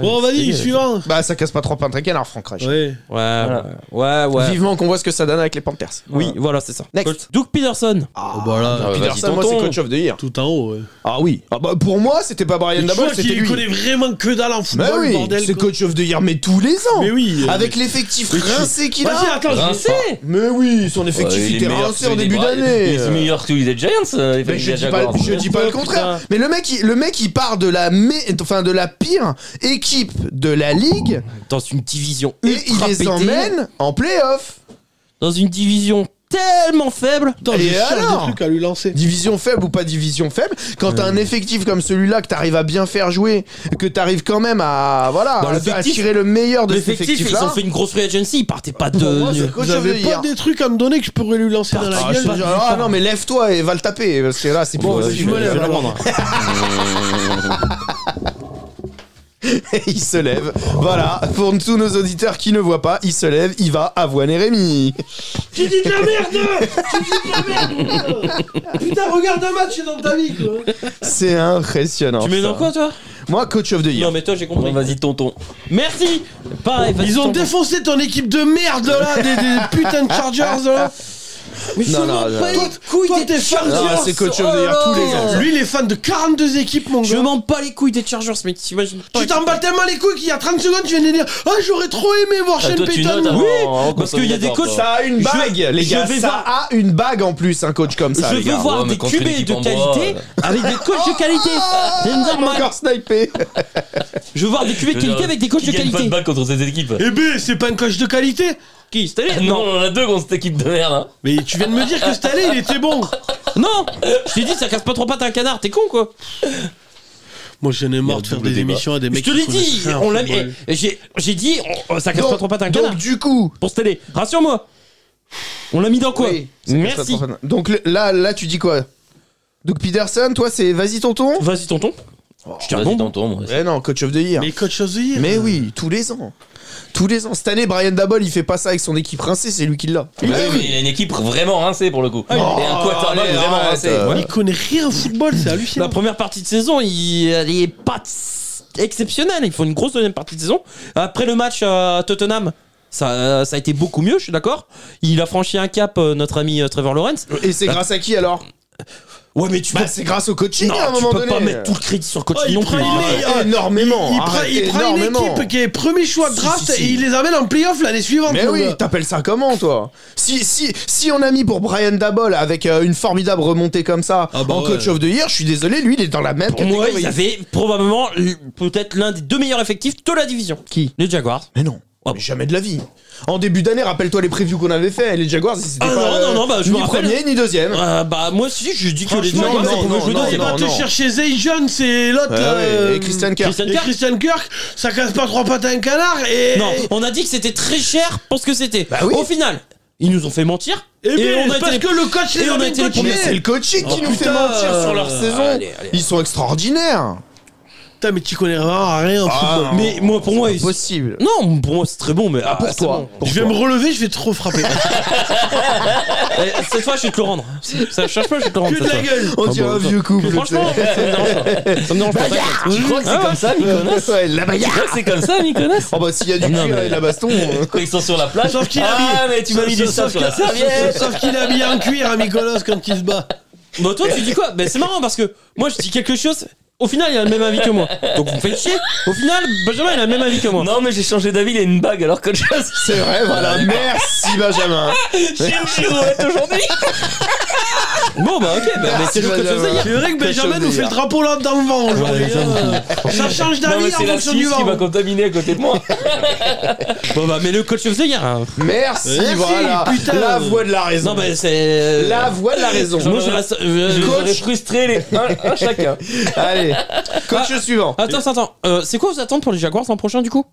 Speaker 1: Bon, vas-y, suivant.
Speaker 3: Bah, ça casse pas trois patins un canard, Franck Reich.
Speaker 1: Ouais.
Speaker 2: Ouais, ouais, ouais. ouais.
Speaker 3: Vivement qu'on voit ce que ça donne avec les Panthers.
Speaker 2: Oui, voilà, c'est ça.
Speaker 3: Next.
Speaker 2: Coach- Doug Peterson.
Speaker 3: Ah,
Speaker 1: Oh, bah là,
Speaker 4: Ah, vas-y,
Speaker 3: Peterson, moi, c'est
Speaker 4: tonton.
Speaker 3: coach of the year.
Speaker 1: tout en haut. ouais.
Speaker 3: Ah oui. Ah bah, pour moi, c'était pas Brian
Speaker 1: Et tu
Speaker 3: Dabol,
Speaker 1: vois
Speaker 3: c'était
Speaker 1: qu'il
Speaker 3: lui.
Speaker 1: connaît vraiment que dalle en
Speaker 3: Mais
Speaker 1: football,
Speaker 3: oui,
Speaker 1: bordel.
Speaker 3: c'est
Speaker 1: quoi.
Speaker 3: coach of the year, mais tous les ans.
Speaker 1: Mais oui. euh,
Speaker 3: Avec l'effectif
Speaker 1: Mais tu-
Speaker 3: rincé qu'il
Speaker 1: Vas-y,
Speaker 3: a.
Speaker 1: attends, je-
Speaker 4: Rincé
Speaker 3: Mais oui, son effectif
Speaker 4: Ouais, il est
Speaker 3: était
Speaker 4: meilleur
Speaker 3: rincé
Speaker 4: que
Speaker 3: en
Speaker 4: celui
Speaker 3: début
Speaker 4: des Bra-
Speaker 3: d'année.
Speaker 4: Il est meilleur que celui des Giants. euh,
Speaker 3: Mais
Speaker 4: les
Speaker 3: je, dis pas,
Speaker 4: Jaguars.
Speaker 3: je dis pas le
Speaker 2: Putain.
Speaker 3: contraire. Mais le mec, il, le mec, il part de la, mé- enfin, de la pire équipe de la ligue
Speaker 2: Dans une division
Speaker 3: et il
Speaker 2: ultra
Speaker 3: les
Speaker 2: pétée,
Speaker 3: emmène en playoff.
Speaker 2: Dans une division tellement faible.
Speaker 1: Attends,
Speaker 3: Et
Speaker 1: je cherche
Speaker 3: alors
Speaker 1: des trucs à lui lancer.
Speaker 3: Division faible ou pas division faible, quand t'as un effectif comme celui-là que t'arrives à bien faire jouer, que t'arrives quand même à voilà
Speaker 2: Dans
Speaker 3: à- à
Speaker 2: l'effectif-
Speaker 3: tirer le meilleur de cet
Speaker 2: L'effectif, ils ont
Speaker 3: effectif-là.
Speaker 2: fait une grosse free agency. Ils partaient pas de.
Speaker 3: Pour moi, c'est coach
Speaker 1: Vous
Speaker 3: of the
Speaker 1: avez pas
Speaker 3: year.
Speaker 1: des trucs à me donner que je pourrais lui lancer dans
Speaker 3: Ah,
Speaker 1: la
Speaker 3: je te
Speaker 1: gueule
Speaker 3: jure, ah, non mais lève-toi et va le taper parce que là c'est
Speaker 1: Bon,
Speaker 3: pas
Speaker 1: vas-y, je
Speaker 3: possible.
Speaker 1: me lève. alors.
Speaker 3: Et il se lève. Voilà, pour tous nos auditeurs qui ne voient pas, il se lève, il va avoiner Rémi.
Speaker 1: Tu dis de la merde Tu dis de la merde putain. Putain, regarde un match c'est dans ta vie, quoi.
Speaker 3: C'est impressionnant.
Speaker 2: Tu mets dans
Speaker 3: ça.
Speaker 2: quoi, toi
Speaker 3: Moi, coach of the year.
Speaker 2: Non, mais toi, j'ai
Speaker 4: Bon,
Speaker 2: compris.
Speaker 4: Vas-y tonton.
Speaker 2: Merci Pareil, vas-y,
Speaker 1: Ils ont
Speaker 2: ton-
Speaker 1: défoncé ton équipe de merde, là, des, des putains de Chargers, là.
Speaker 2: Mais je
Speaker 3: Non,
Speaker 2: m'en
Speaker 3: non, non.
Speaker 1: Toi,
Speaker 2: bats les couilles
Speaker 1: toi,
Speaker 2: des
Speaker 1: t'es fan de-
Speaker 2: Chargers. Oh
Speaker 3: Non, c'est coach of the year, tous les ans.
Speaker 1: Lui, il est fan de 42 équipes, mon
Speaker 2: Je
Speaker 1: gars.
Speaker 2: m'en bats les couilles des Chargers, mais t'imagines pas.
Speaker 1: Tu t'en bats tellement les couilles qu'il y a 30 secondes, tu viens de dire Ah, j'aurais trop aimé voir
Speaker 4: Ah,
Speaker 1: Shane
Speaker 4: toi, tu
Speaker 1: Payton.
Speaker 4: notes avant-
Speaker 1: Oui.
Speaker 4: avant
Speaker 2: parce
Speaker 4: qu'on
Speaker 2: qu'il y a
Speaker 4: soit
Speaker 2: des
Speaker 4: d'accord,
Speaker 2: coachs,
Speaker 4: toi.
Speaker 3: Ça a une
Speaker 2: Je-
Speaker 3: bague, les
Speaker 2: je
Speaker 3: gars.
Speaker 2: vais
Speaker 3: Ça
Speaker 2: voir-
Speaker 3: a une bague en plus, un coach comme ça.
Speaker 2: Je
Speaker 3: les
Speaker 2: veux
Speaker 3: gars.
Speaker 2: voir
Speaker 4: Ouais,
Speaker 2: des
Speaker 4: mais contre une
Speaker 2: QB
Speaker 4: équipe
Speaker 2: de
Speaker 4: en bois,
Speaker 2: qualité
Speaker 4: ouais. Ah
Speaker 2: avec des coachs de qualité. C'est normal.
Speaker 3: Encore snipé.
Speaker 2: Je veux voir des QB de
Speaker 4: Je veux dire,
Speaker 2: qualité avec des coachs
Speaker 4: qui
Speaker 2: de
Speaker 4: gagne pas
Speaker 2: qualité.
Speaker 4: de balle contre cette équipe.
Speaker 1: Eh ben, c'est pas un coach de qualité.
Speaker 2: Qui Staley
Speaker 4: Non,
Speaker 2: Eh, Non.
Speaker 4: on en a deux contre cette équipe de merde. hein.
Speaker 1: Mais tu viens de me dire que cette année, il était bon.
Speaker 2: Non Je t'ai dit, ça casse pas trop pattes à un canard, t'es con quoi
Speaker 1: Moi, j'en ai
Speaker 4: Il y
Speaker 1: marre
Speaker 4: a
Speaker 1: de faire
Speaker 4: double
Speaker 1: des
Speaker 4: débat.
Speaker 1: émissions à des
Speaker 2: Je
Speaker 1: mecs
Speaker 2: te
Speaker 1: qui
Speaker 2: l'ai
Speaker 1: connaissent
Speaker 2: dit
Speaker 1: rien en
Speaker 2: on l'a-
Speaker 1: football.
Speaker 2: eh, J'ai j'ai dit, on- ça casse pas trop pattes à un canard.
Speaker 3: Donc, du coup.
Speaker 2: Pour Staley, rassure-moi On l'a mis dans quoi
Speaker 3: Oui, c'est comme ça,
Speaker 2: Merci
Speaker 3: trop fan. Donc le- là, là, tu dis quoi Donc Peterson, toi, c'est vas-y tonton
Speaker 2: Vas-y tonton Je tiens
Speaker 4: Vas-y
Speaker 2: bon
Speaker 4: tonton. moi.
Speaker 3: Eh non, coach of the year.
Speaker 1: Mais coach of the year.
Speaker 3: Mais oui, tous les ans. Tous les ans. Cette année, Brian Dabol, il fait pas ça avec son équipe rincée, c'est lui qui l'a.
Speaker 4: Bah oui, mais il a une équipe vraiment rincée pour le coup. et un quarterback
Speaker 3: allez,
Speaker 4: vraiment
Speaker 3: arrête,
Speaker 4: rincé.
Speaker 3: euh,
Speaker 1: Il connaît rien au football, c'est
Speaker 2: La
Speaker 1: hallucinant.
Speaker 2: première partie de saison, il, elle est pas s- exceptionnelle. Il faut une grosse deuxième partie de saison. Après le match à Tottenham, ça, euh, ça a été beaucoup mieux, je suis d'accord. Il a franchi un cap, euh, notre ami euh, Trevor Lawrence.
Speaker 3: Et c'est grâce à qui alors
Speaker 2: Ouais, mais tu
Speaker 3: Bah,
Speaker 2: peux-
Speaker 3: c'est grâce au coaching
Speaker 2: non,
Speaker 3: à
Speaker 2: tu
Speaker 3: un moment
Speaker 2: peux
Speaker 3: donné.
Speaker 2: pas mettre tout le crédit sur le coach
Speaker 1: Oh, il
Speaker 2: non
Speaker 1: prend
Speaker 2: plus. hein.
Speaker 1: une ligne.
Speaker 3: Ah, énormément.
Speaker 1: Il, prend, il
Speaker 3: arrête,
Speaker 1: prend une
Speaker 3: énormément.
Speaker 1: équipe qui est premier choix de
Speaker 2: Si,
Speaker 1: draft
Speaker 2: si, si.
Speaker 1: et il les amène en playoff l'année suivante.
Speaker 3: Mais
Speaker 1: mon
Speaker 3: oui,
Speaker 1: gars.
Speaker 3: t'appelles ça comment, toi si, si, si on a mis pour Brian Dabol avec euh, une formidable remontée comme ça
Speaker 1: Ah bah
Speaker 3: en
Speaker 1: ouais.
Speaker 3: coach of the year, je suis désolé, lui, il est dans la même
Speaker 2: Pour moi,
Speaker 3: catégorie.
Speaker 2: ils avaient probablement l- peut-être l'un des deux meilleurs effectifs de la division.
Speaker 3: Qui
Speaker 2: Les Jaguars.
Speaker 3: Mais non.
Speaker 2: Ah
Speaker 3: Mais
Speaker 2: bon.
Speaker 3: Jamais de la vie. En début d'année, rappelle-toi les previews qu'on avait fait. Les Jaguars, c'était
Speaker 2: Ah
Speaker 3: pas
Speaker 2: non, non, non, bah, je
Speaker 3: ni
Speaker 2: me rappelle.
Speaker 3: premier ni deuxième.
Speaker 2: Euh, bah, moi aussi, je dis que les
Speaker 1: Franchement,
Speaker 2: Jaguars,
Speaker 1: non,
Speaker 2: c'est pour
Speaker 1: non,
Speaker 2: me jouer
Speaker 1: non,
Speaker 2: dans-
Speaker 1: il va
Speaker 3: non,
Speaker 1: te
Speaker 3: non.
Speaker 1: chercher Zay Jones et l'autre.
Speaker 3: Ouais, ouais,
Speaker 1: euh,
Speaker 3: et Christian Kirk.
Speaker 2: Christian
Speaker 1: et
Speaker 2: Kirk.
Speaker 1: Christian Kirk, ça casse pas trois pattes à un canard et.
Speaker 2: Non, on a dit que c'était très cher pour ce que c'était.
Speaker 3: Bah oui.
Speaker 2: Au final, ils nous ont fait mentir.
Speaker 1: Et, Eh bien,
Speaker 2: on a
Speaker 1: parce
Speaker 2: été
Speaker 1: que le coach
Speaker 2: et
Speaker 1: les
Speaker 2: on
Speaker 1: a
Speaker 2: a
Speaker 1: bien
Speaker 2: été les
Speaker 1: coachés.
Speaker 3: Mais c'est le coaching qui
Speaker 2: Oh,
Speaker 3: nous fait
Speaker 1: putain.
Speaker 3: mentir sur leur
Speaker 2: Euh,
Speaker 3: saison.
Speaker 2: allez, allez.
Speaker 3: Ils sont extraordinaires.
Speaker 1: Putain, mais tu connais vraiment à rien. en
Speaker 3: Ah,
Speaker 1: football.
Speaker 3: non.
Speaker 2: Mais moi, pour moi, ils-
Speaker 3: Possible.
Speaker 2: non, pour moi, c'est très bon, mais ah,
Speaker 3: pour
Speaker 2: c'est
Speaker 3: toi.
Speaker 2: bon.
Speaker 3: Pour
Speaker 1: je vais
Speaker 3: toi.
Speaker 1: me relever, je vais trop frapper.
Speaker 2: Eh, Cette fois, je vais te le rendre. Ça cherche pas, je vais te le rendre.
Speaker 1: que
Speaker 2: cette
Speaker 1: de la
Speaker 2: fois.
Speaker 1: gueule.
Speaker 3: On
Speaker 2: Ah
Speaker 3: dirait
Speaker 2: bah,
Speaker 3: un vieux couple.
Speaker 2: Franchement, ça me dérange pas. Ça me dérange pas.
Speaker 4: Tu crois que c'est
Speaker 2: Ah ouais.
Speaker 4: comme ça,
Speaker 3: tu sais.
Speaker 4: Nicolas
Speaker 3: Ouais, la
Speaker 4: Tu
Speaker 3: bagarre.
Speaker 4: crois que c'est comme ça, Nicolas
Speaker 3: Oh bah s'il y a du
Speaker 2: Non,
Speaker 3: cul
Speaker 2: mais-
Speaker 3: et la baston. euh.
Speaker 4: Quand ils sont sur la plage.
Speaker 1: Sauf qu'il a
Speaker 4: ah,
Speaker 1: mis-
Speaker 4: mais tu m'as mis du
Speaker 1: sauf-
Speaker 4: sable
Speaker 1: sauf
Speaker 4: sur la
Speaker 1: qu'il-
Speaker 4: serviette.
Speaker 1: Sauf qu'il est habillé en cuir à Mykonos quand il se bat.
Speaker 2: Bah toi tu dis quoi Bah c'est marrant parce que moi je dis quelque chose, au final il a le même avis que moi. Donc vous me faites chier Au final Benjamin il a le même avis que moi.
Speaker 4: Non, mais j'ai changé d'avis, il y a une bague alors que je
Speaker 3: C'est vrai, voilà. Merci Benjamin.
Speaker 4: J'ai une girouette aujourd'hui.
Speaker 2: Bon bah ok, bah, mais c'est le coach
Speaker 3: Benjamin.
Speaker 2: Oseille.
Speaker 1: C'est vrai que
Speaker 3: Quelque
Speaker 1: Benjamin
Speaker 3: chose
Speaker 1: nous fait le
Speaker 3: délire.
Speaker 1: drapeau là dans le vent aujourd'hui. hein. Ça change
Speaker 4: Non, mais
Speaker 1: d'avis en
Speaker 4: c'est la
Speaker 1: fonction
Speaker 4: Suisse
Speaker 1: du
Speaker 4: qui m'a
Speaker 1: vent.
Speaker 4: contaminé à côté de moi.
Speaker 2: Bon bah mais le coach of the year, hein.
Speaker 3: Merci,
Speaker 1: Merci,
Speaker 3: voilà.
Speaker 1: putain.
Speaker 3: La voix de la raison.
Speaker 2: Non bah c'est...
Speaker 3: La voix de la raison.
Speaker 2: Moi je reste... euh,
Speaker 4: Je
Speaker 2: je-
Speaker 4: J'aurais frustré les un, un chacun.
Speaker 3: Allez, coach
Speaker 1: Ah.
Speaker 3: suivant.
Speaker 2: Attends, attends, attends. Euh, c'est quoi vos attentes pour les Jaguars l'an prochain du coup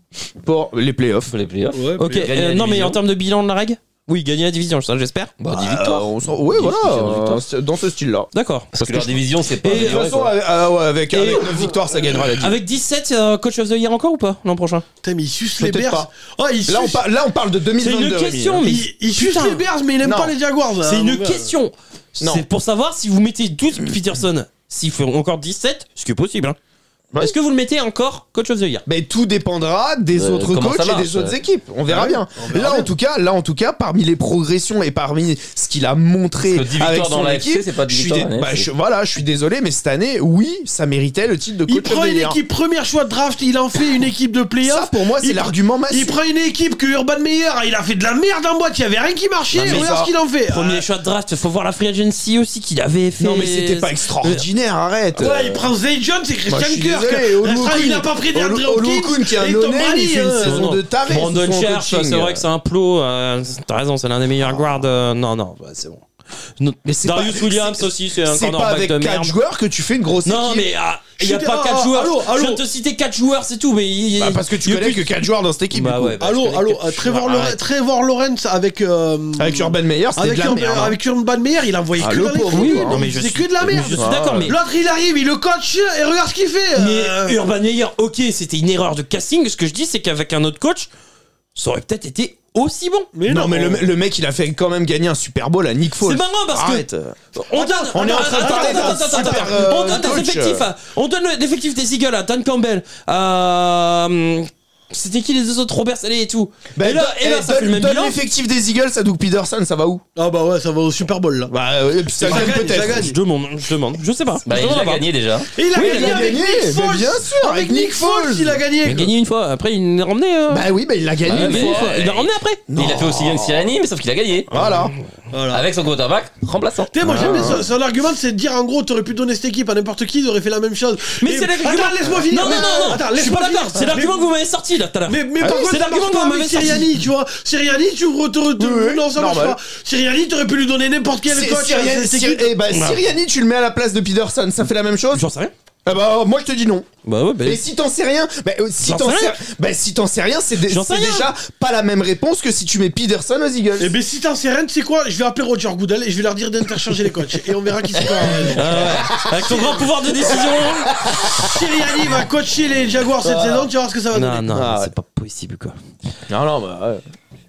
Speaker 3: Pour les playoffs.
Speaker 4: Faut les playoffs.
Speaker 2: Ok,
Speaker 4: gagner la
Speaker 2: euh, non mais
Speaker 4: division.
Speaker 2: en termes de bilan de la règle Oui, gagner la division, ça j'espère. Bah,
Speaker 3: Euh, on s'en- ouais, voilà, euh, c'est- dans ce style-là.
Speaker 2: D'accord.
Speaker 4: Parce que leur division, c'est pas.
Speaker 2: Et de
Speaker 3: De toute façon, avec, ah ouais, avec,
Speaker 2: Et-
Speaker 3: avec 9 victoires, ça gagnera la division.
Speaker 2: Avec 17, euh, coach of the year encore ou pas l'an prochain
Speaker 1: Putain, mais il suce les Bears.
Speaker 3: Peut-être pas.
Speaker 1: Oh, il suce,
Speaker 3: Là on, par- là, on parle de
Speaker 2: C'est
Speaker 3: 2022.
Speaker 2: une
Speaker 3: Rémi,
Speaker 2: question,
Speaker 3: hein.
Speaker 2: mais...
Speaker 1: il, il suce
Speaker 2: Putain.
Speaker 1: les Bears, mais il aime
Speaker 3: Non.
Speaker 1: pas les Jaguars. hein,
Speaker 2: C'est
Speaker 1: mon
Speaker 2: une
Speaker 1: gars.
Speaker 2: question.
Speaker 3: Euh, Non. Euh.
Speaker 2: C'est pour savoir si vous mettez 12 Peterson, s'il fait encore 17, ce qui est possible. hein.
Speaker 3: Ouais.
Speaker 2: Est-ce que vous le mettez encore coach of the year
Speaker 3: Mais tout dépendra des
Speaker 4: Euh,
Speaker 3: autres
Speaker 4: comment ça
Speaker 3: coachs et
Speaker 4: marche,
Speaker 3: des autres
Speaker 4: ouais.
Speaker 3: équipes. On
Speaker 1: Ah
Speaker 3: verra bien. là en tout cas, là en tout cas, parmi les progressions et parmi ce qu'il a montré
Speaker 4: Parce que 10
Speaker 3: avec
Speaker 4: victoires
Speaker 3: son
Speaker 4: dans la
Speaker 3: équipe,
Speaker 4: AFC, c'est pas 10
Speaker 3: je suis
Speaker 4: victoires dans la
Speaker 3: bah,
Speaker 4: NFC.
Speaker 3: je- voilà, je suis désolé, mais cette année, oui, ça méritait le titre de
Speaker 1: Il
Speaker 3: coach
Speaker 1: prend
Speaker 3: of the
Speaker 1: une
Speaker 3: year.
Speaker 1: équipe premier choix de draft, il en fait une équipe de
Speaker 3: Ça
Speaker 1: playoff.
Speaker 3: pour moi, c'est
Speaker 1: Il-
Speaker 3: l'argument
Speaker 1: Il
Speaker 3: massif.
Speaker 1: prend une équipe que Urban Meyer, il a fait de la merde en boîte, il y avait rien qui marchait,
Speaker 3: Non, mais
Speaker 1: regarde
Speaker 3: ça-
Speaker 1: ce qu'il en fait. Ah,
Speaker 2: Premier choix de draft, faut voir la free agency aussi qu'il avait fait.
Speaker 3: Euh,
Speaker 2: Euh,
Speaker 3: Non mais c'était pas extraordinaire, arrête.
Speaker 1: Ouais, il prend Zay Jones et
Speaker 3: Moi, euh, Bah,
Speaker 1: Christian
Speaker 3: je suis
Speaker 1: Kirk.
Speaker 3: désolé, Olu
Speaker 1: Restera, il n'a pas pris des
Speaker 3: Olu-
Speaker 1: André
Speaker 3: Olu
Speaker 1: Hopkins
Speaker 3: Okun, qui est un
Speaker 1: et Tom
Speaker 3: no-name,
Speaker 1: Brady,
Speaker 3: il fait une
Speaker 1: hein.
Speaker 3: saison de taré,
Speaker 2: Brandon
Speaker 3: sous son
Speaker 2: Cherche,
Speaker 3: coaching. Ah.
Speaker 2: c'est vrai que c'est un plot. euh, T'as raison, c'est l'un des meilleurs guards. euh, non, non, bah, c'est bon. No-
Speaker 3: c'est
Speaker 2: Darius
Speaker 3: pas-
Speaker 2: Williams
Speaker 3: c'est-
Speaker 2: aussi, c'est un
Speaker 3: C'est pas
Speaker 2: cornerback
Speaker 3: avec
Speaker 2: de
Speaker 3: 4
Speaker 2: merde.
Speaker 3: joueurs que tu fais une grosse
Speaker 2: Non,
Speaker 3: équipe.
Speaker 2: mais ah, il n'y a
Speaker 1: Je suis
Speaker 2: pas
Speaker 1: dé-
Speaker 2: 4
Speaker 1: ah,
Speaker 2: joueurs.
Speaker 1: allô, allô.
Speaker 2: Je viens de te citer 4 joueurs, c'est tout. Mais il-
Speaker 3: Bah, parce que
Speaker 2: il
Speaker 3: tu
Speaker 2: y a
Speaker 3: connais
Speaker 2: plus-
Speaker 3: que 4 joueurs dans cette équipe.
Speaker 2: Bah
Speaker 3: du coup.
Speaker 2: ouais, bah, je
Speaker 1: Allô,
Speaker 2: connais
Speaker 1: allô,
Speaker 2: que-
Speaker 1: euh, Trevor,
Speaker 2: Arrête.
Speaker 1: Lawrence- Trevor Lawrence avec. euh,
Speaker 3: ah, Avec Urban Meyer, c'était
Speaker 1: avec,
Speaker 3: de la
Speaker 1: Urban-
Speaker 3: merde. hein.
Speaker 1: avec Urban Meyer, il envoyait
Speaker 3: Ah,
Speaker 1: que
Speaker 3: le
Speaker 1: dans les
Speaker 3: pauvre,
Speaker 1: tribunes.
Speaker 3: oui, hein.
Speaker 2: Non, mais je
Speaker 1: C'est
Speaker 2: suis-
Speaker 1: que de la merde.
Speaker 2: Je suis d'accord, mais
Speaker 1: L'autre, il arrive, il le coach et regarde ce qu'il fait.
Speaker 2: Mais
Speaker 1: euh.
Speaker 2: Urban Meyer, ok, c'était une erreur de casting. Ce que je dis, c'est qu'avec un autre coach, ça aurait peut-être été aussi bon.
Speaker 1: Mais
Speaker 3: non, mais le, le mec, il a fait quand même gagner un Super Bowl à Nick Foles.
Speaker 2: C'est marrant parce que-
Speaker 3: Arrête.
Speaker 2: On donne.
Speaker 3: on est en train de
Speaker 2: attends,
Speaker 3: parler
Speaker 2: attends,
Speaker 3: d'un
Speaker 2: attends, attends,
Speaker 3: super,
Speaker 2: attends.
Speaker 3: euh,
Speaker 2: On donne des
Speaker 3: coach.
Speaker 2: effectifs. à- On donne le- l'effectif des Eagles à Dan Campbell. à, hum, C'était qui les deux autres Robert Saleh et tout.
Speaker 3: Bah,
Speaker 2: et là,
Speaker 3: don-
Speaker 2: et là,
Speaker 3: eh,
Speaker 2: ça
Speaker 3: donne-
Speaker 2: fait le même
Speaker 3: donne
Speaker 2: bilan.
Speaker 3: l'effectif des Eagles à Doug Peterson, ça va où
Speaker 1: Ah bah ouais, ça va au Super Bowl là.
Speaker 3: Bah, euh,
Speaker 1: Ça
Speaker 3: ça gagne
Speaker 1: gagne, ça
Speaker 3: peut-être.
Speaker 1: gagne.
Speaker 2: Je demande, je demande, je sais pas.
Speaker 4: Bah,
Speaker 2: Je
Speaker 4: il
Speaker 2: demande
Speaker 4: a
Speaker 2: à voir.
Speaker 4: gagné déjà.
Speaker 1: Et il a
Speaker 3: Oui,
Speaker 1: gagné
Speaker 3: il a
Speaker 1: avec
Speaker 3: gagné,
Speaker 1: Nick
Speaker 3: mais
Speaker 1: Foles.
Speaker 3: bien sûr,
Speaker 1: avec
Speaker 3: avec
Speaker 1: Nick
Speaker 3: Nick
Speaker 1: Foles,
Speaker 3: Foles.
Speaker 1: il a
Speaker 2: Il a
Speaker 1: gagné.
Speaker 2: gagné une fois, après il l'a ramené. euh,
Speaker 3: Bah oui, bah il l'a gagné
Speaker 4: Ouais,
Speaker 3: une
Speaker 4: mais-
Speaker 3: fois.
Speaker 2: il l'a ramené après.
Speaker 4: Il a fait aussi bien que Siriani, mais sauf qu'il a gagné.
Speaker 3: Voilà.
Speaker 1: Voilà.
Speaker 4: Avec son quarterback remplaçant.
Speaker 1: Tu sais, moi j'aime bien
Speaker 3: Ah.
Speaker 1: son, son argument, c'est de dire en gros, t'aurais pu donner cette équipe à n'importe qui, ils auraient fait la même chose.
Speaker 2: Mais
Speaker 1: Et-
Speaker 2: c'est l'argument.
Speaker 1: Attends, laisse-moi finir.
Speaker 2: Non, non, non, non.
Speaker 1: Attends,
Speaker 2: je suis
Speaker 1: laisse-moi
Speaker 2: pas d'accord.
Speaker 1: finir.
Speaker 2: C'est l'argument que vous m'avez sorti là tout à l'heure.
Speaker 1: Mais, mais
Speaker 2: Ah
Speaker 1: par
Speaker 2: oui,
Speaker 1: contre,
Speaker 2: c'est l'argument que vous m'avez sorti.
Speaker 1: Siriani, tu vois. Siriani, tu retournes.
Speaker 3: Oui, oui,
Speaker 1: non, ça marche
Speaker 3: normal.
Speaker 1: pas. Siriani, t'aurais pu lui donner n'importe quel
Speaker 3: C'est-
Speaker 1: coach.
Speaker 3: Sirian-
Speaker 1: c'est- c'est
Speaker 3: Sir-
Speaker 1: qui-
Speaker 3: eh bah, Siriani, tu le mets à la place de Peterson, ça fait la même chose
Speaker 2: J'en sais rien.
Speaker 3: Ah bah, moi je te dis non.
Speaker 2: Bah ouais, bah.
Speaker 3: Et si t'en sais rien, bah, euh, si
Speaker 2: J'en
Speaker 3: t'en
Speaker 2: sais
Speaker 3: sais,
Speaker 2: rien.
Speaker 3: bah, si t'en sais rien, c'est dé-
Speaker 2: J'en sais
Speaker 3: c'est
Speaker 2: rien.
Speaker 3: déjà pas la même réponse que si tu mets Peterson aux Eagles.
Speaker 1: Eh ben si t'en sais rien, tu sais quoi Je vais appeler Roger Goodell et je vais leur dire d'interchanger les coachs. Et on verra qui c'est quoi.
Speaker 2: Ah ouais. Avec son grand pouvoir de décision.
Speaker 1: Siriani va coacher les Jaguars cette saison, tu vas voir ce que ça va
Speaker 2: Non,
Speaker 1: donner.
Speaker 2: non,
Speaker 3: Ah ouais.
Speaker 2: c'est pas possible quoi.
Speaker 3: Non, non, bah ouais.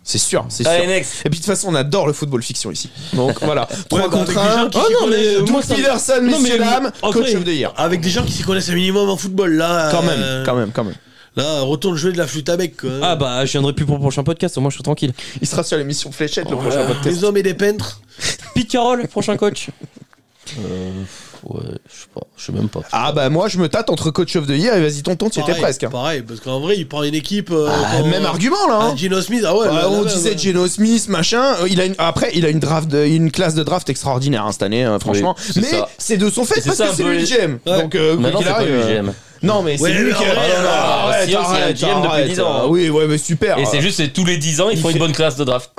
Speaker 3: C'est sûr, c'est sûr.
Speaker 4: Allez,
Speaker 3: Et
Speaker 4: next.
Speaker 3: puis de toute façon, on adore le football fiction ici. Donc voilà,
Speaker 1: Ouais,
Speaker 3: 3
Speaker 1: bah, avec
Speaker 3: contre
Speaker 1: des
Speaker 3: 1.
Speaker 1: gens qui s'y connaissent.
Speaker 2: Oh, mais
Speaker 3: Doug Peterson,
Speaker 2: Non, mais-
Speaker 3: messieurs, dames,
Speaker 2: en
Speaker 3: coach
Speaker 2: vrai-
Speaker 3: of the year.
Speaker 1: Avec des gens qui s'y connaissent un minimum en football, là.
Speaker 3: Quand
Speaker 1: euh,
Speaker 3: même, quand même, quand même.
Speaker 1: Là, retourne jouer de la flûte à bec, quoi.
Speaker 2: Ah bah je viendrai plus pour le prochain podcast, au moins je suis tranquille.
Speaker 3: Il sera sur l'émission Fléchette le prochain podcast.
Speaker 1: Des hommes et des peintres.
Speaker 2: Pete Carroll, prochain coach.
Speaker 4: Ouais, je sais pas, je sais même pas.
Speaker 3: Ah bah moi je me tâte entre coach of the year et vas-y tonton, tu y étais
Speaker 1: Pareil,
Speaker 3: presque. hein.
Speaker 1: Pareil, parce qu'en vrai, il prend une équipe. euh,
Speaker 3: Ah,
Speaker 1: quand-
Speaker 3: même argument là. hein.
Speaker 1: Ah, Gino Smith, ah ouais.
Speaker 3: Ouais,
Speaker 1: là,
Speaker 3: on
Speaker 1: là,
Speaker 3: disait
Speaker 1: ouais.
Speaker 3: Geno Smith, machin. euh, Il a une... Après, il a une draft, de- une classe de draft extraordinaire hein, cette année, euh, franchement.
Speaker 4: Oui, c'est
Speaker 3: mais
Speaker 4: ça.
Speaker 3: c'est de son fait
Speaker 4: Et c'est
Speaker 3: parce
Speaker 4: ça,
Speaker 3: que c'est
Speaker 4: un peu
Speaker 3: lui le GM.
Speaker 1: Ouais.
Speaker 3: Donc, euh, quoi
Speaker 4: Maintenant,
Speaker 3: qu'il
Speaker 4: c'est pas
Speaker 3: arrive, euh,
Speaker 4: l'UGM.
Speaker 3: Non, mais
Speaker 1: Ouais,
Speaker 3: c'est lui
Speaker 1: mais
Speaker 3: qui.
Speaker 1: en vrai,
Speaker 3: Ah, non, non,
Speaker 4: euh,
Speaker 3: arrête,
Speaker 4: si, c'est un
Speaker 3: arrête,
Speaker 4: GM depuis
Speaker 3: arrête,
Speaker 4: 10 ans.
Speaker 3: euh, Oui, ouais, mais super.
Speaker 4: Et c'est juste, c'est tous les 10 ans, ils
Speaker 3: Il
Speaker 4: font
Speaker 3: fait-
Speaker 4: une bonne classe de draft.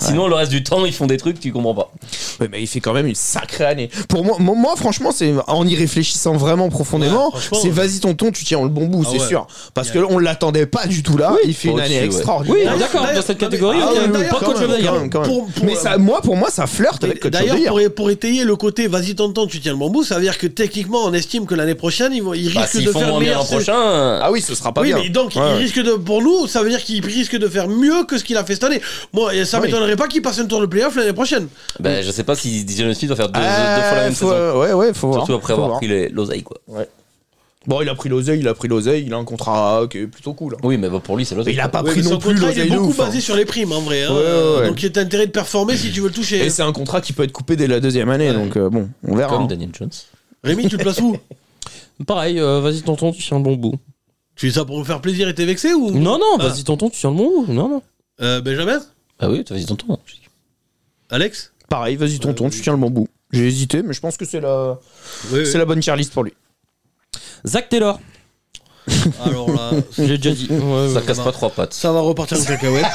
Speaker 4: Sinon, le reste du temps, ils font des trucs, tu comprends pas.
Speaker 3: Ouais, mais il fait quand même une sacrée année. Pour moi, moi, moi, franchement, c'est en y réfléchissant vraiment profondément,
Speaker 1: Ouais, franchement,
Speaker 3: c'est
Speaker 1: ouais.
Speaker 3: vas-y tonton, tu tiens le bon bout,
Speaker 1: Ah
Speaker 3: c'est
Speaker 1: ouais.
Speaker 3: sûr. Parce
Speaker 1: Y a-
Speaker 3: que on l'attendait pas du tout là. il fait une
Speaker 4: Au-dessus,
Speaker 3: année
Speaker 4: ouais.
Speaker 2: Oui,
Speaker 3: extraordinaire.
Speaker 2: Ah, d'accord, dans cette catégorie,
Speaker 1: Ah
Speaker 2: ok,
Speaker 1: ouais,
Speaker 2: pas
Speaker 1: d'ailleurs,
Speaker 2: coach
Speaker 1: quand
Speaker 2: of
Speaker 1: même,
Speaker 2: the year.
Speaker 1: quand même. Pour- pour-
Speaker 3: mais ça, moi, pour moi, ça flirte avec Coach
Speaker 1: D'ailleurs,
Speaker 3: of the Year.
Speaker 1: pour, pour étayer le côté vas-y tonton, tu tiens le bambou, ça veut dire que techniquement, on estime que l'année prochaine, ils, vont, ils
Speaker 4: Bah,
Speaker 1: risquent
Speaker 4: s'ils
Speaker 1: de
Speaker 4: font
Speaker 1: faire
Speaker 4: moins bien l'an
Speaker 1: meilleur.
Speaker 4: prochain,
Speaker 3: Ah oui, ce sera pas
Speaker 1: oui,
Speaker 3: bien.
Speaker 1: mais donc,
Speaker 3: Ouais.
Speaker 1: ils risquent de, pour nous, ça veut dire qu'ils risquent de faire mieux que ce qu'il a fait cette année. Moi, et ça
Speaker 3: Oui.
Speaker 1: m'étonnerait pas qu'il passe un tour de playoff l'année prochaine.
Speaker 4: bah, je sais pas si Dijon Smith va faire deux, deux fois la
Speaker 3: Ah,
Speaker 4: même
Speaker 3: faut-
Speaker 4: saison.
Speaker 3: ouais, ouais, faut voir.
Speaker 4: Surtout après
Speaker 3: faut
Speaker 4: avoir
Speaker 3: voir.
Speaker 4: pris les- l'oseille, quoi.
Speaker 3: Bon, il a pris l'oseille, il a pris l'oseille, il a un contrat qui est plutôt cool. hein.
Speaker 4: Oui, mais bah, pour lui, c'est
Speaker 3: Mais
Speaker 4: l'oseille.
Speaker 3: il a pas
Speaker 1: Ouais,
Speaker 3: pris
Speaker 1: mais
Speaker 3: non
Speaker 1: son
Speaker 3: plus
Speaker 1: contrat, il est
Speaker 3: l'oseille de
Speaker 1: beaucoup
Speaker 3: ouf. hein.
Speaker 1: basé sur les primes, en vrai. hein.
Speaker 3: Ouais, ouais, ouais.
Speaker 1: Donc, il y a intérêt de performer si tu veux le toucher.
Speaker 3: Et c'est un contrat qui peut être coupé dès la deuxième année, donc euh, bon, on verra.
Speaker 4: Comme
Speaker 3: hein.
Speaker 4: Daniel Jones.
Speaker 1: Rémi, tu le places où
Speaker 2: Pareil, euh, vas-y tonton, tu tiens le bon bout.
Speaker 1: Tu fais ça pour me faire plaisir et t'es vexé ou
Speaker 2: Non, non,
Speaker 1: Ah.
Speaker 2: vas-y tonton, tu tiens le bon bout. Non, non.
Speaker 1: Euh, Benjamin
Speaker 4: Bah oui, vas-y, tonton.
Speaker 1: Alex
Speaker 3: Pareil, vas-y tonton, tu tiens le bon bout. J'ai hésité, mais je pense que c'est la,
Speaker 4: Euh,
Speaker 1: Oui,
Speaker 3: c'est la bonne tier list pour lui.
Speaker 2: Zach Taylor,
Speaker 1: Alors là,
Speaker 2: j'ai déjà dit.
Speaker 1: Mm.
Speaker 2: Ouais,
Speaker 4: Ça
Speaker 2: ouais.
Speaker 4: casse
Speaker 1: va.
Speaker 4: pas trois pattes.
Speaker 1: ça va repartir en cacahuète.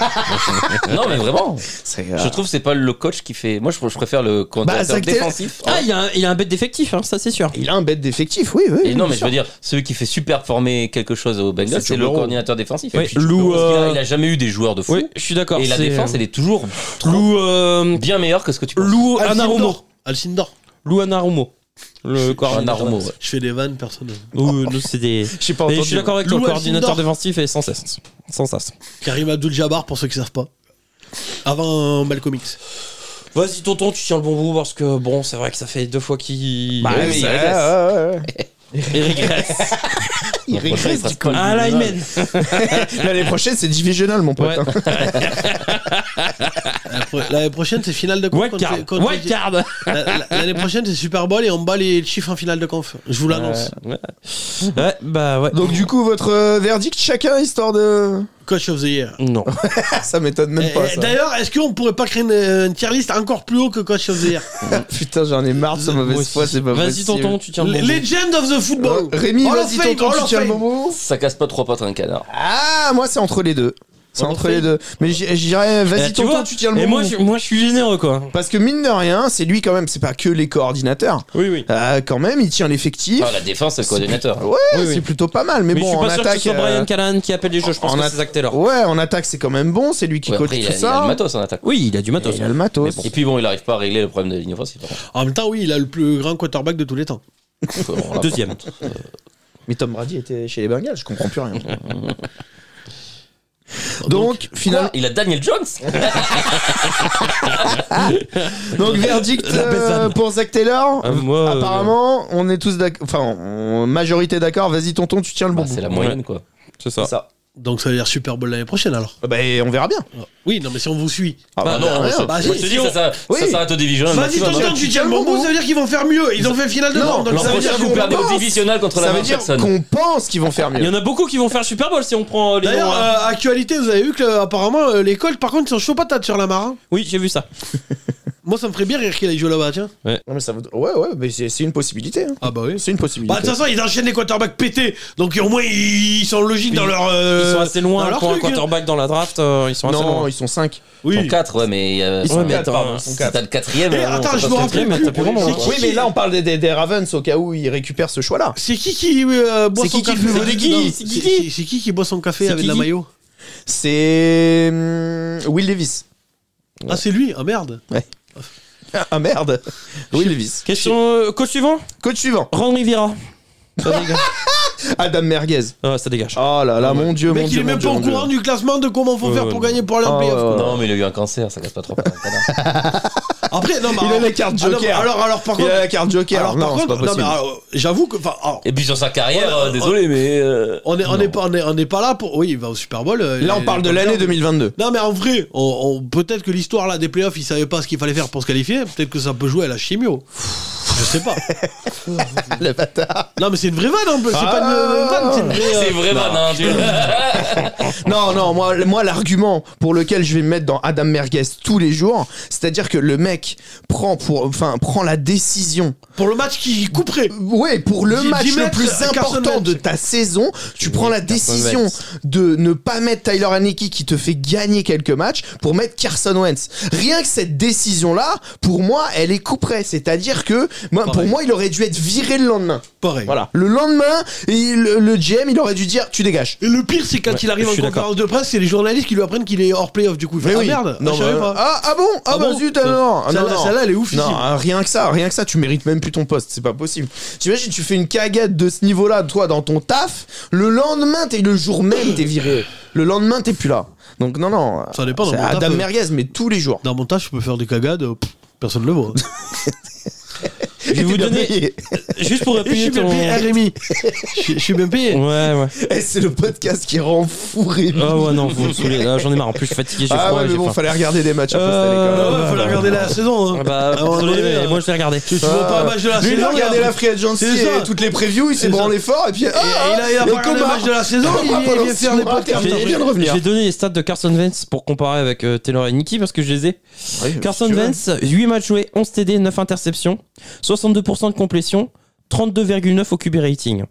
Speaker 4: non, mais vraiment.
Speaker 3: C'est, euh,
Speaker 4: Je trouve que c'est pas le coach qui fait. Moi, je, je préfère le coordinateur
Speaker 3: Bah, Zach Taylor-
Speaker 4: défensif.
Speaker 2: Ah, il y a un- il y a un bête d'effectif, hein, ça c'est sûr.
Speaker 3: Il a un bête d'effectif, oui, oui.
Speaker 4: Et
Speaker 3: bien
Speaker 4: non, mais je
Speaker 3: sûr.
Speaker 4: veux dire, celui qui fait super former quelque chose au Bengals,
Speaker 3: C'est
Speaker 4: c'est le
Speaker 3: Joe Burrow.
Speaker 4: coordinateur défensif.
Speaker 2: Oui,
Speaker 4: Et puis, Joe
Speaker 2: Lou,
Speaker 4: Burrow, parce qu'il a-
Speaker 2: euh,
Speaker 4: Il a jamais eu des joueurs de fou.
Speaker 2: Oui, je suis d'accord.
Speaker 4: Et la
Speaker 2: c'est- euh,
Speaker 4: défense, elle est toujours
Speaker 2: Lou, euh,
Speaker 4: bien meilleure que ce que tu penses.
Speaker 2: Lou Anarumo.
Speaker 1: Alcindor. Alcindor.
Speaker 2: Lou Anarumo. Le coordinateur.
Speaker 4: Anarumo, ouais.
Speaker 1: Je fais des vannes, personne.
Speaker 2: Oui, nous, c'est des.
Speaker 3: Je sais pas
Speaker 2: Mais je
Speaker 3: entendu.
Speaker 2: suis d'accord avec toi, le
Speaker 1: Lou
Speaker 2: coordinateur
Speaker 1: Alcindor.
Speaker 2: défensif est sans cesse. Sans cesse.
Speaker 1: Karim Abdul-Jabbar, pour ceux qui savent pas. Avant Malcolm X.
Speaker 2: Vas-y, tonton, tu tiens le bon bout parce que bon, c'est vrai que ça fait deux fois qu'il.
Speaker 3: Bah
Speaker 4: Ouais,
Speaker 3: oui,
Speaker 4: ça
Speaker 3: ouais,
Speaker 4: régresse.
Speaker 3: ouais, ouais, ouais.
Speaker 2: Il régresse.
Speaker 3: Il
Speaker 4: L'an prochain,
Speaker 3: régresse
Speaker 4: sera
Speaker 3: du
Speaker 4: pas le
Speaker 2: Ah,
Speaker 4: même.
Speaker 2: lineman.
Speaker 3: L'année prochaine, c'est divisional, mon pote.
Speaker 2: Ouais.
Speaker 3: hein.
Speaker 1: La pro- L'année prochaine, c'est finale de conf.
Speaker 2: White
Speaker 1: contre-
Speaker 2: card.
Speaker 1: contre-
Speaker 2: White card.
Speaker 1: La- la- L'année prochaine, c'est Super Bowl et on bat les chiffres en finale de conf. Je vous l'annonce.
Speaker 2: Ouais. Ouais, bah ouais.
Speaker 3: Donc, du coup, votre euh, verdict chacun, histoire de.
Speaker 1: Coach of the Year.
Speaker 2: Non.
Speaker 3: Ah, ça m'étonne même
Speaker 4: Euh,
Speaker 1: Eh,
Speaker 3: pas.
Speaker 1: eh,
Speaker 3: ça.
Speaker 1: D'ailleurs, est-ce qu'on pourrait pas créer une, une tier list encore plus haut que Coach of the Year
Speaker 3: Putain, j'en ai marre de ce
Speaker 2: Moi
Speaker 3: mauvaise
Speaker 2: aussi.
Speaker 3: foi, c'est pas
Speaker 2: Vas-y,
Speaker 3: possible.
Speaker 2: tonton, tu tiens le bon bout.
Speaker 1: Legend of the Football.
Speaker 3: Euh,
Speaker 4: Oh,
Speaker 3: Rémi,
Speaker 1: Hall of
Speaker 3: vas-y,
Speaker 1: Fame,
Speaker 3: tonton,
Speaker 1: Hall
Speaker 3: tu
Speaker 1: of
Speaker 3: tiens le
Speaker 1: Fame.
Speaker 3: bonbon.
Speaker 4: Ça casse pas trois pattes à un canard.
Speaker 3: Ah, moi, c'est entre les deux. C'est
Speaker 1: Hall of
Speaker 3: entre les
Speaker 1: Fame.
Speaker 3: deux. Mais j- j'irais,
Speaker 2: Eh,
Speaker 3: vas-y,
Speaker 2: tu
Speaker 3: tonton,
Speaker 2: vois
Speaker 3: tu tiens le
Speaker 2: Et
Speaker 3: bonbon.
Speaker 2: moi, je- moi, je suis généreux, quoi.
Speaker 3: Parce que mine de rien, c'est lui quand même, c'est pas que les coordinateurs.
Speaker 2: Oui, oui.
Speaker 3: Ah, quand même, il tient l'effectif.
Speaker 4: Ah, la défense, c'est le coordinateur.
Speaker 3: Ouais,
Speaker 2: Oui, oui.
Speaker 3: c'est plutôt pas mal. Mais,
Speaker 2: Mais
Speaker 3: bon,
Speaker 2: je suis
Speaker 3: en
Speaker 2: pas sûr
Speaker 3: attaque.
Speaker 2: que ce soit
Speaker 3: euh,
Speaker 2: Brian Callahan qui appelle les jeux, je pense
Speaker 3: en Oh.
Speaker 2: que
Speaker 3: a-
Speaker 2: c'est Zach Taylor.
Speaker 3: Ouais, en attaque, c'est quand même bon. C'est lui qui
Speaker 4: Ouais,
Speaker 3: coach
Speaker 4: après, il
Speaker 3: tout
Speaker 4: a, il a
Speaker 3: ça. hein
Speaker 4: le matos en attaque.
Speaker 2: Oui, il a du matos.
Speaker 3: Il a le matos.
Speaker 4: Et puis bon, il arrive pas à régler le problème de la ligne offensive. par contre.
Speaker 1: En même temps, oui, il a le plus grand quarterback de tous les temps.
Speaker 4: Faut- on l'a pas.
Speaker 2: Deuxième.
Speaker 3: Mais Tom Brady était chez les Bengals, je comprends plus rien. Donc,
Speaker 4: Quoi
Speaker 3: finalement,
Speaker 4: Il a Daniel Jones Ah,
Speaker 3: donc verdict
Speaker 2: La
Speaker 3: euh,
Speaker 2: besanne.
Speaker 3: pour Zach Taylor.
Speaker 2: Ah, moi, euh,
Speaker 3: Apparemment, on est tous d'accord. Enfin, on- majorité d'accord. Vas-y, tonton, tu tiens le bon.
Speaker 4: Bah, C'est la
Speaker 3: bout.
Speaker 4: moyenne, quoi.
Speaker 2: C'est ça.
Speaker 3: C'est ça.
Speaker 1: Donc ça veut dire Super Bowl l'année prochaine alors.
Speaker 3: Bah, et on verra bien.
Speaker 1: Oui, non, mais si on vous suit.
Speaker 3: Ah,
Speaker 4: Bah,
Speaker 3: bah,
Speaker 4: non,
Speaker 3: rien.
Speaker 4: je-
Speaker 1: bah,
Speaker 4: moi,
Speaker 1: si,
Speaker 4: je te
Speaker 1: si,
Speaker 4: dis, ça,
Speaker 1: on-
Speaker 4: ça,
Speaker 3: oui.
Speaker 4: ça s'arrête au division.
Speaker 1: Vas-y,
Speaker 4: maximum, hein.
Speaker 1: tonton, tu tiens le bon bout, ça veut dire qu'ils vont faire mieux. Ils ont fait finale de
Speaker 3: Non,
Speaker 1: conf, donc
Speaker 4: L'an
Speaker 1: ça veut dire
Speaker 4: prochain,
Speaker 1: qu'ils
Speaker 4: vous
Speaker 1: vont
Speaker 4: perdez
Speaker 1: pas-
Speaker 4: au divisional contre
Speaker 3: Ça
Speaker 4: la
Speaker 3: veut
Speaker 4: même
Speaker 3: dire
Speaker 4: personne. Ah,
Speaker 3: qu'on pense qu'ils vont faire
Speaker 2: Il y
Speaker 3: mieux.
Speaker 2: en a beaucoup qui vont faire Super Bowl si on prend euh, les
Speaker 1: D'ailleurs,
Speaker 2: noms, hein.
Speaker 1: euh, actualité, vous avez vu que euh, apparemment euh, les Colts, par contre, sont chauds patates sur la marin.
Speaker 3: euh,
Speaker 2: Oui, j'ai vu ça.
Speaker 1: Moi, ça me ferait bien rire qu'il aille jouer là-bas, tiens.
Speaker 3: Non, mais ça vaut- Ouais, ouais, mais c'est c'est une possibilité. hein.
Speaker 1: Ah bah oui.
Speaker 3: C'est une
Speaker 1: Bah, de
Speaker 3: possibilité.
Speaker 1: toute façon, ils enchaînent les quarterbacks pétés, donc au moins ils sont logiques dans leur. euh,
Speaker 2: Ils sont assez
Speaker 1: dans
Speaker 2: loin
Speaker 1: leur
Speaker 2: pour un
Speaker 1: truc, hein.
Speaker 2: quarterback dans la draft. euh, ils sont assez
Speaker 3: non,
Speaker 2: loin.
Speaker 3: ils sont 5.
Speaker 4: Ils sont
Speaker 1: Oui.
Speaker 4: 4, ouais, mais. euh,
Speaker 3: Ils sont
Speaker 4: ouais, mais
Speaker 3: quatre,
Speaker 4: attends,
Speaker 3: pardon, ils sont
Speaker 4: si
Speaker 3: quatre.
Speaker 4: t'as le quatrième.
Speaker 1: Eh,
Speaker 4: euh, on
Speaker 1: attends,
Speaker 4: peut
Speaker 1: je
Speaker 4: pas
Speaker 1: vous
Speaker 4: se
Speaker 1: rappelle.
Speaker 2: quatrième,
Speaker 1: plus,
Speaker 2: t'as plus vraiment,
Speaker 1: c'est qui
Speaker 3: Oui, mais là, on parle des, des- des Ravens au cas où ils récupèrent ce choix-là.
Speaker 1: C'est qui qui euh, boit
Speaker 3: C'est
Speaker 1: son
Speaker 3: qui qui
Speaker 1: café
Speaker 3: le veut
Speaker 1: avec-
Speaker 3: de qui
Speaker 1: Non,
Speaker 3: C'est
Speaker 1: C'est
Speaker 3: qui
Speaker 1: c'est- c'est qui qui boit son café
Speaker 2: C'est
Speaker 1: avec
Speaker 2: qui
Speaker 1: la
Speaker 2: qui
Speaker 1: maillot
Speaker 3: C'est hum, Will Davis.
Speaker 1: Ah, c'est lui. Ah merde.
Speaker 3: Ah merde. Will Davis.
Speaker 2: Question euh, coach suivant
Speaker 3: Coach suivant.
Speaker 2: Ron Rivera. Ça dégage.
Speaker 3: Adam Merguez.
Speaker 2: Ah, ça dégage.
Speaker 3: Oh là là, mon dieu,
Speaker 1: Le
Speaker 3: mon
Speaker 1: mec, il
Speaker 3: dieu.
Speaker 1: est
Speaker 3: mon
Speaker 1: même
Speaker 3: Dieu,
Speaker 1: pas au
Speaker 3: mon Dieu.
Speaker 1: courant du classement de comment faut
Speaker 2: Ouais,
Speaker 1: faire
Speaker 2: ouais,
Speaker 1: pour
Speaker 2: non.
Speaker 1: gagner pour aller en
Speaker 3: Ah,
Speaker 1: playoff.
Speaker 3: ouais,
Speaker 1: quoi.
Speaker 3: ouais.
Speaker 4: Non, mais il a eu un cancer, ça casse pas trop.
Speaker 1: Après, non, mais
Speaker 3: Il a
Speaker 1: alors-
Speaker 3: la carte
Speaker 1: Ah, non,
Speaker 3: Joker.
Speaker 1: alors, alors, par
Speaker 3: Il
Speaker 1: contre,
Speaker 3: a la carte Joker.
Speaker 1: alors,
Speaker 3: non,
Speaker 1: par
Speaker 3: c'est
Speaker 1: contre,
Speaker 3: pas
Speaker 1: non,
Speaker 3: possible.
Speaker 1: mais alors, j'avoue que, enfin, alors,
Speaker 4: Et puis sur sa carrière,
Speaker 1: Ouais,
Speaker 4: euh, désolé, mais. euh,
Speaker 1: on est, on
Speaker 4: non.
Speaker 1: est pas, on est, on est pas là pour. Oui, il va au Super Bowl. euh,
Speaker 3: Là, on
Speaker 1: les-
Speaker 3: parle de
Speaker 1: les-
Speaker 3: l'année 2022.
Speaker 1: Non, mais en vrai, on, on- peut-être que l'histoire là des playoffs, ils savaient pas ce qu'il fallait faire pour se qualifier. Peut-être que ça peut jouer à la chimio. Je sais pas. Ah,
Speaker 3: Le bâtard.
Speaker 1: Non, mais c'est une vraie vanne en plus. C'est
Speaker 3: Ah.
Speaker 1: pas une, une vanne, c'est une vraie.
Speaker 4: C'est
Speaker 1: euh,
Speaker 4: vraiment non, tu-
Speaker 3: Non, non, moi, moi l'argument pour lequel je vais me mettre dans Adam Merguez tous les jours, c'est-à-dire que le mec prend, pour, enfin, prend la décision.
Speaker 1: Pour le match qui couperait.
Speaker 3: Ouais, pour le
Speaker 1: Dix-
Speaker 3: match
Speaker 1: dix
Speaker 3: le
Speaker 1: mètres,
Speaker 3: plus
Speaker 1: Carson
Speaker 3: important
Speaker 1: Wentz.
Speaker 3: de ta saison, tu prends la
Speaker 4: Carson
Speaker 3: décision
Speaker 4: Wentz.
Speaker 3: de ne pas mettre Tyler Haneke qui te fait gagner quelques matchs pour mettre Carson Wentz. Rien que cette décision-là, pour moi, elle est couperée. C'est-à-dire que, moi, pour
Speaker 4: Pareil.
Speaker 3: moi, il aurait dû être viré le lendemain.
Speaker 1: Pareil.
Speaker 3: Voilà. Le lendemain, il- le, le GM, il aurait dû dire, tu dégages.
Speaker 1: Et le pire, c'est quand il arrive
Speaker 4: je
Speaker 1: en
Speaker 4: suis
Speaker 1: conférence de presse, c'est les journalistes qui lui apprennent qu'il est hors playoff du coup. Il fait,
Speaker 3: Mais
Speaker 1: ah
Speaker 3: oui.
Speaker 1: merde,
Speaker 3: Non,
Speaker 1: je savais pas.
Speaker 3: bah, Ah, ah bon Ah,
Speaker 1: Ah
Speaker 3: bah
Speaker 1: bon
Speaker 3: zut alors
Speaker 1: Celle-là-
Speaker 3: non, non.
Speaker 1: celle-là, elle est oufissime.
Speaker 3: Non, euh, rien que ça, rien que ça, tu mérites même plus ton poste, c'est pas possible. T'imagines, tu fais une cagade de ce niveau-là, toi, dans ton taf, le lendemain, t'es le jour même, t'es viré. Le lendemain, t'es plus là. Donc non, non.
Speaker 1: Ça dépend, dans
Speaker 3: C'est
Speaker 1: mon taf,
Speaker 3: Adam
Speaker 1: euh,
Speaker 3: Merguez, mais tous les jours.
Speaker 1: Dans mon taf, je peux faire des cagades, euh, pff, personne le voit.
Speaker 3: Je
Speaker 2: vais vous donner- Juste pour
Speaker 1: Et je
Speaker 2: appuyer
Speaker 1: suis bien
Speaker 2: ton.
Speaker 1: payé, hein, Rémi. Je suis- je suis bien payé.
Speaker 2: Ouais, ouais.
Speaker 3: eh, c'est le podcast qui rend fou Rémi.
Speaker 2: Ah ouais, non, vous me saoulez. Ah, J'en ai marre. En plus, je suis fatigué, j'ai
Speaker 3: Ah
Speaker 2: froid.
Speaker 3: ouais, mais
Speaker 2: j'ai
Speaker 3: bon,
Speaker 2: faim.
Speaker 3: fallait regarder des matchs à poste à
Speaker 2: Euh,
Speaker 1: Ah
Speaker 3: l'école.
Speaker 1: ouais, faut la regarder la saison. hein.
Speaker 2: Ah bah,
Speaker 1: Ah, on
Speaker 2: désolé,
Speaker 1: est,
Speaker 2: mais
Speaker 1: euh,
Speaker 2: moi je vais regarder.
Speaker 1: Tu vois pas un match de la
Speaker 3: Lui, il
Speaker 1: saison.
Speaker 3: a regardé
Speaker 1: regarde.
Speaker 3: la Free Agency
Speaker 1: C'est ça.
Speaker 3: et toutes les previews, il s'est
Speaker 1: C'est ça.
Speaker 3: branlé fort, et puis. oh,
Speaker 1: Et il a, il a
Speaker 3: les
Speaker 1: pas regardé le
Speaker 3: combats.
Speaker 1: match de la saison, il,
Speaker 3: Ah,
Speaker 1: il vient faire les
Speaker 3: pendant six mois,
Speaker 1: podcasts.
Speaker 3: t'es
Speaker 1: après.
Speaker 3: revenu. vient de revenir.
Speaker 2: Je vais donner les stats de Carson Wentz pour comparer avec euh, Taylor Heineke parce que je les ai. Carson Wentz, 8 matchs joués, 11 TD, 9 interceptions, 62% de complétion, 32,9 au QB rating.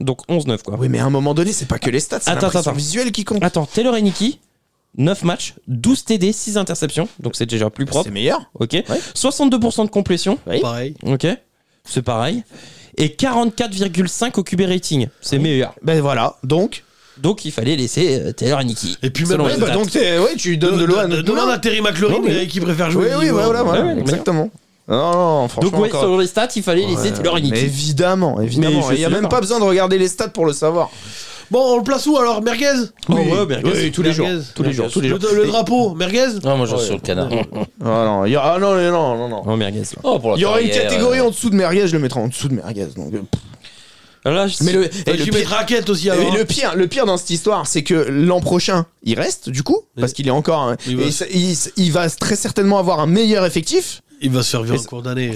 Speaker 2: Donc 11-9 quoi.
Speaker 3: Ah Oui, mais à un moment donné, c'est pas que les stats, c'est
Speaker 2: Attends,
Speaker 3: l'impression
Speaker 2: attends. Ah,
Speaker 3: visuelle qui compte.
Speaker 2: Attends, Taylor Heineke, 9 matchs, 12 TD, 6 interceptions, donc c'est déjà plus propre.
Speaker 3: C'est meilleur.
Speaker 2: Ok. 62% de complétion.
Speaker 1: Pareil.
Speaker 2: Ok. C'est pareil. Et 44,5 au QB rating. C'est meilleur.
Speaker 3: Ben voilà, donc.
Speaker 2: Donc il fallait laisser euh, Taylor Heineke.
Speaker 1: Et puis même-
Speaker 2: Selon
Speaker 1: Ouais,
Speaker 2: les
Speaker 1: bah,
Speaker 2: stats.
Speaker 3: donc, t'es- ouais, tu lui donnes de, l'eau à notre
Speaker 1: Demande
Speaker 3: moulin.
Speaker 1: à Terry McLaurin
Speaker 3: Non, mais-
Speaker 1: euh, qui préfère
Speaker 3: Oui,
Speaker 1: jouer.
Speaker 3: oui,
Speaker 1: au-
Speaker 3: voilà, voilà,
Speaker 2: Ouais, ouais,
Speaker 3: exactement. Non, non, franchement.
Speaker 2: Donc ouais,
Speaker 3: encore-
Speaker 2: selon les stats, il fallait laisser
Speaker 3: Ouais,
Speaker 2: Taylor
Speaker 3: mais
Speaker 2: Heineke.
Speaker 3: évidemment, évidemment.
Speaker 2: je
Speaker 3: Il n'y
Speaker 2: suis
Speaker 3: a même
Speaker 2: d'accord.
Speaker 3: pas besoin de regarder les stats pour le savoir.
Speaker 1: Bon, on le place où alors Merguez
Speaker 2: Oh, ouais, Merguez.
Speaker 3: oui, tous les jours.
Speaker 1: Merguez.
Speaker 3: Tous les jours, tous les
Speaker 1: Le,
Speaker 3: jours.
Speaker 1: le drapeau, Merguez
Speaker 4: Non, moi je suis sur le canard.
Speaker 3: Ah non, il y a- ah, non, non, non, non, non.
Speaker 2: Oh, merguez. là.
Speaker 4: Oh, pour la
Speaker 3: Il y aura une
Speaker 4: carrière,
Speaker 3: catégorie
Speaker 4: euh,
Speaker 3: en dessous de merguez, je le mettrai en dessous de merguez. donc, euh, pff.
Speaker 2: Là, je-
Speaker 3: Mais le, et
Speaker 1: Et
Speaker 3: le
Speaker 1: tu mets
Speaker 3: pire-
Speaker 1: raquette aussi
Speaker 3: Et
Speaker 1: alors.
Speaker 3: le pire, le pire dans cette histoire, c'est que l'an prochain, il reste du coup, parce qu'il est encore, un-
Speaker 1: Il va-
Speaker 3: et ça- il, il va très certainement avoir un meilleur effectif.
Speaker 1: Il va se servir
Speaker 3: Et
Speaker 1: en
Speaker 3: ça-
Speaker 1: cours d'année.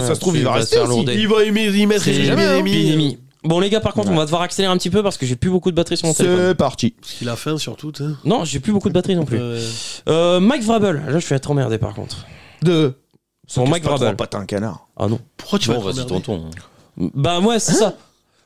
Speaker 2: Ouais,
Speaker 3: ça se trouve,
Speaker 2: il
Speaker 3: il va
Speaker 2: va se
Speaker 3: rester
Speaker 2: faire
Speaker 3: aussi.
Speaker 2: lourder.
Speaker 1: Il va aimer y mettre
Speaker 3: C'est
Speaker 1: il
Speaker 3: jamais, hein,
Speaker 2: Binemi. Bon les gars par contre
Speaker 3: Ouais.
Speaker 2: on va devoir accélérer un petit peu parce que j'ai plus beaucoup de batterie sur mon téléphone.
Speaker 3: C'est parti.
Speaker 1: Parce qu'il a faim surtout. hein.
Speaker 2: Non j'ai plus beaucoup de batterie non plus.
Speaker 1: Euh,
Speaker 2: Euh, Mike Vrabel, là je suis être emmerdé par contre.
Speaker 3: De.
Speaker 2: Bon Mike Vrabel.
Speaker 3: pas un canard.
Speaker 2: Ah non.
Speaker 1: Pourquoi tu
Speaker 4: Bon,
Speaker 1: vas
Speaker 4: vas-y,
Speaker 1: t'emmerder
Speaker 4: tonton.
Speaker 2: Bah ouais c'est
Speaker 3: Hein
Speaker 2: ça.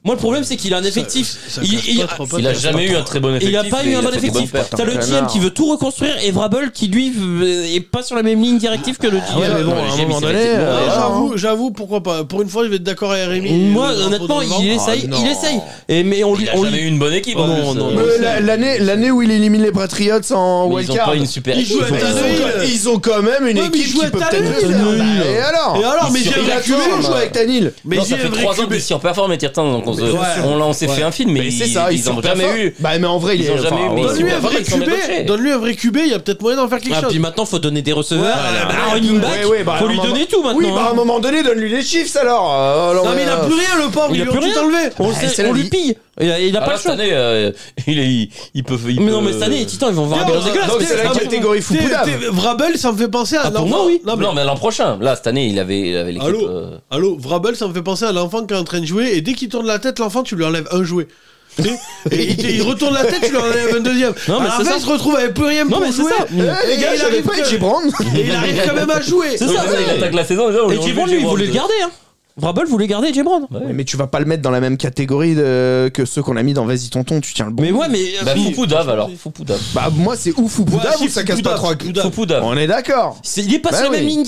Speaker 2: Moi le problème c'est qu'il a un effectif.
Speaker 1: Ça- ça
Speaker 2: il,
Speaker 1: casse
Speaker 2: il-
Speaker 1: pas trop, pas
Speaker 4: Il a
Speaker 1: trop.
Speaker 4: jamais eu un très bon
Speaker 3: euh,
Speaker 4: effectif.
Speaker 2: il a pas
Speaker 4: mais
Speaker 2: eu un bon
Speaker 4: fait des bonnes
Speaker 2: effectif.
Speaker 4: pertes.
Speaker 3: hein.
Speaker 2: T'as le GM
Speaker 3: Connard.
Speaker 2: qui veut tout reconstruire et Vrabel qui lui euh, est pas sur la même ligne directive que le GM.
Speaker 3: Ah, ouais, mais bon,
Speaker 4: ouais,
Speaker 3: à un
Speaker 4: j'ai
Speaker 3: moment
Speaker 4: mis
Speaker 3: donné.
Speaker 4: ces mecs-
Speaker 1: Ouais,
Speaker 3: euh,
Speaker 1: Ah, j'avoue, j'avoue, pourquoi pas. Pour une fois, je vais être d'accord avec Rémi.
Speaker 2: Moi
Speaker 1: Euh,
Speaker 2: honnêtement
Speaker 1: dans le
Speaker 2: il
Speaker 1: vent.
Speaker 2: essaye,
Speaker 3: non.
Speaker 2: il essaye. Et mais on lui
Speaker 4: Il a
Speaker 2: on
Speaker 4: jamais
Speaker 2: lui-
Speaker 4: eu une bonne équipe. en
Speaker 2: Non,
Speaker 4: plus.
Speaker 2: non,
Speaker 4: Euh,
Speaker 2: non.
Speaker 3: Euh, la- L'année l'année où il élimine les Patriots en
Speaker 4: mais Ils ont
Speaker 3: wildcard.
Speaker 4: pas une super
Speaker 1: Il
Speaker 4: équipe.
Speaker 1: joue à
Speaker 3: Ils
Speaker 4: mais ils ont-
Speaker 1: Tannehill.
Speaker 3: ont- ils ont quand même une
Speaker 1: Ouais, mais ils
Speaker 3: équipe
Speaker 1: jouent
Speaker 3: qui
Speaker 1: à
Speaker 3: peut
Speaker 1: Tannehill.
Speaker 3: peut-être le faire.
Speaker 2: Tannehill.
Speaker 3: Bah, Et alors
Speaker 1: Et alors, mais
Speaker 4: Il
Speaker 1: j'ai
Speaker 4: surveille
Speaker 3: Il a
Speaker 4: la
Speaker 1: récupéré,
Speaker 3: toujours
Speaker 4: cube.
Speaker 1: je
Speaker 3: joué
Speaker 1: vois.
Speaker 3: avec Tanil.
Speaker 1: Mais
Speaker 4: Non,
Speaker 1: j'ai
Speaker 4: ça fait 3 ans
Speaker 1: récupéré.
Speaker 4: qu'ils surperforment les tiertins. Donc on se-
Speaker 1: Mais bien sûr.
Speaker 4: on l'a- on s'est fait un film, mais
Speaker 3: Mais c'est ça, ils
Speaker 4: ils
Speaker 3: sont
Speaker 4: ont jamais eu.
Speaker 3: Bah mais en vrai,
Speaker 4: Ils
Speaker 3: il est-
Speaker 4: ont jamais
Speaker 3: enfin,
Speaker 4: eu, mais
Speaker 3: ouais.
Speaker 4: ils sont
Speaker 1: Donne-lui un vrai
Speaker 4: Ils sont
Speaker 1: cubé.
Speaker 4: débauchés.
Speaker 1: Donne-lui un vrai cubé. Il y a peut-être moyen d'en faire quelque
Speaker 2: Ah,
Speaker 1: chose.
Speaker 2: puis maintenant, faut donner des receveurs,
Speaker 1: Ouais,
Speaker 2: un
Speaker 1: bah,
Speaker 2: running back.
Speaker 3: Ouais, ouais, bah,
Speaker 2: faut
Speaker 3: à un
Speaker 2: lui
Speaker 3: moment-
Speaker 2: donner tout maintenant.
Speaker 3: Oui, bah à un
Speaker 2: hein.
Speaker 3: moment donné, donne-lui les chiffres alors. Euh, alors,
Speaker 1: Non, mais il a
Speaker 3: euh,
Speaker 1: plus rien, le pauvre.
Speaker 2: Il
Speaker 1: Ils
Speaker 2: a
Speaker 1: lui
Speaker 2: plus
Speaker 1: ont tout
Speaker 2: rien.
Speaker 1: enlevé.
Speaker 2: On, le
Speaker 3: Ouais,
Speaker 2: sait,
Speaker 3: c'est la
Speaker 2: on lui
Speaker 3: vie.
Speaker 2: pille. Il a, il a
Speaker 4: Ah,
Speaker 2: pas
Speaker 4: là,
Speaker 2: le
Speaker 4: cette
Speaker 2: choix.
Speaker 4: année, euh, il est- il peut. il
Speaker 2: Mais non,
Speaker 4: peut-
Speaker 2: euh, mais cette année, les Titans, ils vont voir
Speaker 1: Tiens,
Speaker 2: des
Speaker 1: on a-
Speaker 2: dégueulasses.
Speaker 3: Non, mais c'est la
Speaker 1: Ah, mais-
Speaker 3: catégorie fou
Speaker 1: T'es- t'es- Vrabel, ça me fait penser à
Speaker 2: Ah, pour
Speaker 1: l'enfant-
Speaker 2: moi, oui.
Speaker 1: Non, mais-
Speaker 4: Non, mais l'an prochain. Là, cette année, il avait il avait l'équipe.
Speaker 1: Allô
Speaker 4: euh,
Speaker 1: Allô, Vrabel, ça me fait penser à l'enfant qui est en train de jouer, et dès qu'il tourne la tête, l'enfant, tu lui enlèves un jouet. Tu sais et il, te- il retourne la tête, tu lui enlèves un deuxième.
Speaker 2: Non, mais
Speaker 1: À la
Speaker 2: c'est
Speaker 1: fin,
Speaker 2: ça.
Speaker 1: il se retrouve avec plus rien
Speaker 2: Non,
Speaker 1: pour
Speaker 2: mais c'est
Speaker 1: jouer.
Speaker 2: ça.
Speaker 3: Eh,
Speaker 1: les gars, il
Speaker 3: j'avais
Speaker 1: arrive
Speaker 3: pas
Speaker 1: que-
Speaker 3: Edgy Brand.
Speaker 1: Et il arrive quand même à jouer.
Speaker 2: C'est
Speaker 4: donc,
Speaker 2: ça,
Speaker 4: là, Il
Speaker 2: ouais.
Speaker 4: attaque la saison. là, on
Speaker 2: Et
Speaker 4: enlève
Speaker 2: Jébron, lui, il
Speaker 4: Jébron
Speaker 2: voulait
Speaker 4: de-
Speaker 2: le garder. Hein. Vrabel voulait garder Jébron.
Speaker 3: Ouais, mais tu vas pas le mettre dans la même catégorie de- que ceux qu'on a mis dans Vas-y tonton, tu tiens le bon.
Speaker 2: Mais ouais, mais.
Speaker 4: Bah,
Speaker 2: euh,
Speaker 4: Foupoudave alors. Foupoudave.
Speaker 3: Bah moi c'est ouf ou Bouddha
Speaker 1: Ouais,
Speaker 3: ou
Speaker 1: si,
Speaker 3: ça casse
Speaker 1: Bouddha,
Speaker 3: pas trois
Speaker 1: Bouddha.
Speaker 4: Foupoudave.
Speaker 3: On est d'accord.
Speaker 2: c'est- Il est pas
Speaker 3: Bah
Speaker 2: sur la
Speaker 3: oui.
Speaker 2: même ligne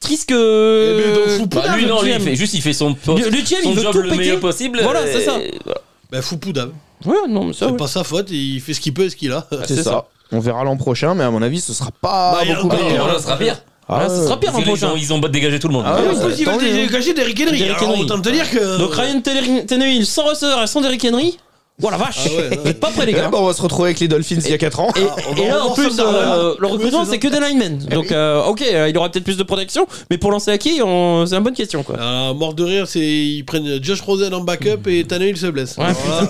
Speaker 2: directrice
Speaker 1: Eh ben,
Speaker 2: que.
Speaker 1: donc,
Speaker 4: Bah, lui,
Speaker 2: le
Speaker 4: non, lui,
Speaker 2: GM.
Speaker 4: il fait juste, il fait son poste.
Speaker 2: Le- le GM,
Speaker 4: son
Speaker 2: il veut
Speaker 4: job
Speaker 2: tout
Speaker 4: le
Speaker 2: péter.
Speaker 4: meilleur possible.
Speaker 2: Voilà, c'est ça.
Speaker 4: et voilà.
Speaker 1: Bah, Foupoudave.
Speaker 2: Ouais, non, mais ça.
Speaker 1: C'est
Speaker 2: ouais.
Speaker 1: pas sa faute, il fait ce qu'il peut et ce qu'il a.
Speaker 3: Bah, C'est ça. On verra l'an prochain, mais à mon avis ce sera
Speaker 1: Bah,
Speaker 3: pas
Speaker 1: il y a
Speaker 3: beaucoup
Speaker 1: encore-
Speaker 4: Ah,
Speaker 3: meilleur.
Speaker 4: voilà, ce sera pire.
Speaker 3: Ah,
Speaker 2: Là, ce
Speaker 3: ouais.
Speaker 2: sera pire
Speaker 4: Parce
Speaker 2: en
Speaker 4: que là, Ils ont-
Speaker 2: prochain.
Speaker 4: ils ont dégagé tout le monde.
Speaker 3: Ah,
Speaker 1: Ah,
Speaker 3: ouais,
Speaker 1: en plus,
Speaker 3: ouais,
Speaker 1: il va
Speaker 3: tant mieux.
Speaker 1: dégager Derrick Henry.
Speaker 2: Derrick
Speaker 1: Alors,
Speaker 2: Henry.
Speaker 1: autant te dire que.
Speaker 2: Donc Ryan Taylor- Tannehill sans receveur et sans Derrick Henry. Voilà, vache.
Speaker 1: Ah ouais, ouais.
Speaker 2: Vous êtes pas prêts, les
Speaker 3: Eh
Speaker 2: gars.
Speaker 3: ben, on va se retrouver avec les Dolphins il y a 4 ans.
Speaker 2: Et,
Speaker 1: on va
Speaker 2: et là,
Speaker 1: revoir
Speaker 2: en plus,
Speaker 1: ça,
Speaker 2: euh,
Speaker 1: voilà.
Speaker 2: le recrutement,
Speaker 1: Oui, c'est
Speaker 2: c'est que des linemen. Donc, euh, ok, euh, il aura peut-être plus de protection, mais pour lancer à qui, on- c'est une bonne question, quoi.
Speaker 1: Ah, mort de rire, c'est ils prennent Josh Rosen en backup et Tannehill se blesse.
Speaker 2: Ouais,
Speaker 1: Alors là,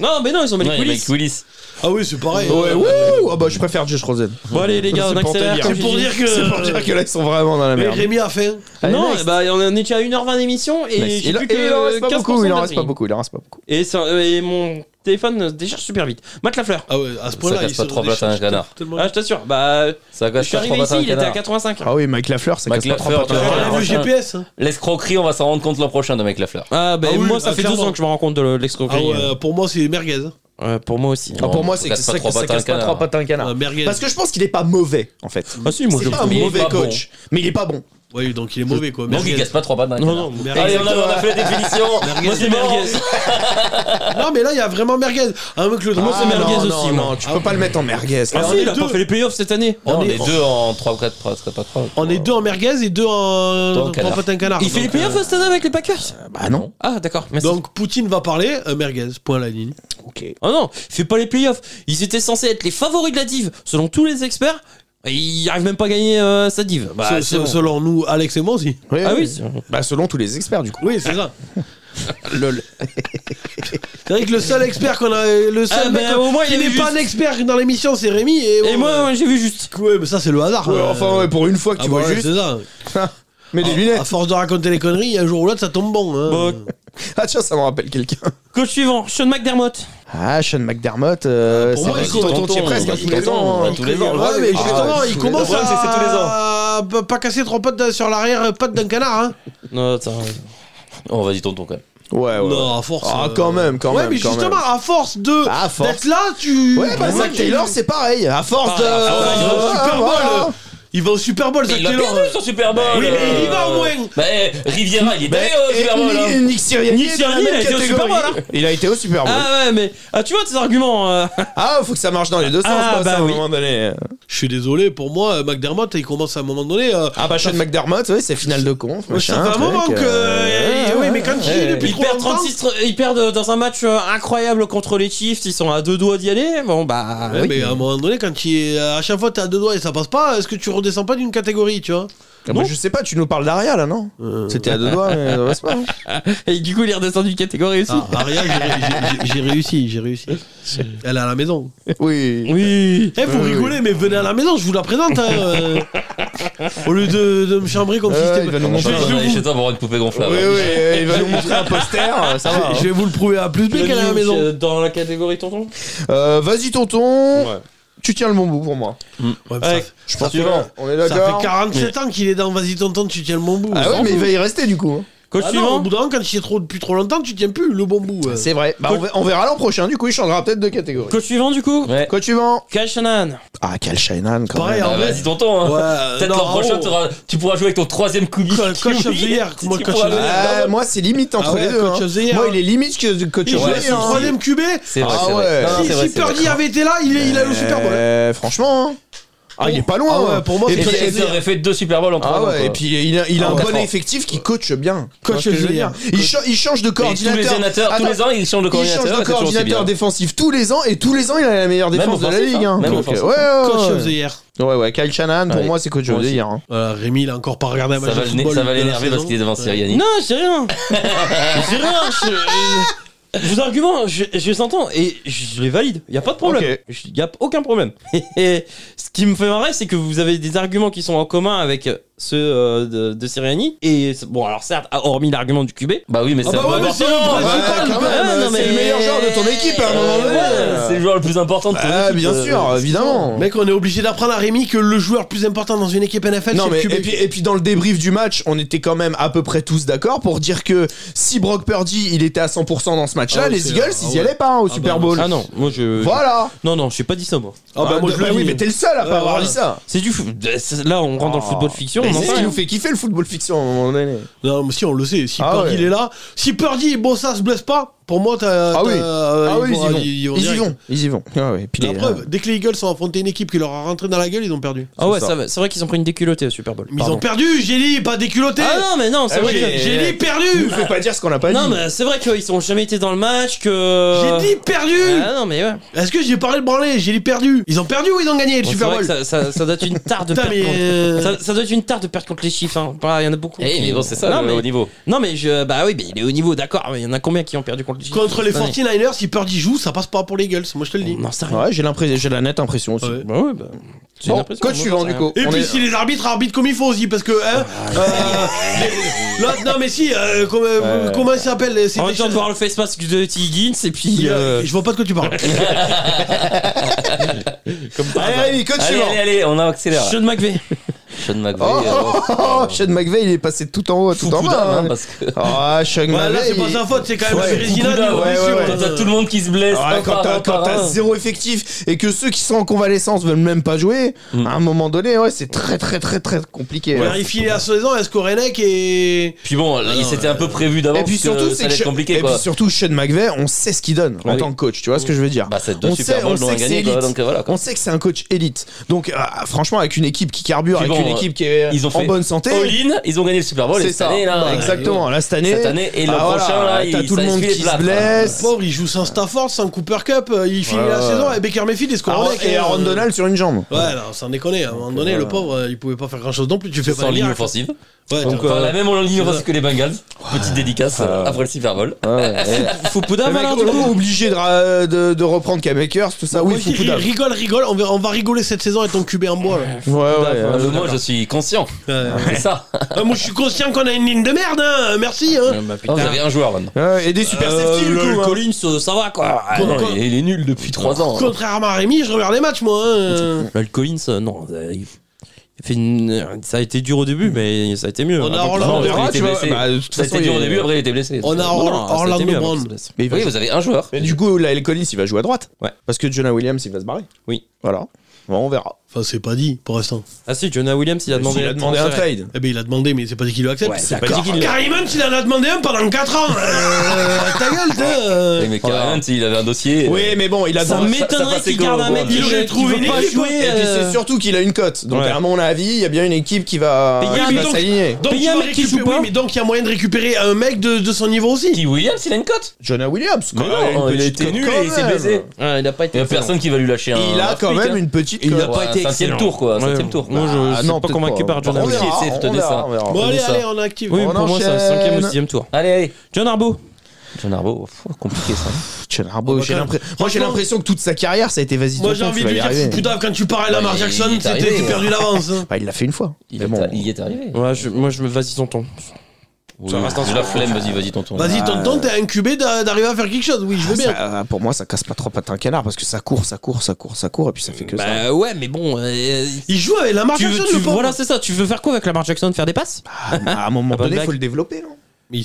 Speaker 2: Non, mais non, ils ont mis les
Speaker 4: Ouais,
Speaker 2: coulisses.
Speaker 4: Mike Willis.
Speaker 1: Ah oui, c'est pareil.
Speaker 3: Ouais, wouh Ah bah je préfère Josh Rosen.
Speaker 2: Bon, allez, les gars,
Speaker 3: C'est
Speaker 2: on
Speaker 3: pour te
Speaker 2: accélère.
Speaker 3: dire.
Speaker 2: comme
Speaker 1: C'est
Speaker 2: je
Speaker 1: pour
Speaker 2: dis.
Speaker 1: dire que.
Speaker 3: C'est pour dire que là ils sont vraiment dans la
Speaker 1: Mais
Speaker 3: merde.
Speaker 1: Rémi a fait.
Speaker 3: Allez,
Speaker 2: Non,
Speaker 3: next.
Speaker 2: bah, on en est déjà à 1h20 d'émission et
Speaker 3: Nice.
Speaker 2: j'ai
Speaker 3: il,
Speaker 2: plus
Speaker 3: il en
Speaker 2: que
Speaker 3: reste pas
Speaker 2: 15%
Speaker 3: beaucoup, il en reste
Speaker 2: de
Speaker 3: pas
Speaker 2: batterie.
Speaker 3: beaucoup, il en reste pas beaucoup.
Speaker 2: Et, ça- euh, et mon téléphone euh, décharge super vite. Matt Lafleur.
Speaker 1: Ah ouais, à ce
Speaker 4: Ça
Speaker 1: point-là,
Speaker 4: casse
Speaker 1: il
Speaker 4: pas
Speaker 1: se
Speaker 4: trois places à un
Speaker 1: décharge
Speaker 4: canard.
Speaker 1: tellement
Speaker 2: Ah, je t'assure. Bah,
Speaker 4: Ça
Speaker 2: je
Speaker 4: gâche
Speaker 2: suis
Speaker 4: pas
Speaker 2: arrivé
Speaker 4: trois
Speaker 2: ici,
Speaker 4: bâtards,
Speaker 2: il était à
Speaker 4: canard.
Speaker 2: 85.
Speaker 3: Ah oui, Mike Lafleur, ça
Speaker 4: Mike
Speaker 3: casse pas trois
Speaker 4: Lafleur,
Speaker 1: bien.
Speaker 4: tu
Speaker 1: Ah,
Speaker 4: vois.
Speaker 1: on a
Speaker 4: Ouais,
Speaker 1: vu le
Speaker 4: ouais.
Speaker 1: GPS. hein.
Speaker 4: L'escroquerie, on va s'en rendre compte l'an prochain de Mike Lafleur.
Speaker 2: Ah, bah,
Speaker 1: Ah oui,
Speaker 2: moi, ça
Speaker 1: ah,
Speaker 2: fait 12
Speaker 1: clairement.
Speaker 2: ans que je me rends compte de le-
Speaker 1: Ah
Speaker 2: l'escroquerie.
Speaker 1: ouais, pour moi, c'est merguez. hein.
Speaker 2: euh, euh, pour moi aussi.
Speaker 3: Ah, pour moi,
Speaker 4: ça
Speaker 3: c'est que
Speaker 4: casse
Speaker 3: ça
Speaker 4: pas
Speaker 3: que
Speaker 4: trois
Speaker 3: ça
Speaker 4: patins
Speaker 3: casse pas
Speaker 4: canard.
Speaker 3: trois patins canard.
Speaker 1: Ah, merguez.
Speaker 3: Parce que je pense qu'il est pas mauvais en fait.
Speaker 2: Ah, si, moi,
Speaker 3: C'est
Speaker 2: je
Speaker 3: pas un
Speaker 4: il est
Speaker 3: mauvais
Speaker 4: pas bon.
Speaker 3: coach, mais il est pas bon.
Speaker 1: Oui, donc il est mauvais quoi.
Speaker 4: Donc il
Speaker 1: Merguez.
Speaker 4: casse pas trois pattes d'un
Speaker 2: Non,
Speaker 4: canard.
Speaker 2: non, mais-
Speaker 4: Allez, on a, on a fait la définition.
Speaker 1: Merguez,
Speaker 4: Moi, c'est merguez.
Speaker 1: Non, mais là, il y a vraiment merguez. Un mec le
Speaker 2: Moi,
Speaker 1: droit.
Speaker 2: c'est merguez
Speaker 3: non,
Speaker 2: aussi,
Speaker 3: non,
Speaker 2: moi.
Speaker 3: non, tu peux pas le mettre en merguez.
Speaker 2: Ah,
Speaker 1: on
Speaker 2: si,
Speaker 1: est
Speaker 2: il a
Speaker 1: deux.
Speaker 2: pas fait les playoffs cette année.
Speaker 4: Non,
Speaker 1: On
Speaker 4: on
Speaker 1: est-
Speaker 4: est deux en 3 4 3 pas 3.
Speaker 1: On est deux en merguez et deux en.
Speaker 4: Dans le
Speaker 1: Dans
Speaker 4: canard.
Speaker 1: patin canard.
Speaker 2: Il fait les
Speaker 1: Donc,
Speaker 2: playoffs
Speaker 1: euh,
Speaker 2: cette année avec les Packers.
Speaker 3: Bah non.
Speaker 2: Ah, d'accord, merci.
Speaker 1: Donc Poutine va parler, euh, merguez, point la ligne.
Speaker 3: Ok.
Speaker 2: Ah non, il fait pas les playoffs. Ils étaient censés être les favoris de la div, selon tous les experts. Et ils arrivent même pas à gagner euh, sa div. Bah,
Speaker 1: Se-
Speaker 2: c'est
Speaker 1: se-
Speaker 2: bon.
Speaker 1: Selon nous, Alex et moi aussi.
Speaker 2: Ah oui, c'est-
Speaker 3: Bah selon tous les experts du coup.
Speaker 1: Oui, c'est ça. C'est vrai que le seul expert qu'on a, euh, le seul
Speaker 2: Ah,
Speaker 1: mec
Speaker 2: bah, au moins, il
Speaker 1: qui
Speaker 2: est
Speaker 1: n'est pas un
Speaker 2: juste.
Speaker 1: expert dans l'émission, c'est Rémi. Et,
Speaker 2: Et
Speaker 1: bon,
Speaker 2: moi, ouais, j'ai vu juste.
Speaker 1: euh, ouais, mais ça c'est le hasard.
Speaker 3: Ouais,
Speaker 1: euh,
Speaker 3: enfin ouais, pour une fois que
Speaker 1: ah
Speaker 3: tu
Speaker 1: bah
Speaker 3: vois
Speaker 1: ouais,
Speaker 3: juste.
Speaker 1: c'est ça.
Speaker 3: Mets des lunettes.
Speaker 1: À force de raconter les conneries, il y a un jour ou l'autre, ça tombe bon. hein.
Speaker 2: Bon.
Speaker 3: Ah tiens, ça me rappelle quelqu'un.
Speaker 2: Coach suivant, Sean McDermott.
Speaker 3: Ah, Sean McDermott, euh,
Speaker 1: Pour
Speaker 3: c'est
Speaker 1: moi,
Speaker 3: vrai
Speaker 1: il
Speaker 3: qu'il
Speaker 1: compte,
Speaker 3: tonton,
Speaker 4: tonton,
Speaker 3: t'y es presque
Speaker 4: il
Speaker 3: hein,
Speaker 4: compte,
Speaker 3: tous les ans.
Speaker 4: ouais,
Speaker 3: hein.
Speaker 4: tous les ans,
Speaker 1: Ouais, mais justement,
Speaker 3: Ah,
Speaker 1: il
Speaker 3: tous
Speaker 1: commence
Speaker 3: les ans.
Speaker 1: à,
Speaker 5: c'est tous les ans.
Speaker 1: pas- pas casser trois pattes de- sur l'arrière patte d'un canard. Hein.
Speaker 2: Non, attends.
Speaker 4: Oh, vas-y, tonton, quand même.
Speaker 3: Ouais, ouais.
Speaker 1: Non, à force.
Speaker 3: Ah,
Speaker 1: euh,
Speaker 3: quand même, quand
Speaker 1: ouais,
Speaker 3: même.
Speaker 1: mais
Speaker 3: quand
Speaker 1: justement,
Speaker 3: même.
Speaker 1: à force de
Speaker 3: Ah, à force.
Speaker 1: d'être là, tu.
Speaker 3: Ouais, bah
Speaker 1: Ouais,
Speaker 3: Zach
Speaker 1: tu-
Speaker 3: Taylor, c'est pareil. À force de.
Speaker 1: Ah, ouais, il va au
Speaker 3: Ah,
Speaker 1: Super Bowl.
Speaker 3: voilà.
Speaker 1: Il va au Super Bowl, Zach
Speaker 4: Il a
Speaker 1: Taylor.
Speaker 4: perdu son Super Bowl.
Speaker 1: Oui, mais il y
Speaker 4: euh,
Speaker 1: va au moins.
Speaker 4: Bah, eh, Riviera, il est
Speaker 3: Ben,
Speaker 4: dingue au
Speaker 3: et
Speaker 4: Super Bowl. hein.
Speaker 3: Ni- Nick Sirianni
Speaker 2: Nick
Speaker 3: est dans la
Speaker 2: Sirianni,
Speaker 3: même
Speaker 2: il a été au
Speaker 3: catégorie.
Speaker 2: Super Bowl, hein.
Speaker 3: Il a été au Super Bowl. Ah,
Speaker 2: Ah ouais, mais ah, tu vois tes arguments. euh,
Speaker 3: faut que ça marche dans les deux sens,
Speaker 2: Ah,
Speaker 3: quoi, ça,
Speaker 2: bah
Speaker 3: à un
Speaker 2: oui.
Speaker 3: moment donné.
Speaker 1: Je suis désolé, pour moi, euh, McDermott, il commence à un moment donné. euh,
Speaker 3: Ah bah Sean McDermott, ouais, c'est finale de conf.
Speaker 1: Ouais, ça
Speaker 3: machin,
Speaker 1: fait un
Speaker 3: truc,
Speaker 1: moment que.
Speaker 3: euh,
Speaker 1: euh,
Speaker 3: ouais,
Speaker 1: oui, mais quand il est
Speaker 3: ouais.
Speaker 1: depuis
Speaker 2: Ils
Speaker 1: trop
Speaker 2: perdent,
Speaker 1: longtemps.
Speaker 2: 36, ils perdent euh, dans un match euh, incroyable contre les Chiefs. Ils sont à deux doigts d'y aller. Bon, bah.
Speaker 1: Ouais,
Speaker 2: oui.
Speaker 1: Ah, mais à un moment donné, quand il est, à chaque fois t'es à deux doigts et ça passe pas, est-ce que tu redescends pas d'une catégorie, tu vois Euh,
Speaker 3: Ah bah, je sais pas, tu nous parles d'Aria là, non Euh. C'était à deux doigts, mais ça passe pas. hein.
Speaker 2: Et du coup, il est redescendu de catégorie aussi.
Speaker 1: Ah, Aria, j'ai- j'ai- j'ai- j'ai réussi, j'ai réussi. Elle est à la maison.
Speaker 3: Oui.
Speaker 2: Oui.
Speaker 1: Eh, vous
Speaker 3: Oui,
Speaker 1: rigolez, mais venez à la maison, je vous la présente. hein, euh, au lieu de, de me chambrer comme si
Speaker 3: Ouais,
Speaker 1: c'était.
Speaker 3: il va nous
Speaker 4: On va
Speaker 3: montrer.
Speaker 1: je,
Speaker 4: pas
Speaker 1: je
Speaker 4: aller
Speaker 1: vous-
Speaker 4: chez toi pour avoir une poupée
Speaker 3: Oui,
Speaker 4: gonflable.
Speaker 3: oui, euh, il va nous montrer un poster, euh, ça va.
Speaker 1: je-
Speaker 3: hein.
Speaker 1: je vais vous le prouver à plus B qu'elle est à la maison.
Speaker 2: euh, Dans la catégorie tonton
Speaker 3: Euh, Vas-y tonton, tu tiens le bon bout pour moi.
Speaker 1: Ouais, mais ça
Speaker 2: Ouais,
Speaker 1: fait-
Speaker 3: Je
Speaker 1: pense que-
Speaker 3: on est
Speaker 1: ça,
Speaker 3: d'accord.
Speaker 1: fait 47 ans qu'il est dans Vas-y tonton, tu tiens le bon bout.
Speaker 3: Ah ouais, mais il va y rester du coup. hein.
Speaker 2: Coach
Speaker 1: Ah non,
Speaker 2: suivant.
Speaker 1: au bout d'un moment, quand tu es trop depuis trop longtemps, tu tiens plus le bon bout. euh.
Speaker 3: C'est vrai. Bah, on ver- on verra l'an prochain, du coup, il changera peut-être de catégorie.
Speaker 2: Coach suivant du coup.
Speaker 4: Ouais.
Speaker 3: Coach suivant.
Speaker 2: Kyle Shanahan.
Speaker 3: Ah, Cal Shanahan quand
Speaker 1: Pareil,
Speaker 3: même.
Speaker 1: en
Speaker 4: Bah,
Speaker 1: vrai.
Speaker 4: Vas-y, tonton. hein.
Speaker 1: Ouais, euh,
Speaker 4: Peut-être
Speaker 1: non,
Speaker 4: l'an
Speaker 1: en
Speaker 4: prochain,
Speaker 1: gros,
Speaker 4: t'auras- tu pourras jouer avec ton troisième QB.
Speaker 1: Co- Coach of the Year, moi,
Speaker 4: Tu
Speaker 1: Coach
Speaker 4: pourras
Speaker 1: of the
Speaker 4: jouer-
Speaker 1: Year.
Speaker 3: Ah, moi, c'est limite entre
Speaker 1: Ah ouais,
Speaker 3: les deux.
Speaker 1: Coach
Speaker 3: hein.
Speaker 1: of the Year,
Speaker 3: Moi,
Speaker 1: hein.
Speaker 3: il est limite que que Coach
Speaker 1: Il
Speaker 3: of
Speaker 1: joue
Speaker 3: the
Speaker 4: Ouais,
Speaker 1: avec
Speaker 3: Year,
Speaker 1: son
Speaker 3: hein.
Speaker 1: troisième QB.
Speaker 4: C'est vrai,
Speaker 3: Ah
Speaker 4: c'est vrai.
Speaker 3: ouais.
Speaker 4: Non,
Speaker 1: Si,
Speaker 4: c'est vrai,
Speaker 1: si
Speaker 4: c'est vrai.
Speaker 1: Purdy avait été là, il est, il a eu le Super Bowl.
Speaker 3: Euh, Franchement. hein. Ah, il est pas loin.
Speaker 1: Ah ouais, pour moi,
Speaker 3: et
Speaker 1: c'est
Speaker 4: Et
Speaker 3: puis,
Speaker 4: puis,
Speaker 1: Coach of the
Speaker 4: il
Speaker 1: Year.
Speaker 4: aurait fait deux Super Bowls en trois
Speaker 3: ah
Speaker 4: ans,
Speaker 3: ouais,
Speaker 4: quoi.
Speaker 3: et puis il a, il a
Speaker 4: Ah,
Speaker 3: un
Speaker 4: quatre
Speaker 3: bon
Speaker 4: ans.
Speaker 3: effectif qui coach bien.
Speaker 1: Coach
Speaker 3: Tu vois ce que
Speaker 1: of the
Speaker 3: je veux
Speaker 1: year.
Speaker 3: dire Il, cha- il change de
Speaker 4: Et tous
Speaker 3: coordinateur.
Speaker 4: les sénateurs, tous
Speaker 3: Attends,
Speaker 4: les ans, ils changent de
Speaker 3: il change
Speaker 4: coordinateur.
Speaker 3: de
Speaker 4: c'est toujours aussi
Speaker 3: coordinateur
Speaker 4: bien.
Speaker 3: défensif tous les ans et tous les ans il a la meilleure
Speaker 4: Même
Speaker 3: défense de la
Speaker 4: offensif,
Speaker 3: ligue.
Speaker 4: hein.
Speaker 3: hein.
Speaker 4: Même
Speaker 3: Donc,
Speaker 4: offensif.
Speaker 3: ouais,
Speaker 1: Coach
Speaker 3: ouais,
Speaker 1: of the
Speaker 3: ouais.
Speaker 1: Year.
Speaker 3: Ouais, ouais, Kyle Shanahan pour
Speaker 4: Ouais.
Speaker 3: moi c'est coach
Speaker 4: Moi
Speaker 3: of the
Speaker 4: aussi.
Speaker 3: year. hein.
Speaker 1: Voilà, Rémi, il a encore pas regardé un
Speaker 4: Ça
Speaker 1: match
Speaker 4: va
Speaker 1: de
Speaker 4: le-
Speaker 1: football.
Speaker 4: ça va
Speaker 1: de la
Speaker 4: l'énerver parce
Speaker 1: saison.
Speaker 4: qu'il est devant Siriani.
Speaker 2: Non, j'ai rien. j'ai rien. je- Vos arguments, je, je les entends et je les valide. Il y a pas de problème.
Speaker 3: Ok.
Speaker 2: Il n'y a aucun problème. Et ce qui me fait marrer, c'est que vous avez des arguments qui sont en commun avec ceux euh, de, de Siriani. Et c'est- bon, alors certes, ah, hormis l'argument du QB.
Speaker 4: Bah oui, mais ça
Speaker 1: bah
Speaker 4: va
Speaker 1: ouais, mais
Speaker 4: avoir
Speaker 1: c'est
Speaker 4: tort.
Speaker 1: le
Speaker 3: Ouais,
Speaker 1: principal,
Speaker 3: quand
Speaker 1: quoi.
Speaker 3: même, euh,
Speaker 2: Ouais, non,
Speaker 3: c'est
Speaker 2: mais-
Speaker 3: le meilleur joueur de ton équipe à un moment donné.
Speaker 4: Ouais, C'est le joueur le plus important de ton
Speaker 3: Ah,
Speaker 4: équipe.
Speaker 3: bien
Speaker 4: euh,
Speaker 3: sûr, évidemment.
Speaker 1: Mec, on est obligé d'apprendre à Rémi que le joueur le plus important dans une équipe NFL,
Speaker 3: Non
Speaker 1: c'est
Speaker 3: mais
Speaker 1: le
Speaker 3: et
Speaker 1: QB.
Speaker 3: puis, et puis dans le débrief du match, on était quand même à peu près tous d'accord pour dire que si Brock Purdy il était à 100% dans ce match-là,
Speaker 1: Ah oui,
Speaker 3: les
Speaker 1: c'est-
Speaker 3: Eagles
Speaker 1: ah
Speaker 3: ils
Speaker 1: ouais.
Speaker 3: y allaient pas hein, au
Speaker 1: Ah
Speaker 3: Super
Speaker 1: bah,
Speaker 3: Bowl.
Speaker 2: Ah non, moi je.
Speaker 3: Voilà.
Speaker 2: Non, non, je suis pas dit ça, moi.
Speaker 1: Ah bah moi je
Speaker 3: bah
Speaker 1: le
Speaker 3: oui,
Speaker 1: dis.
Speaker 3: mais t'es le seul à pas
Speaker 1: Ouais,
Speaker 3: avoir
Speaker 1: voilà.
Speaker 3: dit ça.
Speaker 2: C'est du foot. Là, on rentre dans le
Speaker 3: Ah.
Speaker 2: football de fiction.
Speaker 3: Mais
Speaker 2: on en
Speaker 3: c'est ce
Speaker 2: parle.
Speaker 3: qui nous fait kiffer le football fiction à un moment donné.
Speaker 1: Non, mais si, on le sait. Si
Speaker 3: Ah
Speaker 1: Purdy,
Speaker 3: ouais.
Speaker 1: il est là. Si Purdy et Bossa se blessent pas, pour moi, t'as. euh,
Speaker 3: Ah oui.
Speaker 1: t'as-
Speaker 3: ah oui, ils y vont. Ils, y
Speaker 1: direct.
Speaker 3: vont. Ils y vont. Ah ouais, puis
Speaker 1: La
Speaker 3: les-
Speaker 1: preuve, dès que les Eagles ont affronté une équipe qui leur a rentré dans la gueule, ils ont perdu.
Speaker 2: Ah ouais,
Speaker 3: C'est ça.
Speaker 2: ça va- c'est vrai qu'ils ont pris une déculottée au Super Bowl.
Speaker 1: Mais ils
Speaker 2: Pardon.
Speaker 1: ont perdu, j'ai dit, pas déculotté
Speaker 2: Ah non, mais non, c'est
Speaker 3: Ah
Speaker 2: vrai
Speaker 3: oui,
Speaker 2: que.
Speaker 3: mais-
Speaker 1: J'ai dit perdu
Speaker 3: Il faut pas dire ce qu'on a pas
Speaker 2: Non,
Speaker 3: dit.
Speaker 2: mais c'est vrai qu'ils ont jamais été dans le match, que.
Speaker 1: J'ai dit perdu
Speaker 2: Ah non, mais ouais.
Speaker 1: Est-ce que j'ai parlé de branler J'ai dit perdu Ils ont perdu ou ils ont gagné le
Speaker 2: Bon,
Speaker 1: Super
Speaker 2: c'est vrai
Speaker 1: Bowl
Speaker 2: que ça, ça, ça doit être une tarte de
Speaker 1: Putain,
Speaker 2: perdre
Speaker 1: mais, euh,
Speaker 2: contre... ça, ça doit être une tarte de perdre contre les chiffres, hein. Bah, Il y en a beaucoup.
Speaker 4: Eh,
Speaker 2: qui-
Speaker 4: mais bon, c'est ça
Speaker 2: Non,
Speaker 4: le
Speaker 2: mais,
Speaker 4: haut niveau.
Speaker 2: non, mais je. Bah oui, mais il est au niveau, d'accord, mais il y en a combien qui ont perdu contre que j'ai-
Speaker 1: Contre les
Speaker 2: Ouais.
Speaker 1: 49ers, si Purdy joue, ça passe pas pour les Eagles. Moi, je te le dis.
Speaker 2: Non, ça
Speaker 3: Ouais, j'ai l'impression, j'ai la nette impression aussi.
Speaker 1: Ouais.
Speaker 2: Bah ouais, bah. c'est une
Speaker 3: Bon,
Speaker 2: impression,
Speaker 3: coach
Speaker 2: moi,
Speaker 3: suivant
Speaker 2: j'en sais
Speaker 3: du coup.
Speaker 1: Et
Speaker 3: On
Speaker 1: puis
Speaker 3: est- Ah,
Speaker 1: si les arbitres arbitrent comme il faut aussi, parce que hein, euh, là, non mais si, euh, comment, comment il s'appelle euh, c'est
Speaker 2: rien. En
Speaker 1: des
Speaker 2: attendant de
Speaker 1: choses-
Speaker 2: voir le face mask de T. Higgins et puis.
Speaker 1: Il,
Speaker 2: euh,
Speaker 1: euh, Je vois pas de quoi tu parles.
Speaker 2: Comme par
Speaker 3: Allez,
Speaker 2: hasard.
Speaker 3: Rémi, coach
Speaker 4: Allez,
Speaker 3: suivant.
Speaker 4: allez, allez, on accélère.
Speaker 2: Sean McVay.
Speaker 4: Sean McVay.
Speaker 3: Oh,
Speaker 4: euh,
Speaker 3: oh, oh, oh, Sean McVeigh, il est passé tout en haut, tout en
Speaker 4: Fukuda,
Speaker 3: bas.
Speaker 4: hein,
Speaker 3: hein.
Speaker 4: parce que.
Speaker 3: Ah, Sean
Speaker 1: Bah, là,
Speaker 3: McVeigh,
Speaker 1: c'est pas
Speaker 3: il-
Speaker 1: sa faute, c'est quand même
Speaker 3: Ouais,
Speaker 1: la Brésilien.
Speaker 4: Fukuda,
Speaker 1: nous, bien
Speaker 4: ouais, ouais,
Speaker 1: sûr.
Speaker 4: ouais. Quand t'as tout le monde qui se blesse,
Speaker 3: Ah,
Speaker 4: un
Speaker 3: quand
Speaker 4: par
Speaker 3: t'as
Speaker 4: un, par
Speaker 3: quand t'as
Speaker 4: un.
Speaker 3: zéro effectif et que ceux qui sont en convalescence veulent même pas jouer,
Speaker 4: Mm.
Speaker 3: à un moment donné, ouais, c'est très très très très compliqué. hein. ouais.
Speaker 1: Vérifier à 16 ans, est-ce qu'Orenek est.
Speaker 4: Puis bon, là, il
Speaker 1: non,
Speaker 4: s'était un peu prévu d'avance.
Speaker 3: Et puis
Speaker 4: que
Speaker 3: surtout,
Speaker 4: ça
Speaker 3: c'est
Speaker 4: allait
Speaker 3: que
Speaker 4: être
Speaker 3: Sean-
Speaker 4: compliqué
Speaker 3: et
Speaker 4: quoi.
Speaker 3: puis surtout Sean McVeigh, on sait ce qu'il donne en
Speaker 4: Oui.
Speaker 3: tant que coach. Tu vois ce que je veux dire
Speaker 4: Bah, c'est deux
Speaker 3: on
Speaker 4: Super
Speaker 3: sait,
Speaker 4: Bowls
Speaker 3: on
Speaker 4: l'ont
Speaker 3: sait que c'est
Speaker 4: gagné, quoi,
Speaker 3: élite.
Speaker 4: donc voilà, quoi.
Speaker 3: On sait que c'est un coach élite. Donc, euh, franchement, avec une équipe qui carbure,
Speaker 4: Puis
Speaker 3: avec
Speaker 4: bon,
Speaker 3: une
Speaker 4: euh,
Speaker 3: équipe qui est
Speaker 4: ils ont
Speaker 3: en
Speaker 4: fait
Speaker 3: bonne santé,
Speaker 4: All-in, ils ont gagné le Super Bowl et
Speaker 3: c'est
Speaker 4: cette
Speaker 3: ça. Bah,
Speaker 4: année là.
Speaker 3: Exactement. Là, cette année,
Speaker 4: Cette année et le
Speaker 3: ah, voilà,
Speaker 4: prochain là,
Speaker 3: t'as
Speaker 4: il-
Speaker 3: tout
Speaker 4: ça
Speaker 3: le monde
Speaker 4: essuie les
Speaker 3: qui se
Speaker 4: plâtres.
Speaker 1: Le
Speaker 3: blesse.
Speaker 1: Pauvre, il joue sans Stafford, sans Cooper Cup, euh, il finit
Speaker 3: Ouais,
Speaker 1: la
Speaker 3: ouais.
Speaker 1: saison avec Baker Mayfield et ce
Speaker 3: Ah ouais, et Aaron Donald sur une jambe.
Speaker 1: Ouais, non, sans déconner, à un moment donné, le pauvre, euh, il pouvait pas faire grand chose non plus, tu fais pas
Speaker 4: Sans
Speaker 1: les
Speaker 4: ligne
Speaker 1: miracles.
Speaker 4: offensive.
Speaker 1: Ouais,
Speaker 4: Donc euh,
Speaker 1: tu-
Speaker 4: enfin, la même en ligne
Speaker 1: c'est
Speaker 4: offensive
Speaker 1: ça.
Speaker 4: que les Bengals. Petite dédicace euh, après le Super Bowl.
Speaker 2: Fukuda,
Speaker 3: Le mec,
Speaker 2: voilà, du coup.
Speaker 3: obligé de, ra- de, de reprendre K-Makers, tout ça.
Speaker 1: Moi
Speaker 3: Oui,
Speaker 1: aussi, je dis,
Speaker 3: Fukuda. Ouais,
Speaker 1: rigole, rigole, on va, on va rigoler cette saison et ton QB en bois. là.
Speaker 3: ouais.
Speaker 4: Euh,
Speaker 3: ouais.
Speaker 4: moi je suis conscient,
Speaker 1: Ouais.
Speaker 4: c'est ça.
Speaker 1: Ah, moi, je suis conscient qu'on a une ligne de merde, hein, merci. Hein.
Speaker 4: Vous avez un joueur maintenant.
Speaker 3: Ouais, et des super safety, du coup, hein.
Speaker 2: Collins, euh, ça va quoi.
Speaker 4: Ah,
Speaker 1: Con-
Speaker 4: non,
Speaker 1: con-
Speaker 4: il, il est nul depuis 3 ans.
Speaker 1: Contrairement à Rémi, je regarde les matchs, moi. hein.
Speaker 2: Là, le Collins, euh, non. euh, il fait une- euh, Ça a été dur au début, mais ça a été mieux.
Speaker 1: On a
Speaker 2: Attends,
Speaker 1: Roland
Speaker 2: non,
Speaker 4: Non,
Speaker 1: Berger.
Speaker 2: non,
Speaker 4: après, il
Speaker 3: verra,
Speaker 4: était
Speaker 3: tu vois, bah,
Speaker 4: blessé.
Speaker 3: de toute
Speaker 4: Ça a
Speaker 3: façon,
Speaker 4: été dur
Speaker 3: il-
Speaker 4: au début, après il était blessé.
Speaker 1: On a
Speaker 2: non,
Speaker 1: Orla-
Speaker 2: ça a été
Speaker 1: Orlando
Speaker 2: mieux hein, avant
Speaker 1: Brown.
Speaker 2: qu'il se blesse.
Speaker 3: Mais il va-
Speaker 4: Oui, vous avez un joueur.
Speaker 3: Mais du coup, là, le Collins, il va jouer à droite.
Speaker 2: Ouais.
Speaker 3: Parce que Jonah Williams, il va se barrer.
Speaker 2: Oui.
Speaker 3: Voilà. Bon, on verra.
Speaker 1: Enfin, c'est pas dit pour l'instant.
Speaker 2: Ah si, Jonah Williams, il a demandé,
Speaker 3: il a demandé un
Speaker 2: transfert.
Speaker 3: trade.
Speaker 1: Eh ben, il a demandé, mais c'est pas dit qu'il le accepte.
Speaker 2: Ouais,
Speaker 1: c'est pas
Speaker 2: d'accord.
Speaker 1: dit qu'il. Karim Hunt, il en a demandé un pendant 4 ans. Euh, ta gueule, t'as, euh.
Speaker 4: Oui, mais Karen, il avait un dossier.
Speaker 3: Oui, mais bon, il a
Speaker 2: Eh, Ça
Speaker 3: demandé-
Speaker 2: m'étonnerait
Speaker 4: passait
Speaker 2: qu'il garde
Speaker 4: comme
Speaker 2: un
Speaker 4: au
Speaker 2: mec
Speaker 4: bois.
Speaker 2: qui
Speaker 1: Il aurait
Speaker 2: qui
Speaker 1: trouvé
Speaker 2: veut
Speaker 1: une
Speaker 2: pas
Speaker 1: équipe,
Speaker 2: jouer.
Speaker 3: Et puis
Speaker 2: euh,
Speaker 3: c'est surtout qu'il a une cote. Donc
Speaker 2: Ouais.
Speaker 3: à mon avis, il y a bien une équipe qui va,
Speaker 2: Mais il y a
Speaker 3: qui
Speaker 2: un-
Speaker 3: va
Speaker 1: donc-
Speaker 3: s'aligner.
Speaker 1: Donc,
Speaker 2: Mais il y
Speaker 1: il
Speaker 2: a un
Speaker 1: va
Speaker 2: mec qui
Speaker 1: récupérer-
Speaker 2: joue pas.
Speaker 1: oui, mais donc, il y a moyen de récupérer un mec de, de son niveau aussi.
Speaker 4: T. Williams, il a une cote.
Speaker 3: Jonah Williams, quand
Speaker 4: Mais
Speaker 3: même,
Speaker 4: non,
Speaker 3: une
Speaker 4: il a
Speaker 3: petite
Speaker 4: été
Speaker 3: cote
Speaker 4: nul
Speaker 3: quand
Speaker 4: et il s'est
Speaker 3: même.
Speaker 4: baisé.
Speaker 2: Ah, il a pas été
Speaker 4: Il y a
Speaker 2: excellent.
Speaker 4: personne qui va lui lâcher un.
Speaker 3: Il a quand
Speaker 4: Afrique,
Speaker 3: même
Speaker 4: hein.
Speaker 3: une petite
Speaker 2: Il a
Speaker 3: cote.
Speaker 2: pas
Speaker 4: Ouais,
Speaker 2: été
Speaker 4: cinquième
Speaker 2: excellent.
Speaker 4: tour, quoi,
Speaker 2: Ouais.
Speaker 4: cinquième tour.
Speaker 2: Moi, je
Speaker 3: Ah,
Speaker 2: suis
Speaker 3: non,
Speaker 2: pas
Speaker 3: peut-être
Speaker 2: convaincu
Speaker 3: pas.
Speaker 2: par Jonah
Speaker 3: On
Speaker 4: Williams.
Speaker 3: verra,
Speaker 4: C'est-
Speaker 3: on
Speaker 4: tenez
Speaker 3: verra,
Speaker 4: ça.
Speaker 3: on verra.
Speaker 1: Bon, allez,
Speaker 4: ça.
Speaker 1: allez, on est actif.
Speaker 2: Oui,
Speaker 3: On
Speaker 2: pour moi, c'est un
Speaker 3: enchaîne.
Speaker 2: cinquième ou sixième tour.
Speaker 4: Allez, allez.
Speaker 2: John Arbo.
Speaker 4: John Arbo, pff, compliqué ça.
Speaker 3: Tiens, Arbo, j'ai
Speaker 1: quand
Speaker 3: l'impre-
Speaker 1: même.
Speaker 3: Moi j'ai
Speaker 1: Franchement-
Speaker 3: l'impression que toute sa carrière ça a été vas-y.
Speaker 1: Moi,
Speaker 3: tonton,
Speaker 1: j'ai envie
Speaker 3: tu
Speaker 1: de
Speaker 3: vas
Speaker 1: lui
Speaker 3: y
Speaker 1: dire,
Speaker 3: arriver.
Speaker 1: Foupoudave, quand tu parles à Lamar
Speaker 4: Ouais, il
Speaker 1: Jackson,
Speaker 4: est arrivé,
Speaker 1: c'était- t'es
Speaker 4: ouais.
Speaker 1: perdu d'avance. hein.
Speaker 3: Bah, il l'a fait une fois.
Speaker 4: Il,
Speaker 3: Mais
Speaker 4: est,
Speaker 3: bon.
Speaker 4: il y est arrivé.
Speaker 2: Ouais, je- moi, je me vas-y tonton.
Speaker 4: Oui,
Speaker 2: Ça reste un
Speaker 4: j'ai la flemme, vas-y, vas-y, tonton.
Speaker 1: Vas-y, tonton, t'es incubé d'a- d'arriver à faire quelque chose. Oui, je veux bien.
Speaker 3: Ah, Ça, euh, pour moi ça casse pas trop patin un canard parce que ça court, ça court, ça court, ça court et puis ça fait que ça.
Speaker 2: Bah ouais, mais bon. euh,
Speaker 1: Il joue avec Lamar
Speaker 2: tu veux-
Speaker 1: Jackson,
Speaker 2: tu-
Speaker 1: le pauvre.
Speaker 2: voilà, c'est ça. Tu veux faire quoi avec Lamar Jackson Faire des passes
Speaker 3: À un moment
Speaker 2: Ah, bah,
Speaker 3: donné,
Speaker 2: blague.
Speaker 3: faut le développer. non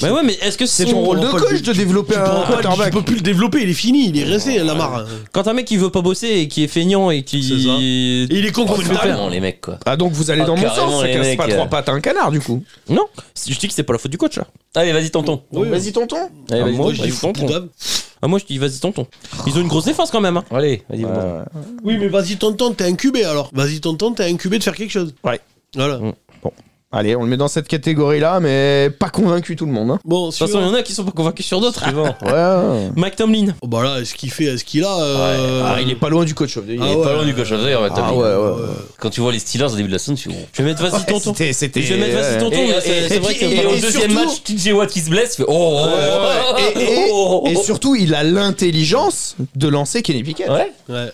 Speaker 2: Bah ouais, mais est-ce que
Speaker 3: C'est
Speaker 2: son-
Speaker 3: ton rôle de
Speaker 1: on peut
Speaker 3: coach
Speaker 1: le-
Speaker 3: de développer
Speaker 1: Tu peux
Speaker 3: un
Speaker 1: pas-
Speaker 3: quarterback.
Speaker 1: Tu peux plus le développer, il est fini, il est resté, Lamar.
Speaker 2: Quand un mec qui veut pas bosser et qui est feignant et
Speaker 1: C'est ça.
Speaker 2: qui.
Speaker 1: Et il est con
Speaker 4: Oh,
Speaker 1: comme une dalle.
Speaker 4: vraiment, les mecs, quoi.
Speaker 3: Ah donc vous allez
Speaker 4: Ah,
Speaker 3: dans mon
Speaker 4: carrément,
Speaker 3: sens, ça
Speaker 4: les
Speaker 3: casse
Speaker 4: mecs,
Speaker 3: pas
Speaker 4: euh.
Speaker 3: trois pattes à un canard du coup.
Speaker 2: Non, je dis que c'est pas la faute du coach là.
Speaker 4: Allez, vas-y, tonton.
Speaker 1: Oui,
Speaker 3: Donc, Vas-y tonton.
Speaker 4: Allez,
Speaker 2: Ah,
Speaker 4: vas-y,
Speaker 2: moi,
Speaker 4: tonton.
Speaker 2: je dis tonton. Ah, moi je dis vas-y tonton. Ils ont une grosse défense quand même. hein.
Speaker 4: Allez, vas-y, tonton.
Speaker 3: Euh,
Speaker 1: Oui, mais vas-y, tonton, t'es incubé alors. Vas-y, tonton, t'es incubé de faire quelque chose.
Speaker 3: Ouais.
Speaker 1: Voilà.
Speaker 3: Allez, on le met dans cette catégorie là, mais pas convaincu tout le monde. hein.
Speaker 1: Bon,
Speaker 2: De toute façon, il y
Speaker 1: suivant.
Speaker 2: en a qui sont pas convaincus sur d'autres.
Speaker 3: Ouais.
Speaker 2: Mike Tomlin.
Speaker 1: Oh, bah là, est-ce qu'il fait, est-ce qu'il a. euh,
Speaker 3: Ah, il est pas loin du coach of the year.
Speaker 1: Ah
Speaker 4: Il est
Speaker 1: ouais.
Speaker 4: pas loin du coach of the year, ouais, t'as
Speaker 3: Ah
Speaker 4: mis.
Speaker 3: ouais, ouais.
Speaker 4: Quand tu vois les Steelers au début de la saison, tu
Speaker 2: Je vais mettre vas-y
Speaker 3: Ouais,
Speaker 2: tonton.
Speaker 3: C'était, c'était.
Speaker 2: Je vais mettre vas-y
Speaker 4: Et,
Speaker 2: tonton. mais
Speaker 4: et-
Speaker 2: c'est- c'est
Speaker 4: et
Speaker 2: vrai
Speaker 4: puis-
Speaker 2: que-
Speaker 4: et au
Speaker 3: Et
Speaker 4: deuxième
Speaker 3: surtout-
Speaker 4: match, TJ Watt qui se blesse, tu fais, oh, oh, oh,
Speaker 3: Ouais, ouais, ouais. Et,
Speaker 4: oh, oh,
Speaker 3: et- et
Speaker 4: oh.
Speaker 3: surtout, il a l'intelligence de lancer Kenny Pickett.
Speaker 4: Ouais.
Speaker 1: Ouais.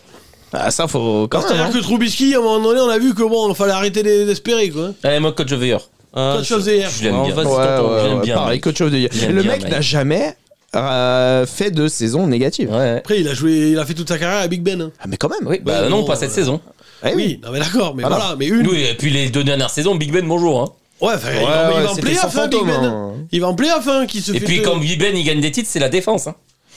Speaker 3: Ah, ça, faut quand même.
Speaker 1: C'est-à-dire que Trubisky, à un moment donné, on a vu que bon, il fallait arrêter d'es- d'espérer quoi.
Speaker 4: Allez, moi, coach of the year.
Speaker 2: Ah,
Speaker 1: Coach of the year.
Speaker 4: Je l'aime
Speaker 2: Non,
Speaker 4: bien.
Speaker 2: vas-y.
Speaker 3: hein.
Speaker 2: c'est
Speaker 3: Ouais,
Speaker 4: tonton,
Speaker 3: ouais,
Speaker 4: j'aime
Speaker 3: ouais,
Speaker 4: bien,
Speaker 3: Pareil,
Speaker 4: Mike.
Speaker 3: coach of the year.
Speaker 4: J'aime
Speaker 3: Le
Speaker 4: bien,
Speaker 3: mec
Speaker 4: Mike.
Speaker 3: n'a jamais euh, fait de saison négative.
Speaker 4: Ouais.
Speaker 1: Après, il a joué, il a fait toute sa carrière à Big Ben. hein.
Speaker 3: Ah, mais quand même.
Speaker 4: Oui, bah
Speaker 1: Ouais,
Speaker 4: non,
Speaker 1: bon,
Speaker 4: pas cette
Speaker 1: euh,
Speaker 4: saison.
Speaker 3: Eh
Speaker 1: oui. non mais d'accord, mais voilà,
Speaker 3: Voilà.
Speaker 1: mais une.
Speaker 4: Oui, et puis les deux dernières saisons, Big Ben, bonjour. hein.
Speaker 1: Ouais, enfin, il,
Speaker 3: Ouais,
Speaker 1: va, il
Speaker 3: ouais,
Speaker 1: va en
Speaker 3: c'était sans
Speaker 1: playoff, hein, Big
Speaker 3: fantôme,
Speaker 1: Ben.
Speaker 3: hein.
Speaker 1: Il va en playoff, hein, qui se
Speaker 4: Et
Speaker 1: fait.
Speaker 4: puis
Speaker 1: de-
Speaker 4: quand Big Ben il gagne des titres, c'est la défense. hein.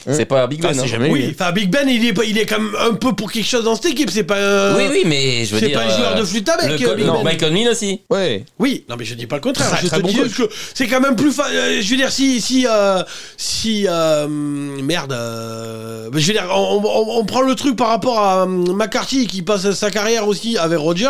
Speaker 4: C'est pas Big
Speaker 3: Ah,
Speaker 4: Ben.
Speaker 3: c'est
Speaker 4: hein.
Speaker 3: jamais
Speaker 1: Oui,
Speaker 3: eu.
Speaker 1: enfin, Big Ben, il est, pas- il est quand même un peu pour quelque chose dans cette équipe, c'est pas. un-
Speaker 4: Oui, oui, mais je veux
Speaker 1: Euh, C'est
Speaker 4: dire. euh,
Speaker 1: pas un joueur de flûte à bec,
Speaker 4: le co-
Speaker 1: Big
Speaker 4: le
Speaker 1: Ben.
Speaker 4: Mike Conley aussi.
Speaker 3: Ouais.
Speaker 1: Oui, non mais je dis pas le contraire.
Speaker 3: Très,
Speaker 1: je
Speaker 3: très
Speaker 1: te
Speaker 3: bon
Speaker 1: dis
Speaker 3: coach.
Speaker 1: que c'est quand même plus facile. Je veux dire si si euh, si euh, merde. euh, je veux dire on, on- on prend le truc par rapport à euh, McCarthy qui passe sa carrière aussi avec Rodgers.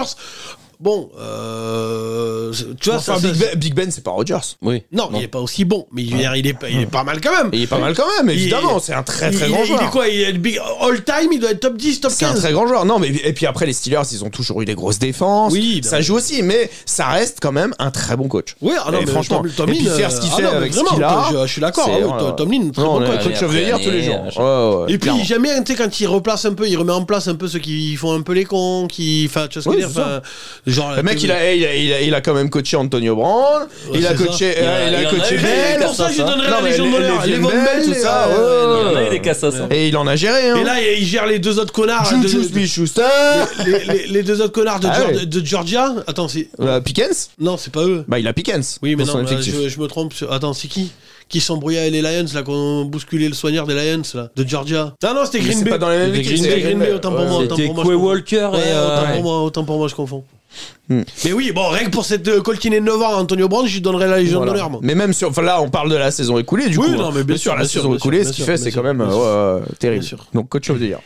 Speaker 1: Bon, euh, euh, tu vois,
Speaker 3: Enfin,
Speaker 1: ça- ça-
Speaker 3: Big, ben, Big Ben, c'est pas Rogers.
Speaker 4: Oui.
Speaker 1: Non, il est pas aussi bon, mais je veux dire, il, est, pas- il est pas mal quand même.
Speaker 3: Il est pas mal quand même,
Speaker 1: Il-
Speaker 3: évidemment. C'est un très très
Speaker 1: il,
Speaker 3: grand
Speaker 1: il est- Il est
Speaker 3: joueur.
Speaker 1: quoi il est le big- All time, il doit être top 10, top
Speaker 3: C'est un
Speaker 1: 15.
Speaker 3: très grand joueur. Non, mais et puis après les Steelers, ils ont toujours eu des grosses défenses.
Speaker 1: Oui,
Speaker 3: ça joue aussi, mais ça reste quand même un très bon coach.
Speaker 1: Oui, ah non,
Speaker 3: Et
Speaker 1: mais
Speaker 3: franchement,
Speaker 1: Tom- Tomlin,
Speaker 3: et puis faire ce qu'il
Speaker 1: euh,
Speaker 3: fait
Speaker 1: ah non, mais
Speaker 3: avec ce
Speaker 1: vraiment,
Speaker 3: qu'il a,
Speaker 1: je, je suis d'accord.
Speaker 3: c'est-
Speaker 1: ah oui,
Speaker 3: ouais, ouais.
Speaker 1: Tomlin, très
Speaker 3: Non,
Speaker 1: bon
Speaker 3: on est-
Speaker 1: coach.
Speaker 4: Année
Speaker 3: coach of the
Speaker 4: après
Speaker 3: year tous les
Speaker 4: année,
Speaker 3: jours.
Speaker 4: machin.
Speaker 3: Ouais, ouais,
Speaker 1: Et puis
Speaker 3: clairement.
Speaker 1: j'aime bien, tu sais, quand il replace un peu, il remet en place un peu ceux qui font un peu les cons, qui. Enfin, tu vois ce que
Speaker 3: Oui,
Speaker 1: je veux
Speaker 3: c'est
Speaker 1: dire enfin, genre, euh,
Speaker 3: le mec, il a, il, a, il, a, il a quand même coaché Antonio Brown.
Speaker 1: Ouais,
Speaker 3: il a
Speaker 1: c'est ça.
Speaker 3: coaché.
Speaker 4: Il a-
Speaker 3: euh, Il
Speaker 4: il en
Speaker 3: a
Speaker 4: a
Speaker 3: coaché.
Speaker 4: eu des
Speaker 3: Bell,
Speaker 1: Mais pour ça, je lui donnerais la
Speaker 3: Non, mais
Speaker 1: Légion
Speaker 3: les-
Speaker 1: d'honneur.
Speaker 3: les
Speaker 1: Les Von
Speaker 3: Bell,
Speaker 1: Bell,
Speaker 3: tout
Speaker 1: les-
Speaker 3: ça,
Speaker 1: ouais,
Speaker 3: ouais.
Speaker 4: Il y en a eu des casses à ça.
Speaker 3: Et il en a géré. Hein.
Speaker 1: Et là, il gère les deux autres connards. Ah, de-
Speaker 3: Juju Smith-Schuster,
Speaker 1: les, les- les deux autres connards de,
Speaker 3: Ah
Speaker 1: Geor-
Speaker 3: ouais.
Speaker 1: de Georgia. Attends, c'est.
Speaker 3: euh, Pickens.
Speaker 1: Non, c'est pas eux.
Speaker 3: Bah, il a Pickens.
Speaker 1: Oui, mais
Speaker 3: dans
Speaker 1: non,
Speaker 3: son
Speaker 1: bah,
Speaker 3: effectif.
Speaker 1: je, je me trompe. sur- Attends, c'est qui Qui s'embrouillait avec les Lions, là, qu'on bousculé le soigneur des Lions, là De Georgia. Non, non, c'était
Speaker 3: Mais
Speaker 1: Green
Speaker 3: c'est
Speaker 1: Bay.
Speaker 3: pas dans la même
Speaker 1: C'était
Speaker 3: équipe,
Speaker 1: Green
Speaker 3: c'est
Speaker 1: Bay, Green Bay, autant pour
Speaker 3: Ouais,
Speaker 1: moi. autant
Speaker 2: C'était
Speaker 1: pour moi,
Speaker 2: Quay
Speaker 1: je confonds.
Speaker 2: Walker et.
Speaker 1: Ouais,
Speaker 2: euh,
Speaker 1: autant,
Speaker 2: ouais.
Speaker 1: pour moi, autant pour moi, je confonds.
Speaker 3: Hmm.
Speaker 1: Mais oui, bon, rien que pour cette euh, coltinée de 9 ans à Antonio Brown, je lui donnerais la Légion
Speaker 3: Voilà.
Speaker 1: d'honneur, moi.
Speaker 3: Mais même sur. Enfin, là, on parle de la saison écoulée, du
Speaker 1: Oui,
Speaker 3: coup.
Speaker 1: non,
Speaker 3: hein.
Speaker 1: mais bien sûr,
Speaker 3: la
Speaker 1: bien sûr,
Speaker 3: saison
Speaker 1: bien
Speaker 3: écoulée,
Speaker 1: sûr,
Speaker 3: ce qu'il
Speaker 1: bien
Speaker 3: fait, c'est
Speaker 1: sûr,
Speaker 3: quand même
Speaker 1: bien sûr.
Speaker 3: euh, ouais, ouais, terrible.
Speaker 1: Bien sûr.
Speaker 3: Donc, coach of the year.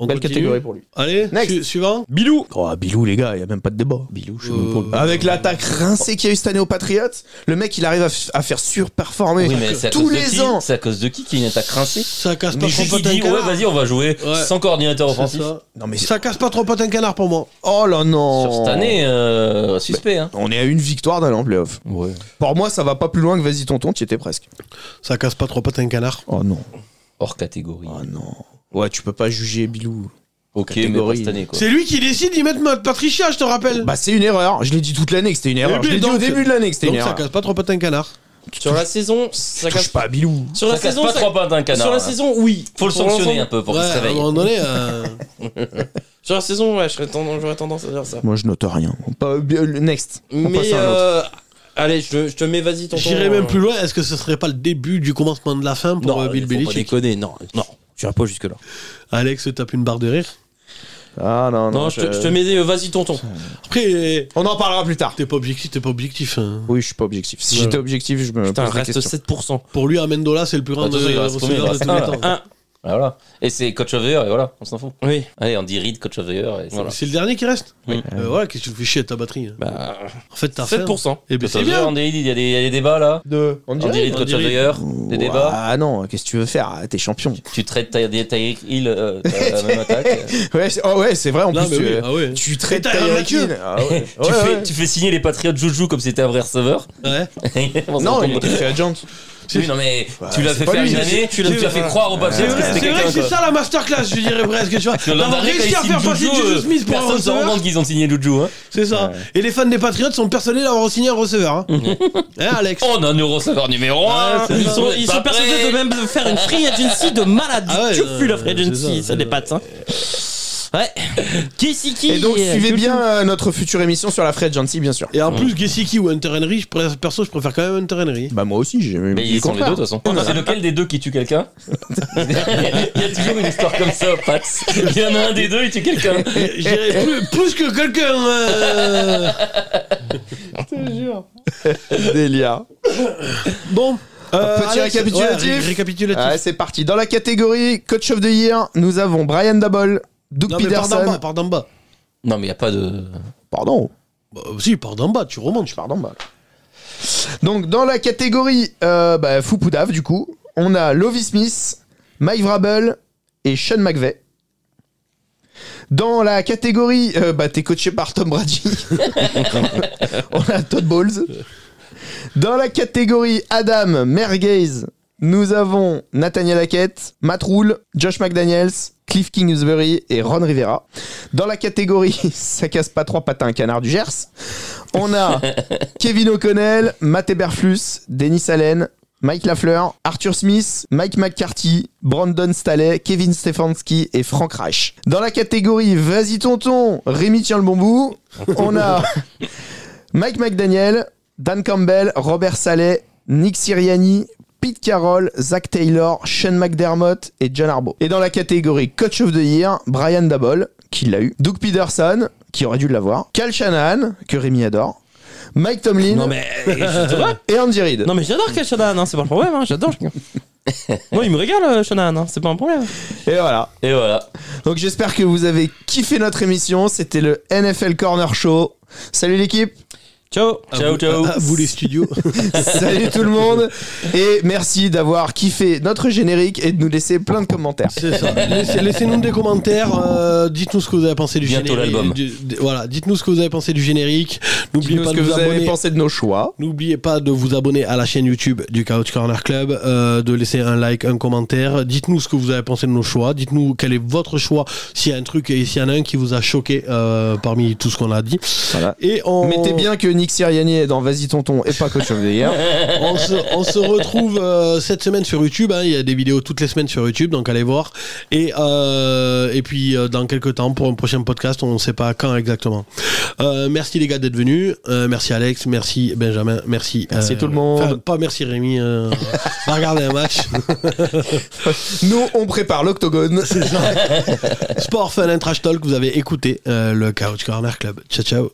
Speaker 1: On
Speaker 3: Belle
Speaker 1: continue
Speaker 3: catégorie pour lui.
Speaker 1: Allez,
Speaker 3: Next.
Speaker 1: su- suivant.
Speaker 3: Bilou Oh, Bilou, les gars, il n'y a même pas de débat.
Speaker 4: Bilou, je
Speaker 1: sais même pas.
Speaker 3: Avec l'attaque rincée qu'il y a eu cette année aux Patriots, le mec, il arrive à, f- à faire surperformer
Speaker 4: Oui, mais c'est à
Speaker 3: tous
Speaker 4: cause de
Speaker 3: les
Speaker 4: qui
Speaker 3: ans.
Speaker 4: C'est à cause de qui qu'il y a une attaque rincée
Speaker 1: Ça casse pas
Speaker 4: Mais
Speaker 1: trop
Speaker 4: juste
Speaker 1: potes
Speaker 4: il
Speaker 1: un
Speaker 4: dit, ouais,
Speaker 1: canard.
Speaker 4: vas-y, on va jouer
Speaker 1: Ouais.
Speaker 4: sans coordinateur
Speaker 1: C'est
Speaker 4: offensif.
Speaker 1: ça.
Speaker 3: Non, mais c'est-
Speaker 1: Ça casse pas trop potes un canard pour moi.
Speaker 3: Oh là non
Speaker 4: Sur cette année, euh, suspect. Hein.
Speaker 3: On est à une victoire d'aller en playoff.
Speaker 4: Ouais.
Speaker 3: Pour moi, ça va pas plus loin que vas-y tonton, tu étais presque.
Speaker 1: Ça casse pas trop potes un canard.
Speaker 3: Oh non.
Speaker 4: Hors catégorie.
Speaker 3: Oh non. Ouais, tu peux pas juger Bilou.
Speaker 4: ok, mais pas
Speaker 3: catégorie.
Speaker 4: cette année, quoi.
Speaker 1: C'est lui qui décide d'y mettre ma- Patricia, je te rappelle.
Speaker 3: Bah c'est une erreur, je l'ai dit toute l'année que c'était une erreur.
Speaker 1: puis,
Speaker 3: Je l'ai dit
Speaker 1: donc,
Speaker 3: au début de l'année que c'était une
Speaker 1: Donc ça
Speaker 3: erreur.
Speaker 1: casse pas trop potes un canard.
Speaker 2: Sur la saison, ça
Speaker 3: Je touche
Speaker 2: casse
Speaker 3: pas à Bilou.
Speaker 2: Sur la
Speaker 4: ça casse
Speaker 2: saison,
Speaker 4: pas
Speaker 2: ça-
Speaker 4: trois pattes d'un canard.
Speaker 2: Sur la
Speaker 4: hein.
Speaker 2: saison, oui.
Speaker 4: Faut le
Speaker 2: Pour
Speaker 4: sanctionner
Speaker 2: l'enfant.
Speaker 4: un peu pour
Speaker 1: ouais,
Speaker 4: qu'il se
Speaker 1: à un
Speaker 4: réveille.
Speaker 1: moment donné. euh,
Speaker 2: Sur la saison, ouais, je serais tendance- j'aurais tendance, à dire ça.
Speaker 3: Moi je note rien. Pas- bien, le Next. On passe
Speaker 2: Mais
Speaker 3: à un autre.
Speaker 2: euh, allez, je, te- je te mets, vas-y, tonton.
Speaker 1: J'irais
Speaker 2: euh,
Speaker 1: même plus loin. Est-ce que ce serait pas le début du commencement de la fin pour
Speaker 2: Non,
Speaker 1: euh, Bill
Speaker 2: faut pas
Speaker 1: Belichick
Speaker 2: déconner, non, non, tu iras pas jusque là.
Speaker 1: Alex tape une barre de rire.
Speaker 3: Ah non, non.
Speaker 2: Non, je te- je te mets, des- euh, vas-y, tonton.
Speaker 1: Après,
Speaker 3: On en parlera plus tard.
Speaker 1: t'es pas objectif, t'es pas objectif. hein.
Speaker 3: Oui, je suis pas objectif. Si
Speaker 1: Voilà.
Speaker 3: j'étais objectif, je me
Speaker 2: Putain,
Speaker 3: pose la
Speaker 2: reste
Speaker 3: question.
Speaker 2: 7%.
Speaker 1: Pour lui, Amendola, c'est le plus grand
Speaker 4: Attends,
Speaker 1: de,
Speaker 4: il reste combien Il
Speaker 1: receveur de
Speaker 4: reste
Speaker 1: tous les
Speaker 4: un,
Speaker 1: temps.
Speaker 2: Un,
Speaker 4: Ah, Voilà. Et c'est coach of the year, et voilà, on s'en fout.
Speaker 2: oui.
Speaker 4: Allez, on dit Reed, coach of the year. Et c'est
Speaker 2: Voilà.
Speaker 4: bon.
Speaker 1: C'est le dernier qui reste
Speaker 4: Oui.
Speaker 1: Euh, Voilà, qu'est-ce que tu fais chier à ta batterie hein
Speaker 2: Bah,
Speaker 1: En fait, t'as fait.
Speaker 2: 7%.
Speaker 1: Et ben
Speaker 4: Coach
Speaker 1: c'est
Speaker 4: of the year,
Speaker 1: bien.
Speaker 4: on dit, il y a des- il y a des débats là.
Speaker 3: De... On
Speaker 4: On dit Reed,
Speaker 1: on
Speaker 4: coach
Speaker 1: dit
Speaker 4: of the
Speaker 1: Reed.
Speaker 4: year, des débats.
Speaker 3: Ah non, qu'est-ce que tu veux faire Ah, T'es champion.
Speaker 4: Tu traites Ty- Ty- Tyreek Hill, euh, t'as la même attaque.
Speaker 3: Ouais, c'est oh ouais, c'est vrai en
Speaker 1: Non,
Speaker 3: plus.
Speaker 1: mais
Speaker 3: Tu,
Speaker 1: oui, ah ouais.
Speaker 3: tu traites
Speaker 1: Et t'as un
Speaker 3: Tyreek Hill.
Speaker 1: Hill.
Speaker 3: Ah ouais.
Speaker 4: tu,
Speaker 3: Ouais,
Speaker 4: fais,
Speaker 3: ouais.
Speaker 4: tu fais signer les Patriots Juju comme c'était un vrai receveur.
Speaker 1: Ouais.
Speaker 4: On s'en
Speaker 3: Non,
Speaker 4: fout.
Speaker 3: il était fait agent.
Speaker 4: Oui, non, mais
Speaker 3: Bah,
Speaker 4: tu l'as
Speaker 3: c'est
Speaker 4: fait
Speaker 3: pas
Speaker 4: faire
Speaker 3: lui,
Speaker 4: une
Speaker 3: c'est-
Speaker 4: année, tu
Speaker 3: c'est-
Speaker 4: l'as fait croire au Patriots
Speaker 1: C'est vrai,
Speaker 4: que
Speaker 1: c'est vrai
Speaker 4: c'était
Speaker 1: que
Speaker 4: quelqu'un.
Speaker 1: c'est
Speaker 4: quoi.
Speaker 1: ça la masterclass, je dirais presque, tu vois.
Speaker 4: Que l'an
Speaker 1: D'avoir
Speaker 4: dernier, quand
Speaker 1: réussi à
Speaker 4: ils signent
Speaker 1: faire passer
Speaker 4: Juju,
Speaker 1: Juju
Speaker 4: euh,
Speaker 1: Smith pour un
Speaker 4: personne se rend
Speaker 1: receveur,
Speaker 4: compte qu'ils ont signé Juju. Hein.
Speaker 1: c'est ça. Et les fans des Patriots sont personnels d'avoir signé un receveur. Hein, Hein, Alex
Speaker 2: Oh,
Speaker 4: On a nos receveurs numéro 1.
Speaker 1: c'est
Speaker 2: Ils sont, ils
Speaker 4: Bah,
Speaker 2: sont persuadés de même faire une free agency de malade.
Speaker 1: Ah ouais,
Speaker 2: tu
Speaker 1: euh,
Speaker 2: fus la free
Speaker 1: c'est
Speaker 2: agency,
Speaker 1: ça,
Speaker 2: ça
Speaker 1: c'est-
Speaker 2: dépasse. Hein. Ouais. Qui c'est qui
Speaker 3: Et donc,
Speaker 2: euh,
Speaker 3: suivez
Speaker 2: que-
Speaker 3: bien euh, notre future émission sur la Fred Jancy, bien sûr.
Speaker 1: Et en plus, Gesicki ou Hunter Henry, je pré- perso, je préfère quand même Hunter Henry.
Speaker 3: Bah, moi aussi, j'ai
Speaker 4: Mais
Speaker 3: dit le
Speaker 4: ils sont les deux, de
Speaker 3: contraire.
Speaker 4: toute façon. C'est lequel des deux qui tue quelqu'un Il y a toujours une histoire comme ça au Pats. Il y en a un des deux, il tue quelqu'un.
Speaker 1: Et Je dirais plus, plus que quelqu'un. euh,
Speaker 3: Délire.
Speaker 1: Bon. euh,
Speaker 3: Un petit récapitulatif.
Speaker 1: ouais, ré- récapitulatif.
Speaker 3: Allez, c'est parti. Dans la catégorie Coach of the Year, nous avons Brian Dabol, Doug
Speaker 1: non, mais pars d'en bas,
Speaker 3: Ah, Peterson.
Speaker 1: pars d'en bas.
Speaker 4: Non, mais il n'y a pas de.
Speaker 3: Pardon.
Speaker 1: Bah, si, pars d'en bas, tu remontes.
Speaker 3: Je pars d'en bas. là. Donc, dans la catégorie euh, bah, Foupoudave, du coup, on a Lovie Smith, Mike Vrabel et Sean McVeigh. Dans la catégorie, euh, bah, t'es coaché par Tom Brady. on a Todd Bowles. Dans la catégorie Adam Merguez, nous avons Nathaniel Hackett, Matt Rule, Josh McDaniels, Cliff Kingsbury et Ron Rivera. Dans la catégorie Ça casse pas trois patins, un canard du Gers, on a Kevin O'Connell, Matt Eberflus, Dennis Allen, Mike Lafleur, Arthur Smith, Mike McCarthy, Brandon Staley, Kevin Stefanski et Frank Reich. Dans la catégorie Vas-y tonton, Rémi tient le bon bout, on a Mike McDaniel, Dan Campbell, Robert Saleh, Nick Siriani, Pete Carroll, Zach Taylor, Sean McDermott et John Arbo. Et dans la catégorie Coach of the Year, Brian Dabol, qui l'a eu, Doug Peterson, qui aurait dû l'avoir, Cal Shanahan, que Rémi adore, Mike Tomlin
Speaker 2: Non mais. eh,
Speaker 3: et Andy Reid.
Speaker 2: Non mais j'adore Kyle Shanahan, hein, c'est pas le problème, hein, j'adore. Moi il me régale euh, Shanahan, hein, c'est pas un problème.
Speaker 3: Et voilà.
Speaker 4: Et voilà.
Speaker 3: Donc j'espère que vous avez kiffé notre émission. C'était le NFL Corner Show. Salut l'équipe.
Speaker 2: Ciao
Speaker 1: À
Speaker 4: Ciao,
Speaker 1: vous-
Speaker 4: ciao.
Speaker 1: À, à Ah, vous les studios.
Speaker 3: Salut tout le monde et merci d'avoir kiffé notre générique et de nous laisser plein de commentaires.
Speaker 1: C'est ça. Laissez- Laissez-nous des commentaires. euh, dites-nous ce que vous avez pensé du
Speaker 4: Bientôt
Speaker 1: générique.
Speaker 4: l'album.
Speaker 1: du- d- voilà. Dites-nous ce que vous avez pensé du générique. N'oubliez
Speaker 3: Dites-nous
Speaker 1: pas
Speaker 3: ce
Speaker 1: de
Speaker 3: que
Speaker 1: vous,
Speaker 3: vous avez
Speaker 1: abonner.
Speaker 3: pensé de nos choix.
Speaker 1: N'oubliez pas de vous abonner à la chaîne YouTube du Couch Corner Club, euh, de laisser un like, un commentaire. Dites-nous ce que vous avez pensé de nos choix. Dites-nous quel est votre choix. S'il y a un truc et s'il y en a un qui vous a choqué euh, parmi tout ce qu'on a dit.
Speaker 3: Voilà.
Speaker 1: Et on,
Speaker 3: Mettez bien que Nick Siriani est dans Vas-y Tonton et pas Coach of the Year.
Speaker 1: on, se, on se retrouve euh, cette semaine sur YouTube. hein. Il y a des vidéos toutes les semaines sur YouTube, donc allez voir. Et, euh, et puis euh, dans quelques temps pour un prochain podcast, on ne sait pas quand exactement. Euh, merci les gars d'être venus. Euh, merci Alex, merci Benjamin, merci. euh,
Speaker 3: Merci tout le monde.
Speaker 1: enfin, Pas merci Rémi. Euh, va regarder un match.
Speaker 3: Nous, on prépare l'octogone.
Speaker 1: Sport Fun and Trash Talk. Vous avez écouté euh, le Couch Corner Club. Ciao ciao.